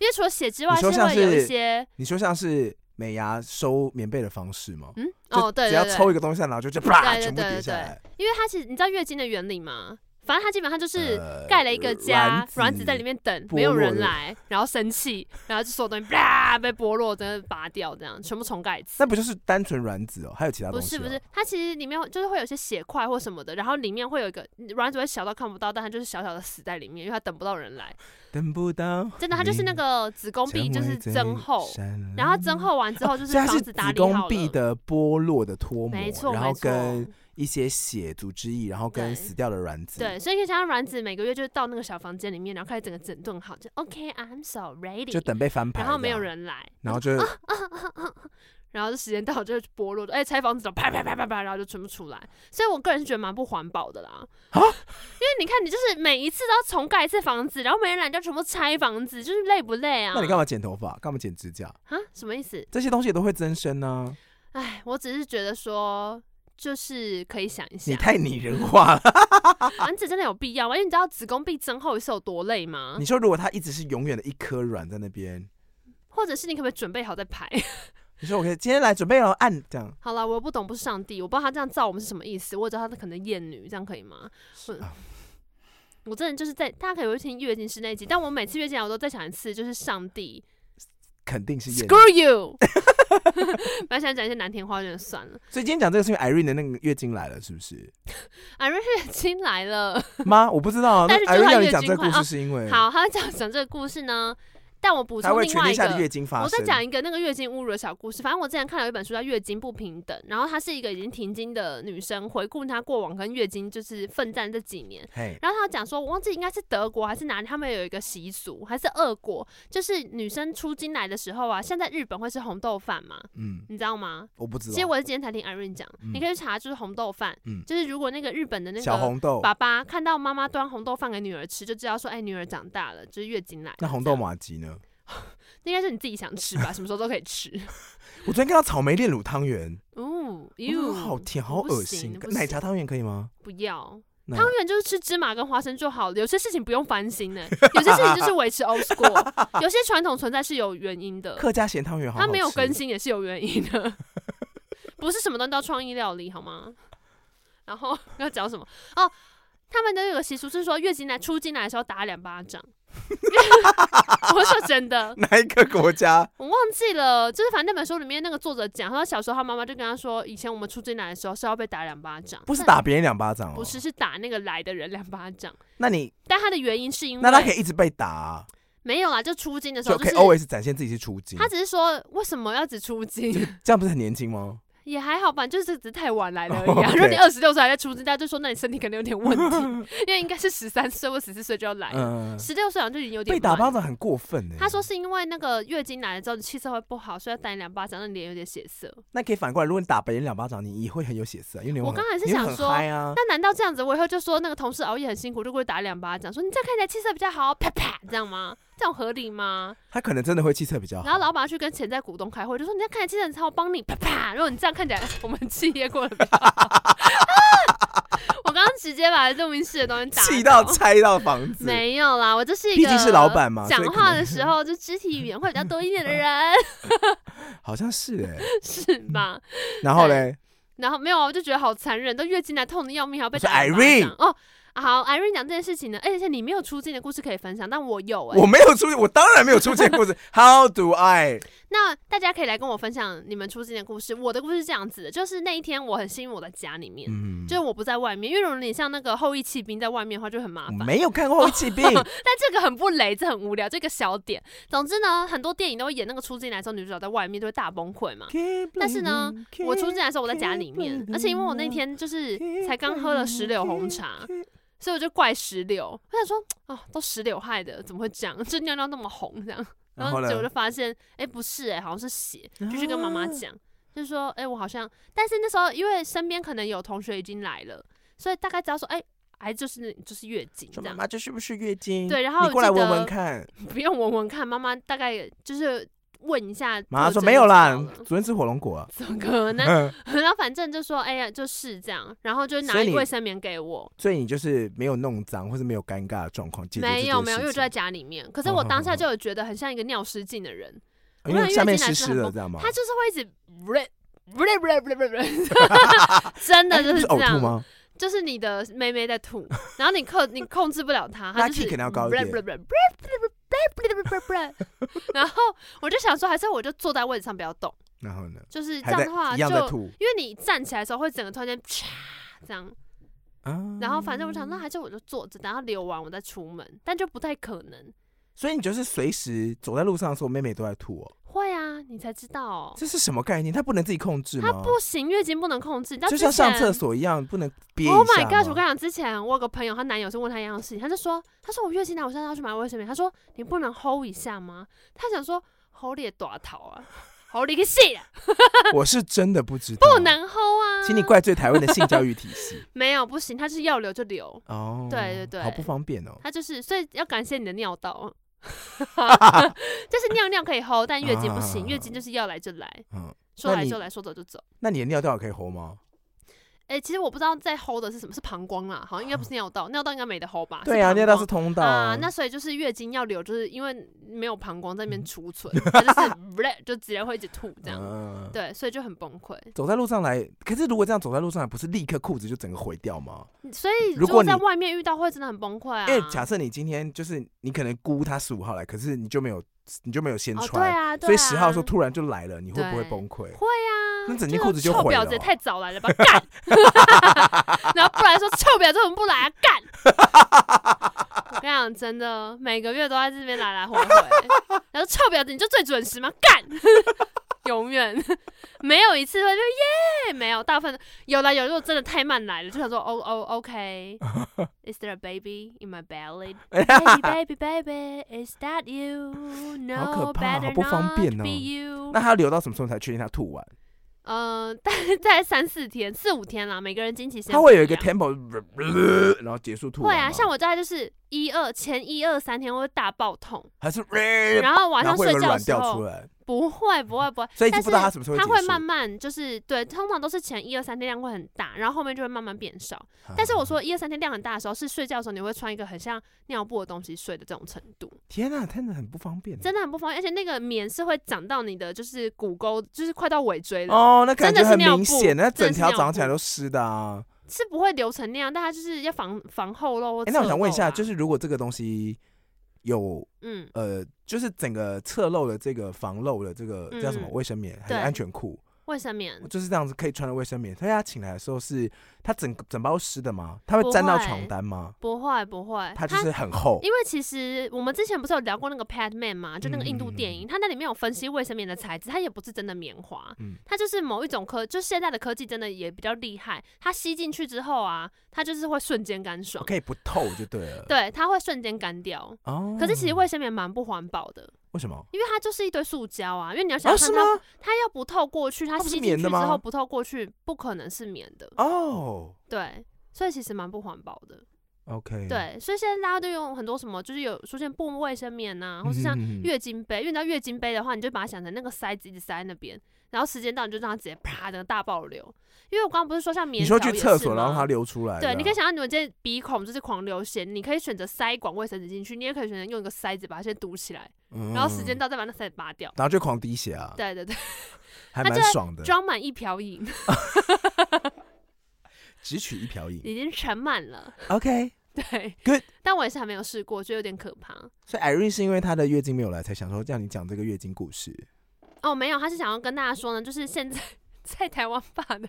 [SPEAKER 2] 因为除了血之外，
[SPEAKER 1] 你说像
[SPEAKER 2] 会有一
[SPEAKER 1] 是
[SPEAKER 2] 些
[SPEAKER 1] 你说像是美牙收棉被的方式吗？
[SPEAKER 2] 嗯
[SPEAKER 1] 就
[SPEAKER 2] 哦对
[SPEAKER 1] 只要
[SPEAKER 2] 对
[SPEAKER 1] 抽
[SPEAKER 2] 对，
[SPEAKER 1] 一个东西下来，然后就就啪
[SPEAKER 2] 对对
[SPEAKER 1] 全部
[SPEAKER 2] 对
[SPEAKER 1] 跌
[SPEAKER 2] 对
[SPEAKER 1] 下来。
[SPEAKER 2] 因为它其实你知道月经的原理吗？反正它基本上就是
[SPEAKER 1] 呃
[SPEAKER 2] 盖了一个家，
[SPEAKER 1] 卵
[SPEAKER 2] 卵子在里。面等，
[SPEAKER 1] 剥
[SPEAKER 2] 没有
[SPEAKER 1] 落
[SPEAKER 2] 人
[SPEAKER 1] 的
[SPEAKER 2] 来，然后生气，然后就所有东西啪被剥落，真的拔掉，这样全部重盖一次。
[SPEAKER 1] 那不就是单纯卵子哦？还有其他
[SPEAKER 2] 不
[SPEAKER 1] 东西、
[SPEAKER 2] 是
[SPEAKER 1] 哦？
[SPEAKER 2] 不是，它其实里面就是会有一些血块或什么的，然后里面会有一个卵子会小到看不到，但它就是小小的死在里面，因为它等不到人来。
[SPEAKER 1] 等不到。
[SPEAKER 2] 真的，它就是那个子宫壁就是增厚，然后增厚完之后就是
[SPEAKER 1] 嗯这它
[SPEAKER 2] 房
[SPEAKER 1] 是
[SPEAKER 2] 子打
[SPEAKER 1] 子
[SPEAKER 2] 理好
[SPEAKER 1] 宫壁
[SPEAKER 2] 了。
[SPEAKER 1] 的剥落的脱
[SPEAKER 2] 没
[SPEAKER 1] 膜，
[SPEAKER 2] 错，
[SPEAKER 1] 然
[SPEAKER 2] 没
[SPEAKER 1] 后
[SPEAKER 2] 错。
[SPEAKER 1] 跟一些血组织液，然后
[SPEAKER 2] 对
[SPEAKER 1] 跟死掉的卵子。
[SPEAKER 2] 对，所以可以想象
[SPEAKER 1] 嗯
[SPEAKER 2] 卵子每个月就到那个小房间里面，然后开始整个整顿好，就 OK，I'm、so
[SPEAKER 1] 就
[SPEAKER 2] ready，
[SPEAKER 1] 等被翻盘，
[SPEAKER 2] 然后没有，人来，
[SPEAKER 1] 然
[SPEAKER 2] (laughs)
[SPEAKER 1] 后就
[SPEAKER 2] 然后就时间到了就剥落，哎、拆房子了，啪啪啪啪啪，然后就全部出来。所以我个人是觉得蛮不环保的啦。
[SPEAKER 1] 啊
[SPEAKER 2] 因为你看，你就是每一次都要重盖一次房子，然后没人来，你就全部拆房子，就是累不累啊？
[SPEAKER 1] 那你干嘛剪头发？干嘛剪指甲？
[SPEAKER 2] 啊？什么意思？
[SPEAKER 1] 这些东西也都会增生呢。
[SPEAKER 2] 哎，我只是觉得说，就是可以想一
[SPEAKER 1] 你
[SPEAKER 2] 下，
[SPEAKER 1] 太拟人化了。
[SPEAKER 2] 卵子真的有必要吗？因为你知道子宫壁增厚是有多累吗
[SPEAKER 1] 你？说如果它一直是永远的一颗卵在那边，
[SPEAKER 2] 或者是你可不可以准备好再排？
[SPEAKER 1] 你说我可以今天来准备了，按这样
[SPEAKER 2] 好了，我不懂，不是上帝，我不知道他这样造我们是什么意思。我也知道他可能厌女，这样可以吗？嗯
[SPEAKER 1] 啊
[SPEAKER 2] (laughs) 我真的就是在大家可以回去听月经师那一集，但我每次月经来，我都在想一次，就是上帝
[SPEAKER 1] 肯定是厌女。
[SPEAKER 2] ，screw you 。 (laughs) 不要想讲一些难听话，就算了。
[SPEAKER 1] 所以今天讲这个是因为 Irene 的那个月经来了，是不是？
[SPEAKER 2] 啊，瑞月经来了，
[SPEAKER 1] 妈，我不知道啊。那
[SPEAKER 2] 但是就是
[SPEAKER 1] Irene
[SPEAKER 2] 她
[SPEAKER 1] 要你
[SPEAKER 2] 月
[SPEAKER 1] 讲
[SPEAKER 2] 经
[SPEAKER 1] 这个故
[SPEAKER 2] 快
[SPEAKER 1] 事是因为
[SPEAKER 2] 好，他讲讲这个故事呢，但我补
[SPEAKER 1] 它
[SPEAKER 2] 充
[SPEAKER 1] 会
[SPEAKER 2] 另
[SPEAKER 1] 全
[SPEAKER 2] 外
[SPEAKER 1] 天
[SPEAKER 2] 一
[SPEAKER 1] 下的
[SPEAKER 2] 个
[SPEAKER 1] 月。经发生。
[SPEAKER 2] 我再讲一个那个月经侮辱的小故事。反正我之前看了一本书叫《月经不平等》，然后她是一个已经停经的女生，回顾她过往跟月经就是奋战这几年，
[SPEAKER 1] 嘿，
[SPEAKER 2] 然后他讲说，我忘记应该是德国还是哪里，他们有一个习俗，还是俄国，就是女生出经来的时候啊，现在日本会吃红豆饭嘛，
[SPEAKER 1] 嗯，
[SPEAKER 2] 你知道吗？
[SPEAKER 1] 我不知
[SPEAKER 2] 其实
[SPEAKER 1] 道。
[SPEAKER 2] 我是今天才听 Irene 讲，
[SPEAKER 1] 嗯
[SPEAKER 2] 你可以去查，就是红豆饭，
[SPEAKER 1] 嗯
[SPEAKER 2] 就是如果那个日本的那
[SPEAKER 1] 小
[SPEAKER 2] 个
[SPEAKER 1] 红豆，
[SPEAKER 2] 爸爸看到妈妈端红豆饭给女儿吃，就知道说，哎、女儿长大了，就是月经来了。
[SPEAKER 1] 那红
[SPEAKER 2] 这
[SPEAKER 1] 豆
[SPEAKER 2] 样，
[SPEAKER 1] 玛吉呢？
[SPEAKER 2] 应该是你自己想吃吧，什么时候都可以吃。 (laughs)
[SPEAKER 1] 我昨天看到草莓炼乳汤圆，
[SPEAKER 2] 哦，
[SPEAKER 1] 哟，
[SPEAKER 2] 哟，
[SPEAKER 1] 好甜，好
[SPEAKER 2] 不
[SPEAKER 1] 恶
[SPEAKER 2] 行
[SPEAKER 1] 心
[SPEAKER 2] 不。
[SPEAKER 1] 奶
[SPEAKER 2] 行
[SPEAKER 1] 茶汤圆可以吗？
[SPEAKER 2] 不要。
[SPEAKER 1] 那
[SPEAKER 2] 汤圆就是吃芝麻跟花生就好了，有些事情不用烦心呢、 (laughs) 有些事情就是维持 old
[SPEAKER 1] (laughs)
[SPEAKER 2] school，有些传统存在是有原因的，
[SPEAKER 1] 客家咸汤圆好好
[SPEAKER 2] 它没有
[SPEAKER 1] 吃
[SPEAKER 2] 更新也是有原因的， (laughs) 不是什么东西都要创意料理好吗？然后要讲什么？ (laughs) 哦，他们的有个习俗是说月经来出经来的时候打两巴掌， (laughs) 我说真的，
[SPEAKER 1] (laughs) 哪一个国家？
[SPEAKER 2] 我忘记了，就是反正那本书里面那个作者讲，他说小时候他妈妈就跟他说，以前我们出经来的时候是要被打两巴掌，
[SPEAKER 1] 不是
[SPEAKER 2] 但
[SPEAKER 1] 打别人两巴掌哦，
[SPEAKER 2] 嗯不是，是打那个来的人两巴掌。
[SPEAKER 1] 那你
[SPEAKER 2] 但他的原因是因为
[SPEAKER 1] 那他可以一直被打啊，
[SPEAKER 2] 没有啦，就出金的时
[SPEAKER 1] 就
[SPEAKER 2] 候就
[SPEAKER 1] 可以
[SPEAKER 2] 是
[SPEAKER 1] always 展现自己是出金 (laughs)
[SPEAKER 2] 他，只是说为什么要只出金？
[SPEAKER 1] 这样不是很年轻吗？
[SPEAKER 2] 也还好吧，就是只是太晚来了而已、
[SPEAKER 1] (laughs)
[SPEAKER 2] 啊。
[SPEAKER 1] OK
[SPEAKER 2] 如果你二十六岁还在出生，大家就说那你身体可能有点
[SPEAKER 1] (laughs)
[SPEAKER 2] 问题，因为应该是十三岁或十四岁就要来了，
[SPEAKER 1] 嗯，
[SPEAKER 2] 十六岁好像就已经有点
[SPEAKER 1] 被打
[SPEAKER 2] 慢
[SPEAKER 1] 巴掌很过分欸呢。
[SPEAKER 2] 他说是因为那个月经来了之后，你气色会不好，所以要打你两巴掌，让你脸有点血色。
[SPEAKER 1] 那可以反过来，如果你打别人两巴掌，你也会很有血色啊，因为你会
[SPEAKER 2] 我
[SPEAKER 1] 很
[SPEAKER 2] 刚才是
[SPEAKER 1] 你会
[SPEAKER 2] 想
[SPEAKER 1] 很
[SPEAKER 2] 说
[SPEAKER 1] 嗨啊，
[SPEAKER 2] 那难道这样子，我以后就说那个同事熬夜很辛苦，就过去打两巴掌，说你这样看起来气色比较好，啪啪，这样吗？这样合理吗？
[SPEAKER 1] 他可能真的会气色比较
[SPEAKER 2] 然后
[SPEAKER 1] 哦好。
[SPEAKER 2] 老板去跟潜在股东开会，就说你这样看起来气色很差，我帮你啪
[SPEAKER 1] (laughs)
[SPEAKER 2] 啪。如果你这样看起来， (laughs) 我们企业过得比较好。 (laughs) 我刚刚直接把录音室的东西打
[SPEAKER 1] 气
[SPEAKER 2] 倒
[SPEAKER 1] 到拆到房子，
[SPEAKER 2] 没有啦，我就是一
[SPEAKER 1] 毕
[SPEAKER 2] 个
[SPEAKER 1] 竟是老板嘛所
[SPEAKER 2] 讲
[SPEAKER 1] 以可
[SPEAKER 2] 话
[SPEAKER 1] 能嗯
[SPEAKER 2] 的时候就肢体语言会比较多一点的
[SPEAKER 1] (laughs)
[SPEAKER 2] 人，
[SPEAKER 1] 好像是
[SPEAKER 2] (laughs)
[SPEAKER 1] 哎。
[SPEAKER 2] 是吧？
[SPEAKER 1] 然后嘞，
[SPEAKER 2] 然后没有啊，我就觉得好残忍，都月经来痛的要命，还要被
[SPEAKER 1] 我说
[SPEAKER 2] 打两巴
[SPEAKER 1] Irene
[SPEAKER 2] 掌哦。好，Irene 讲这件事情呢，而且你没有出镜的故事可以分享，但我有哎、
[SPEAKER 1] 我没有出现，我当然没有出现故事。How do I？
[SPEAKER 2] 那大家可以来跟我分享你们出镜的故事。我的故事是这样子的，就是那一天我很幸运我在家里面，
[SPEAKER 1] 嗯，
[SPEAKER 2] 就是我不在外面，因为如果你像那个后羿弃兵在外面的话就很麻
[SPEAKER 1] 我
[SPEAKER 2] 烦。
[SPEAKER 1] 没有看过《后期
[SPEAKER 2] (laughs)
[SPEAKER 1] 病》
[SPEAKER 2] 但这个很不雷，这很无聊，这个小点。总之呢，很多电影都会演那个出镜来的时候，女主角在外面就会大崩溃嘛。但是呢，我出镜来的时候我在家里面，而且因为我那天就是才刚喝了石榴红茶，所以我就怪石榴。我想说，哦，都石榴害的，怎么会这样？ (laughs) 就尿尿那么红这样。然
[SPEAKER 1] 然后
[SPEAKER 2] 后
[SPEAKER 1] 呢
[SPEAKER 2] 结果就发现，哎、不是、哎，好像是血，就去跟妈
[SPEAKER 1] 啊
[SPEAKER 2] 妈讲，就说，哎、我好像，但是那时候因为身边可能有同学已经来了，所以大概只要说，哎、哎，就是就是月经这
[SPEAKER 1] 说
[SPEAKER 2] 样
[SPEAKER 1] 妈，妈这是不是月经？
[SPEAKER 2] 对然后
[SPEAKER 1] 你过来
[SPEAKER 2] 我记
[SPEAKER 1] 闻
[SPEAKER 2] 得
[SPEAKER 1] 闻看。
[SPEAKER 2] 不用闻闻看，妈妈大概就是问一下，
[SPEAKER 1] 妈妈
[SPEAKER 2] 就
[SPEAKER 1] 说
[SPEAKER 2] 知
[SPEAKER 1] 没有
[SPEAKER 2] 道
[SPEAKER 1] 啦
[SPEAKER 2] 了，
[SPEAKER 1] 昨天吃火龙果啊。
[SPEAKER 2] 怎么可
[SPEAKER 1] (laughs)
[SPEAKER 2] 能？
[SPEAKER 1] 嗯
[SPEAKER 2] 然后反正就说，哎呀，就是这样，然后就拿
[SPEAKER 1] 所以
[SPEAKER 2] 一
[SPEAKER 1] 你
[SPEAKER 2] 卫生棉给我，
[SPEAKER 1] 所以你就是没有弄脏或是没有尴尬的状况，解决这
[SPEAKER 2] 没
[SPEAKER 1] 件
[SPEAKER 2] 有没有，因
[SPEAKER 1] 事
[SPEAKER 2] 为我就
[SPEAKER 1] 情
[SPEAKER 2] 在家里面，可是
[SPEAKER 1] 哦
[SPEAKER 2] 我
[SPEAKER 1] 好
[SPEAKER 2] 当
[SPEAKER 1] 好 (laughs)
[SPEAKER 2] 下就有觉得很像一个尿失禁的人，
[SPEAKER 1] 因
[SPEAKER 2] 我
[SPEAKER 1] 为
[SPEAKER 2] 想
[SPEAKER 1] 下
[SPEAKER 2] 月
[SPEAKER 1] 面
[SPEAKER 2] 经来
[SPEAKER 1] 湿
[SPEAKER 2] 是
[SPEAKER 1] 湿
[SPEAKER 2] 很
[SPEAKER 1] 的，
[SPEAKER 2] 崩
[SPEAKER 1] 知道吗
[SPEAKER 2] 他？就是会一直不是不是不是不是不是，真的
[SPEAKER 1] (laughs) 哎
[SPEAKER 2] 就
[SPEAKER 1] 不
[SPEAKER 2] 是
[SPEAKER 1] 是
[SPEAKER 2] 这
[SPEAKER 1] 呕吐
[SPEAKER 2] 样，
[SPEAKER 1] 吗？
[SPEAKER 2] 就是你的妹妹在吐， (laughs) 然后你控你控制不了她，她
[SPEAKER 1] 那
[SPEAKER 2] 就
[SPEAKER 1] key
[SPEAKER 2] 是
[SPEAKER 1] 可能要高一点
[SPEAKER 2] (laughs) 然后我就想说，还是我就坐在位置上不要动，
[SPEAKER 1] 然后呢？
[SPEAKER 2] 就是这
[SPEAKER 1] 还
[SPEAKER 2] 样
[SPEAKER 1] 在
[SPEAKER 2] 的话
[SPEAKER 1] 一
[SPEAKER 2] 就
[SPEAKER 1] 样，在吐
[SPEAKER 2] 因为你站起来的时候会整个突然间啪这样，
[SPEAKER 1] 啊。
[SPEAKER 2] 然后反正我想，那还是我就坐着，等到流完我再出门，但就不太可能。
[SPEAKER 1] 所以你就是随时走在路上的时候，妹妹都在吐哦，
[SPEAKER 2] 会啊，你才知道哦。
[SPEAKER 1] 这是什么概念？她不能自己控制
[SPEAKER 2] 他
[SPEAKER 1] 吗？
[SPEAKER 2] 不行，月经不能控制，你知道
[SPEAKER 1] 就
[SPEAKER 2] 之
[SPEAKER 1] 像上
[SPEAKER 2] 前
[SPEAKER 1] 厕所一样，不能憋一
[SPEAKER 2] Oh my
[SPEAKER 1] 下
[SPEAKER 2] god！我
[SPEAKER 1] 吗
[SPEAKER 2] 跟你讲，之前我有个朋友，她男友是问她一样的事情，他就说，他说我月经来，我现在要去买卫生棉，他说你不能齁一下吗？他想说齁你也多头啊，齁你个屁啊，
[SPEAKER 1] 我是真的不知道，
[SPEAKER 2] 不，能齁啊！
[SPEAKER 1] 请你怪罪台湾的性教育体系
[SPEAKER 2] (laughs) 没有不行，他是要流就流，
[SPEAKER 1] 哦。
[SPEAKER 2] 对对对
[SPEAKER 1] 好不方便哦。
[SPEAKER 2] 他 (laughs) 就是所以要感谢你的尿道，就是尿尿可以齁，但月经不行，
[SPEAKER 1] 啊
[SPEAKER 2] 月经就是要来就来，
[SPEAKER 1] 嗯，
[SPEAKER 2] 说
[SPEAKER 1] 那
[SPEAKER 2] 来
[SPEAKER 1] 你
[SPEAKER 2] 就来，说走就走。
[SPEAKER 1] 那你的尿道可以吼吗？
[SPEAKER 2] 哎、其实我不知道在齁的是什么，是膀胱啦，好像应该不是尿道，尿道应该没得齁吧？
[SPEAKER 1] 对啊，
[SPEAKER 2] 膀
[SPEAKER 1] 尿道
[SPEAKER 2] 胱
[SPEAKER 1] 是通道
[SPEAKER 2] 啊，那所以就是月经要流，就是因为没有膀胱在那边储存，它就是 (laughs) 不嘞就直接会一直吐这样，
[SPEAKER 1] 嗯嗯
[SPEAKER 2] 对，所以就很崩溃。
[SPEAKER 1] 走在路上来，可是如果这样走在路上来，不是立刻裤子就整个毁掉吗？
[SPEAKER 2] 所以
[SPEAKER 1] 如
[SPEAKER 2] 果
[SPEAKER 1] 果
[SPEAKER 2] 在
[SPEAKER 1] 你
[SPEAKER 2] 外面遇到会真的很崩溃啊，
[SPEAKER 1] 因为假设你今天就是你可能估他十五号来，可是你就没有你就没有先
[SPEAKER 2] 哦对
[SPEAKER 1] 穿，
[SPEAKER 2] 啊，对
[SPEAKER 1] 所以十号
[SPEAKER 2] 啊
[SPEAKER 1] 说突然就来了，你会不会
[SPEAKER 2] 对
[SPEAKER 1] 崩溃？
[SPEAKER 2] 会啊，
[SPEAKER 1] 那整件
[SPEAKER 2] 就
[SPEAKER 1] 裤子就
[SPEAKER 2] 臭
[SPEAKER 1] 毁
[SPEAKER 2] 婊
[SPEAKER 1] 了
[SPEAKER 2] 子也
[SPEAKER 1] 哦
[SPEAKER 2] 太早来了吧，干， (laughs) 然后不然说臭婊子怎么不来啊，干。我跟你讲，真的每个月都在这边来来回回，然后臭婊子你就最准时吗？干， (laughs) 永远没有一次会就耶，没有，大部分有啦有，如果真的太慢来了，就想说哦哦，OK，Is there a baby in my belly? Baby baby baby, is that you? No,
[SPEAKER 1] 好可怕
[SPEAKER 2] better
[SPEAKER 1] 好不方便
[SPEAKER 2] not
[SPEAKER 1] 哦
[SPEAKER 2] Be you.
[SPEAKER 1] 那他要留到什么时候才确定他吐完？
[SPEAKER 2] 呃，大概三四天、四五天啦，每个人经期时间
[SPEAKER 1] 他
[SPEAKER 2] 不
[SPEAKER 1] 会有一个
[SPEAKER 2] 样
[SPEAKER 1] tempo，呃然后结束吐
[SPEAKER 2] 会
[SPEAKER 1] 完
[SPEAKER 2] 啊，
[SPEAKER 1] 吗
[SPEAKER 2] 像我大概就是一二前一二三天会大爆痛，
[SPEAKER 1] 还是呃
[SPEAKER 2] 然后晚
[SPEAKER 1] 然
[SPEAKER 2] 上
[SPEAKER 1] 后会有
[SPEAKER 2] 睡
[SPEAKER 1] 个
[SPEAKER 2] 觉的
[SPEAKER 1] 软
[SPEAKER 2] 时
[SPEAKER 1] 掉出
[SPEAKER 2] 候
[SPEAKER 1] 来，
[SPEAKER 2] 不会不会不会，
[SPEAKER 1] 所以一
[SPEAKER 2] 但
[SPEAKER 1] 直不
[SPEAKER 2] 是
[SPEAKER 1] 知道他什么时候会
[SPEAKER 2] 它
[SPEAKER 1] 结
[SPEAKER 2] 会
[SPEAKER 1] 束
[SPEAKER 2] 慢慢就是对，通常都是前一二三天量会很大，然后后面就会慢慢变少。
[SPEAKER 1] 啊
[SPEAKER 2] 但是我说一二三天量很大的时候，是睡觉的时候你会穿一个很像尿布的东西睡的这种程度，
[SPEAKER 1] 天哪，真的很不方便。
[SPEAKER 2] 真的很不方便，而且那个棉是会长到你的就是骨沟，就是快到尾椎了，
[SPEAKER 1] 哦，那感
[SPEAKER 2] 真的
[SPEAKER 1] 觉
[SPEAKER 2] 是
[SPEAKER 1] 很
[SPEAKER 2] 尿
[SPEAKER 1] 明
[SPEAKER 2] 布
[SPEAKER 1] 显，那
[SPEAKER 2] 真的
[SPEAKER 1] 整
[SPEAKER 2] 是
[SPEAKER 1] 条
[SPEAKER 2] 尿
[SPEAKER 1] 长起来
[SPEAKER 2] 布
[SPEAKER 1] 都湿的啊。
[SPEAKER 2] 是不会流成那样，但它就是要防防后漏或、啊
[SPEAKER 1] 哎，那我想问一下，就是是如果这个东西有
[SPEAKER 2] 嗯。
[SPEAKER 1] 呃，就是整个侧漏的这个防漏的这个叫什么
[SPEAKER 2] 嗯
[SPEAKER 1] 卫生棉还是
[SPEAKER 2] 对嗯
[SPEAKER 1] 安全裤，
[SPEAKER 2] 卫生棉
[SPEAKER 1] 我就是这样子可以穿的卫生棉。所以他请来的时候是，他整个整包湿的吗？他会
[SPEAKER 2] 不
[SPEAKER 1] 沾到
[SPEAKER 2] 会
[SPEAKER 1] 床单吗？
[SPEAKER 2] 不会不会，
[SPEAKER 1] 它就是很厚。
[SPEAKER 2] 因为其实我们之前不是有聊过那个 Padman 嘛，就那个印度电影，它那里面有分析卫生棉的材质，它也不是真的棉花，
[SPEAKER 1] 嗯
[SPEAKER 2] 它就是某一种科，就现在的科技真的也比较厉害，它吸进去之后啊，它就是会瞬间干爽
[SPEAKER 1] 我，可以不透就对了。
[SPEAKER 2] 对，它会瞬间干掉。
[SPEAKER 1] 哦，
[SPEAKER 2] 可是其实卫生棉蛮不环保的，
[SPEAKER 1] 为什么？
[SPEAKER 2] 因为它就是一堆塑胶啊，因为你要想
[SPEAKER 1] 哦，
[SPEAKER 2] 想
[SPEAKER 1] 是
[SPEAKER 2] 看它、
[SPEAKER 1] 吗？
[SPEAKER 2] 它要不透过去，它
[SPEAKER 1] 它不是
[SPEAKER 2] 吸进
[SPEAKER 1] 棉
[SPEAKER 2] 去
[SPEAKER 1] 的
[SPEAKER 2] 之
[SPEAKER 1] 吗
[SPEAKER 2] 后不透过去，不可能是棉的，
[SPEAKER 1] 哦
[SPEAKER 2] 对，所以其实蛮不环保的。
[SPEAKER 1] ，OK，，嗯
[SPEAKER 2] 对，所以现在大家都用很多什么，就是有出现布卫生棉呐、或是像
[SPEAKER 1] 嗯嗯嗯
[SPEAKER 2] 月经杯，因为你知道月经杯的话，你就把它想成那个塞子一直塞在那边，然后时间到你就让它直接啪的大爆流。因为我刚刚不是说像棉
[SPEAKER 1] 你说
[SPEAKER 2] 条
[SPEAKER 1] 去
[SPEAKER 2] 也
[SPEAKER 1] 厕
[SPEAKER 2] 是
[SPEAKER 1] 所然后
[SPEAKER 2] 吗
[SPEAKER 1] 它流出来，
[SPEAKER 2] 对，你可以
[SPEAKER 1] 想，
[SPEAKER 2] 想象你们这鼻孔就是狂流血，你可以选择塞一管卫生纸进去，你也可以选择用一个塞子把它先堵起来，然后时间
[SPEAKER 1] 嗯，
[SPEAKER 2] 到再把那塞子拔掉。
[SPEAKER 1] 然后就狂滴血啊，
[SPEAKER 2] 对对对，
[SPEAKER 1] 还
[SPEAKER 2] 它
[SPEAKER 1] 蛮
[SPEAKER 2] 就在
[SPEAKER 1] 爽的，
[SPEAKER 2] 装满一瓢饮， (laughs)
[SPEAKER 1] 只取一瓢饮
[SPEAKER 2] 已经盛满了。
[SPEAKER 1] ，OK。
[SPEAKER 2] 对
[SPEAKER 1] Good
[SPEAKER 2] 但我也是还没有试过，就有点可怕。
[SPEAKER 1] 所以 Irene 是因为她的月经没有来，才想说叫你讲这个月经故事。
[SPEAKER 2] 哦，没有，他是想要跟大家说呢，就是现在在台湾爸
[SPEAKER 1] (laughs)
[SPEAKER 2] 的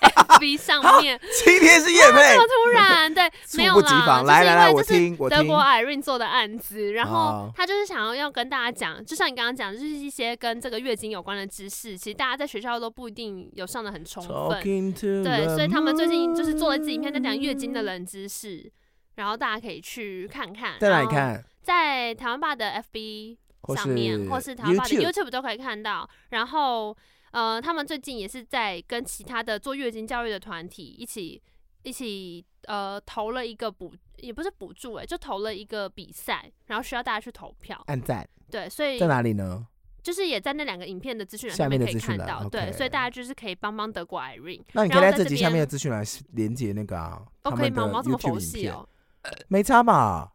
[SPEAKER 2] FB 上面，
[SPEAKER 1] 今天是夜配
[SPEAKER 2] (laughs) 这，么突然，
[SPEAKER 1] (laughs)
[SPEAKER 2] 对，没有
[SPEAKER 1] 猝不及
[SPEAKER 2] 啦，
[SPEAKER 1] 防。
[SPEAKER 2] 就
[SPEAKER 1] 来
[SPEAKER 2] 是
[SPEAKER 1] 来来，
[SPEAKER 2] 因
[SPEAKER 1] 我
[SPEAKER 2] 为这是
[SPEAKER 1] 听我
[SPEAKER 2] 德
[SPEAKER 1] 听哦
[SPEAKER 2] 国。Irene 做的案子，然后
[SPEAKER 1] 好
[SPEAKER 2] 他就是想要要跟大家讲，就像你刚刚讲，就是一些跟这个月经有关的知识，其实大家在学校都不一定有上的很充分，
[SPEAKER 1] Talking to
[SPEAKER 2] 对，
[SPEAKER 1] the
[SPEAKER 2] 所以他们最近就是做了自己
[SPEAKER 1] moon
[SPEAKER 2] 影片，在讲月经的冷知识。然后大家可以去看看，
[SPEAKER 1] 在哪里
[SPEAKER 2] 然后
[SPEAKER 1] 看？
[SPEAKER 2] 在台湾爸的 FB
[SPEAKER 1] 或
[SPEAKER 2] 上
[SPEAKER 1] 是
[SPEAKER 2] 面，或是台湾爸的
[SPEAKER 1] YouTube
[SPEAKER 2] YouTube 都可以看到。然后，呃，他们最近也是在跟其他的做月经教育的团体一起一起呃投了一个补，也不是补助哎、就投了一个比赛，然后需要大家去投票。
[SPEAKER 1] 按赞
[SPEAKER 2] 对，所以
[SPEAKER 1] 在哪里呢？
[SPEAKER 2] 就是也在那两个影片的资讯栏
[SPEAKER 1] 下
[SPEAKER 2] 上
[SPEAKER 1] 面的
[SPEAKER 2] 可以
[SPEAKER 1] 资讯栏
[SPEAKER 2] 看到。对，
[SPEAKER 1] OK
[SPEAKER 2] 所以大家就是可以帮帮德国 Irene。
[SPEAKER 1] 那你可以
[SPEAKER 2] 然后
[SPEAKER 1] 在
[SPEAKER 2] 在
[SPEAKER 1] 这
[SPEAKER 2] 这
[SPEAKER 1] 集下面
[SPEAKER 2] 边
[SPEAKER 1] 的资讯栏连接那个啊，
[SPEAKER 2] 哦，
[SPEAKER 1] 他
[SPEAKER 2] 可以
[SPEAKER 1] 们的
[SPEAKER 2] 吗？我们要这么
[SPEAKER 1] YouTube
[SPEAKER 2] 佛
[SPEAKER 1] 影
[SPEAKER 2] 系
[SPEAKER 1] 片
[SPEAKER 2] 哦。
[SPEAKER 1] 没差吧？。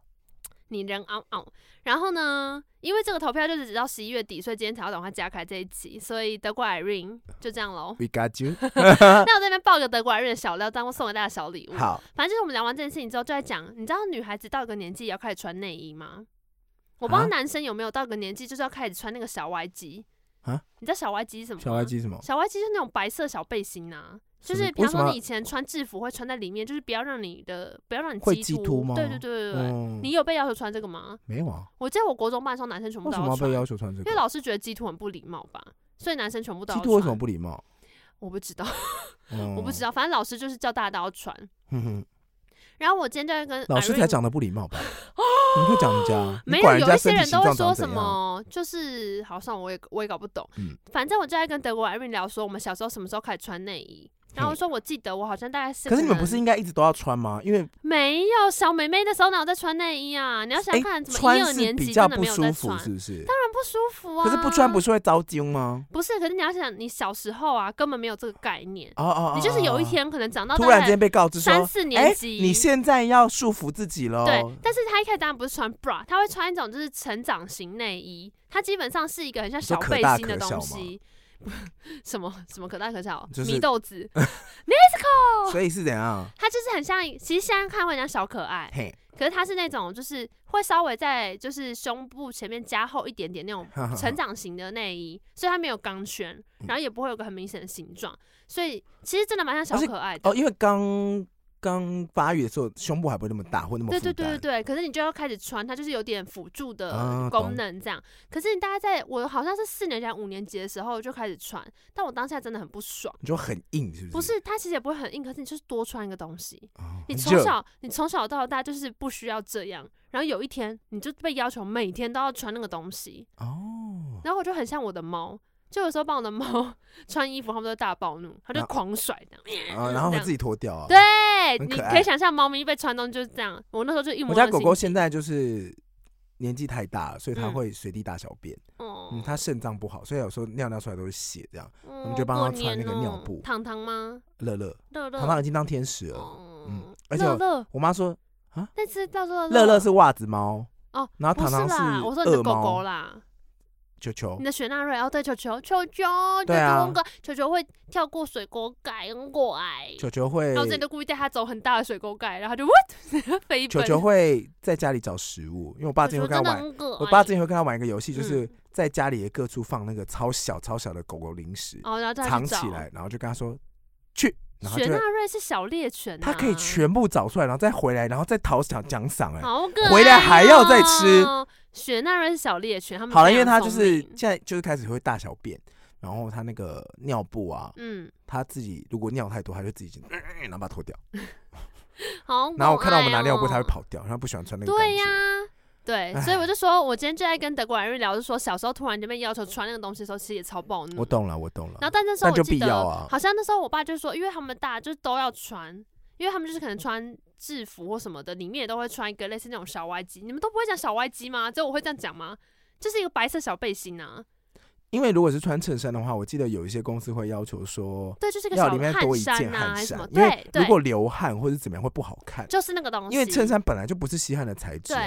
[SPEAKER 2] 你人昂昂。然后呢，因为这个投票就是直到十一月底，所以今天才要赶快加开这一集，所以德国 Irene 就这样喽
[SPEAKER 1] We got you 。
[SPEAKER 2] (laughs) 那我这边爆个德国 Irene 的小料，当送给大家的小礼物。
[SPEAKER 1] 好，
[SPEAKER 2] 反正就是我们聊完这件事情之后，就在讲，你知道女孩子到一个年纪也要开始穿内衣吗？我不知
[SPEAKER 1] 啊
[SPEAKER 2] 道男生有没有到一个年纪就是要开始穿那个小外机
[SPEAKER 1] 啊？
[SPEAKER 2] 你知道小外机是什么？
[SPEAKER 1] 小 YG 什么？
[SPEAKER 2] 小外机就是那种白色小背心呐、就
[SPEAKER 1] 什么
[SPEAKER 2] 是比方
[SPEAKER 1] 为什么
[SPEAKER 2] 说
[SPEAKER 1] 要
[SPEAKER 2] 你以前穿制服会穿在里面，就是不要让你的不要让你
[SPEAKER 1] 会激凸吗
[SPEAKER 2] 对对对对对，
[SPEAKER 1] 嗯
[SPEAKER 2] 你有被要求穿这个吗？
[SPEAKER 1] 没有啊？
[SPEAKER 2] 我记得我国中班的时候，男生全部
[SPEAKER 1] 为
[SPEAKER 2] 都
[SPEAKER 1] 什么
[SPEAKER 2] 要
[SPEAKER 1] 要
[SPEAKER 2] 穿，
[SPEAKER 1] 被要求穿这
[SPEAKER 2] 因为
[SPEAKER 1] 个？
[SPEAKER 2] 老师觉得鸡兔很不礼貌吧，所以男生全部都要
[SPEAKER 1] 基
[SPEAKER 2] 穿。
[SPEAKER 1] 督为什么不礼貌？
[SPEAKER 2] 我不知道，
[SPEAKER 1] 我
[SPEAKER 2] 我不知。道，反正老师就是叫大家都要穿。
[SPEAKER 1] 哼哼
[SPEAKER 2] 然后我今天就在跟
[SPEAKER 1] 老师
[SPEAKER 2] Irene
[SPEAKER 1] 才讲的不礼貌
[SPEAKER 2] (laughs)
[SPEAKER 1] 吧？你会讲人家？你
[SPEAKER 2] 没有，
[SPEAKER 1] 管人
[SPEAKER 2] 有
[SPEAKER 1] 家
[SPEAKER 2] 一些
[SPEAKER 1] 身体
[SPEAKER 2] 人
[SPEAKER 1] 形
[SPEAKER 2] 都会
[SPEAKER 1] 状
[SPEAKER 2] 说
[SPEAKER 1] 长怎
[SPEAKER 2] 什
[SPEAKER 1] 样？
[SPEAKER 2] 么，就是好像我也我也搞不懂。
[SPEAKER 1] 嗯
[SPEAKER 2] 反正我就在跟德国 Irene 聊说，我们小时候什么时候开始穿内衣。然后我
[SPEAKER 1] 嘿
[SPEAKER 2] 说，我记得我好像大概是
[SPEAKER 1] 可是你们
[SPEAKER 2] 能
[SPEAKER 1] 不是应该一直都要穿吗？因为
[SPEAKER 2] 没有小妹妹的时候哪有在穿内衣啊？你要想
[SPEAKER 1] 哎
[SPEAKER 2] 想看，怎么一
[SPEAKER 1] 穿
[SPEAKER 2] 二
[SPEAKER 1] 是
[SPEAKER 2] 年
[SPEAKER 1] 比
[SPEAKER 2] 级
[SPEAKER 1] 较
[SPEAKER 2] 真的
[SPEAKER 1] 不
[SPEAKER 2] 没有
[SPEAKER 1] 舒
[SPEAKER 2] 在
[SPEAKER 1] 服，
[SPEAKER 2] 穿，
[SPEAKER 1] 是不是？
[SPEAKER 2] 当然不舒服啊。
[SPEAKER 1] 可是不穿不是会遭惊吗？
[SPEAKER 2] 不是，可是你要想，你小时候啊根本没有这个概念，
[SPEAKER 1] 哦哦，哦
[SPEAKER 2] 你就是有一
[SPEAKER 1] 哦
[SPEAKER 2] 天可能长到
[SPEAKER 1] 突
[SPEAKER 2] 大
[SPEAKER 1] 然
[SPEAKER 2] 概
[SPEAKER 1] 间被告知
[SPEAKER 2] 三
[SPEAKER 1] 说，
[SPEAKER 2] 四
[SPEAKER 1] 哎
[SPEAKER 2] 年，级，
[SPEAKER 1] 你现在要束缚自己喽。
[SPEAKER 2] 对，哦但是他一开始当然不是穿 bra，他会穿一种就是成长型内衣，它基本上是一个很像小
[SPEAKER 1] 你说
[SPEAKER 2] 背
[SPEAKER 1] 可大
[SPEAKER 2] 心的
[SPEAKER 1] 可小
[SPEAKER 2] 东
[SPEAKER 1] 吗
[SPEAKER 2] 西。 (laughs) 什么什么可大可小，
[SPEAKER 1] 就是
[SPEAKER 2] 米豆子，
[SPEAKER 1] 所以是怎样？
[SPEAKER 2] 它就是很像，其实现在看会很像小可爱，
[SPEAKER 1] 嘿，
[SPEAKER 2] 可是它是那种就是会稍微在就是胸部前面加厚一点点
[SPEAKER 1] (laughs)
[SPEAKER 2] 那种成长型的内衣，所以它没有钢圈，
[SPEAKER 1] 嗯
[SPEAKER 2] 然后也不会有个很明显的形状，所以其实真的蛮像小
[SPEAKER 1] 而且
[SPEAKER 2] 可爱的。
[SPEAKER 1] 哦，因为刚刚发育的时候，胸部还不会那么大，会那么
[SPEAKER 2] 对
[SPEAKER 1] 负
[SPEAKER 2] 对
[SPEAKER 1] 担。
[SPEAKER 2] 对对
[SPEAKER 1] 对，
[SPEAKER 2] 对，可是你就要开始穿，它就是有点辅助的
[SPEAKER 1] 啊
[SPEAKER 2] 功
[SPEAKER 1] 懂
[SPEAKER 2] 能这样。可是你大概在我好像是四年级、还是五年级的时候就开始穿，但我当下真的很不爽。
[SPEAKER 1] 你就很硬，是不是？
[SPEAKER 2] 不是，它其实也不会很硬，可是你就是多穿一个东西。
[SPEAKER 1] 哦，
[SPEAKER 2] 你
[SPEAKER 1] 很
[SPEAKER 2] 从
[SPEAKER 1] 热
[SPEAKER 2] 小，你从小到大就是不需要这样，然后有一天你就被要求每天都要穿那个东西， (laughs)
[SPEAKER 1] 哦，
[SPEAKER 2] 然后我就很像我的猫，就有时候帮我的猫 (laughs) 穿衣服，它们都大暴怒，它就
[SPEAKER 1] 啊
[SPEAKER 2] 狂甩这样。
[SPEAKER 1] 啊，然后会自己脱掉啊。
[SPEAKER 2] 对，
[SPEAKER 1] 很
[SPEAKER 2] 你
[SPEAKER 1] 可
[SPEAKER 2] 可以
[SPEAKER 1] 爱
[SPEAKER 2] 想象猫咪被穿东就是这样，我那时候就一模
[SPEAKER 1] 我
[SPEAKER 2] 一样
[SPEAKER 1] 家
[SPEAKER 2] 的
[SPEAKER 1] 狗狗
[SPEAKER 2] 心
[SPEAKER 1] 现在就是年纪太大了，所以它
[SPEAKER 2] 嗯
[SPEAKER 1] 会随地大小便，
[SPEAKER 2] 情哦
[SPEAKER 1] 嗯，它肾脏不好，所以有时候尿尿出来都是血，这样。
[SPEAKER 2] 我
[SPEAKER 1] 们就帮他穿那个尿布
[SPEAKER 2] 哦糖糖吗？
[SPEAKER 1] 乐乐，
[SPEAKER 2] 乐乐，
[SPEAKER 1] 糖糖已经当天使了。
[SPEAKER 2] 哦
[SPEAKER 1] 嗯，而且
[SPEAKER 2] 乐乐，
[SPEAKER 1] 我妈说，
[SPEAKER 2] 那只叫做
[SPEAKER 1] 乐乐是袜子猫
[SPEAKER 2] 哦，
[SPEAKER 1] 然后
[SPEAKER 2] 不
[SPEAKER 1] 糖
[SPEAKER 2] 是
[SPEAKER 1] 糖
[SPEAKER 2] 啦？我说你的
[SPEAKER 1] 恶
[SPEAKER 2] 狗狗
[SPEAKER 1] 猫，
[SPEAKER 2] 啦，
[SPEAKER 1] 球球
[SPEAKER 2] 你，的雪纳瑞，哦，对，球球，球球，球
[SPEAKER 1] 对啊
[SPEAKER 2] 球问个球球会跳过水沟盖，很可爱。
[SPEAKER 1] 球球会
[SPEAKER 2] 然后，我之前就故意带他走很大的水沟盖，然后他就 what (laughs) 飞奔。
[SPEAKER 1] 球球会在家里找食物，因为我爸之前
[SPEAKER 2] 球
[SPEAKER 1] 会
[SPEAKER 2] 球
[SPEAKER 1] 跟他
[SPEAKER 2] 真
[SPEAKER 1] 玩，
[SPEAKER 2] 的很可爱。
[SPEAKER 1] 我爸之前会跟他玩一个游戏，就是
[SPEAKER 2] 嗯
[SPEAKER 1] 在家里的各处放那个超小超小的狗狗零食，
[SPEAKER 2] 哦，然后叫他
[SPEAKER 1] 藏
[SPEAKER 2] 去
[SPEAKER 1] 起
[SPEAKER 2] 找
[SPEAKER 1] 来，然后就跟他说去，然后
[SPEAKER 2] 雪
[SPEAKER 1] 就
[SPEAKER 2] 纳瑞是小猎犬、啊，
[SPEAKER 1] 他可以全部找出来，然后再回来，然后再讨奖奖赏。哎，
[SPEAKER 2] 好可爱、哦
[SPEAKER 1] 回来还要再吃。
[SPEAKER 2] 雪纳瑞是小猎犬，他们
[SPEAKER 1] 好了，
[SPEAKER 2] 非
[SPEAKER 1] 因为
[SPEAKER 2] 常
[SPEAKER 1] 他就
[SPEAKER 2] 聪
[SPEAKER 1] 是
[SPEAKER 2] 明
[SPEAKER 1] 现在就是开始会大小便，然后他那个尿布啊，
[SPEAKER 2] 嗯，
[SPEAKER 1] 他自己如果尿太多，他就自己嗯然后把它脱掉。
[SPEAKER 2] 好、
[SPEAKER 1] 然后我看到我们拿尿布，他会。跑掉，他不喜欢穿那个感觉。
[SPEAKER 2] 哦对呀、对，所以我就说，我今天就在跟德国人聊，就说小时候突然间被要求穿那个东西的时候，其实也超暴怒。
[SPEAKER 1] 我懂了，我懂了。
[SPEAKER 2] 然后但那时候
[SPEAKER 1] 但
[SPEAKER 2] 我
[SPEAKER 1] 就
[SPEAKER 2] 记
[SPEAKER 1] 必
[SPEAKER 2] 得，
[SPEAKER 1] 要啊。
[SPEAKER 2] 好像那时候我爸就说，因为他们大就是都要穿，因为他们就是可能穿制服或什么的，里面也都会穿一个类似那种小外机。你们都不会讲小外机吗？只有我会这样讲吗？就是一个白色小背心啊，
[SPEAKER 1] 因为如果是穿衬衫的话，我记得有一些公司会要求说
[SPEAKER 2] 对，就是一个
[SPEAKER 1] 要
[SPEAKER 2] 小
[SPEAKER 1] 里面多
[SPEAKER 2] 汗
[SPEAKER 1] 一
[SPEAKER 2] 衫
[SPEAKER 1] 件
[SPEAKER 2] 啊，
[SPEAKER 1] 汗
[SPEAKER 2] 还是什
[SPEAKER 1] 衫
[SPEAKER 2] 么？，
[SPEAKER 1] 因为
[SPEAKER 2] 对
[SPEAKER 1] 如
[SPEAKER 2] 对，
[SPEAKER 1] 果流汗或者怎么样会不好看。
[SPEAKER 2] 就是那个东西。
[SPEAKER 1] 因为衬衫本来就不是吸汗的材质啊。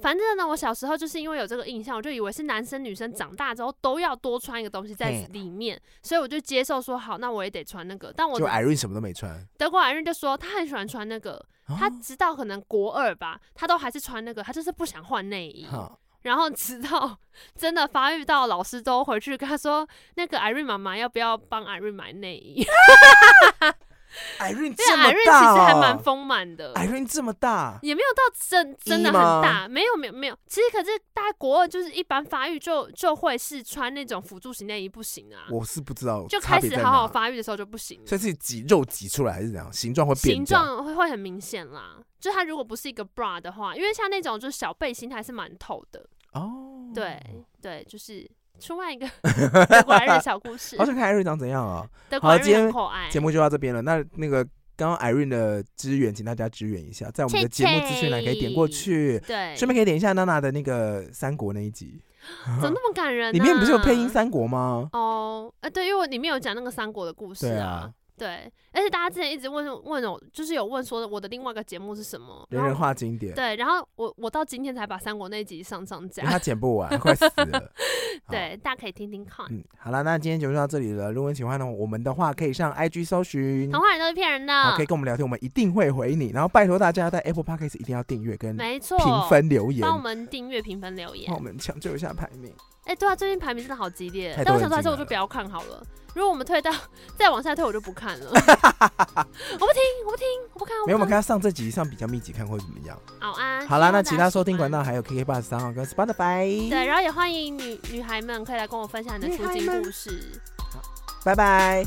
[SPEAKER 2] 反正呢，我小时候就是因为有这个印象，我就以为是男生女生长大之后都要多穿一个东西在
[SPEAKER 1] 嘿
[SPEAKER 2] 里面，所以我就接受说好，那我也得穿那个。但我
[SPEAKER 1] 就 Irene 什么都没穿，
[SPEAKER 2] 德国男人就说他很喜欢穿那个，他
[SPEAKER 1] 啊
[SPEAKER 2] 直到可能国二吧，他都还是穿那个，他就是不想换内衣。
[SPEAKER 1] 哈
[SPEAKER 2] 然后直到 (laughs) 真的发育到老师都回去跟他说，那个 Irene 妈妈要不要帮 Irene 买内衣？ (laughs)
[SPEAKER 1] ，Irene
[SPEAKER 2] 因为
[SPEAKER 1] 这么
[SPEAKER 2] 啊 Irene
[SPEAKER 1] 大
[SPEAKER 2] 其实还蛮嗯
[SPEAKER 1] 哦
[SPEAKER 2] 丰满的。
[SPEAKER 1] Irene 这么大，
[SPEAKER 2] 也没有到真真的
[SPEAKER 1] 一
[SPEAKER 2] 很
[SPEAKER 1] 吗
[SPEAKER 2] 大，没有没有没有。其实可是大家国二就是一般发育就就会是穿那种辅助型内衣不行啊，
[SPEAKER 1] 我是不知道
[SPEAKER 2] 就
[SPEAKER 1] 差
[SPEAKER 2] 开
[SPEAKER 1] 别
[SPEAKER 2] 始
[SPEAKER 1] 在
[SPEAKER 2] 好好
[SPEAKER 1] 哪，
[SPEAKER 2] 发育的时候就不行，
[SPEAKER 1] 所以是挤肉挤出来还是怎样？形状会变
[SPEAKER 2] 形
[SPEAKER 1] 这样
[SPEAKER 2] 状会会很明显啦。就它如果不是一个 bra 的话，因为像那种就是小背心它还是蛮透的，
[SPEAKER 1] 哦，
[SPEAKER 2] 对、对，就是。出卖一个 (laughs) 德国人的小故事
[SPEAKER 1] 好，想看 Irene 长怎样啊！
[SPEAKER 2] 德国
[SPEAKER 1] 今天
[SPEAKER 2] 人很可爱。
[SPEAKER 1] 节目就到这边了，那那个。刚刚 Irene 的支援，请大家支援一下，在我们的节目资讯栏可以点过去，
[SPEAKER 2] 对，
[SPEAKER 1] 顺便可以点一下娜娜的那个三国那一集，
[SPEAKER 2] 怎么那么感人、
[SPEAKER 1] (laughs)
[SPEAKER 2] 啊？
[SPEAKER 1] 里面不是有配音三国吗？
[SPEAKER 2] 哦，呃，对，因为我里面有讲那个三国的故事
[SPEAKER 1] 对
[SPEAKER 2] 啊
[SPEAKER 1] 啊，
[SPEAKER 2] 对，而且大家之前一直问问我，就是有问说我的另外一个节目是什么，
[SPEAKER 1] 人
[SPEAKER 2] 然
[SPEAKER 1] 人
[SPEAKER 2] 后
[SPEAKER 1] 化经典，
[SPEAKER 2] 对，然后我我到今天才把三国那一集上上
[SPEAKER 1] 因为
[SPEAKER 2] 架，
[SPEAKER 1] 他剪不完，快死
[SPEAKER 2] (laughs)
[SPEAKER 1] 了。好
[SPEAKER 2] 对，大家可以听听看。
[SPEAKER 1] 嗯，好了，那今天节目就到这里了。如果你喜欢呢我们的话，可以上 IG 搜寻，
[SPEAKER 2] 童话人都是骗人
[SPEAKER 1] 然
[SPEAKER 2] 的
[SPEAKER 1] 后可以，跟我们聊天，我们一定会回你。然后拜托大家在 Apple Podcast 一定要订阅跟
[SPEAKER 2] 没错，
[SPEAKER 1] 评分留言，
[SPEAKER 2] 帮我们订阅、评分、留言
[SPEAKER 1] 帮我。们抢救一下排名。
[SPEAKER 2] 哎，对啊，最近排名真的好激烈
[SPEAKER 1] 太，多
[SPEAKER 2] 但
[SPEAKER 1] 人
[SPEAKER 2] 我想说还
[SPEAKER 1] 进
[SPEAKER 2] 是我
[SPEAKER 1] 来
[SPEAKER 2] 就
[SPEAKER 1] 了
[SPEAKER 2] 不要看好了。如果我们退到再往下退，我就
[SPEAKER 1] (laughs)
[SPEAKER 2] 不看了。我不听，我不听，我不看，我
[SPEAKER 1] 没有，我们
[SPEAKER 2] 不
[SPEAKER 1] 看
[SPEAKER 2] 看。
[SPEAKER 1] 他上这集上比较密集看会怎么样？
[SPEAKER 2] 好
[SPEAKER 1] 好
[SPEAKER 2] 啊，希
[SPEAKER 1] 啦，
[SPEAKER 2] 望
[SPEAKER 1] 那
[SPEAKER 2] 大
[SPEAKER 1] 其
[SPEAKER 2] 家
[SPEAKER 1] 他
[SPEAKER 2] 喜
[SPEAKER 1] 收听管
[SPEAKER 2] 欢
[SPEAKER 1] 道还有 KK 八十三号跟 Spotify。
[SPEAKER 2] 对，，然后也欢迎女女孩们可以来跟我分享你的出
[SPEAKER 1] 女孩
[SPEAKER 2] 镜
[SPEAKER 1] 们
[SPEAKER 2] 故事。
[SPEAKER 1] 拜拜。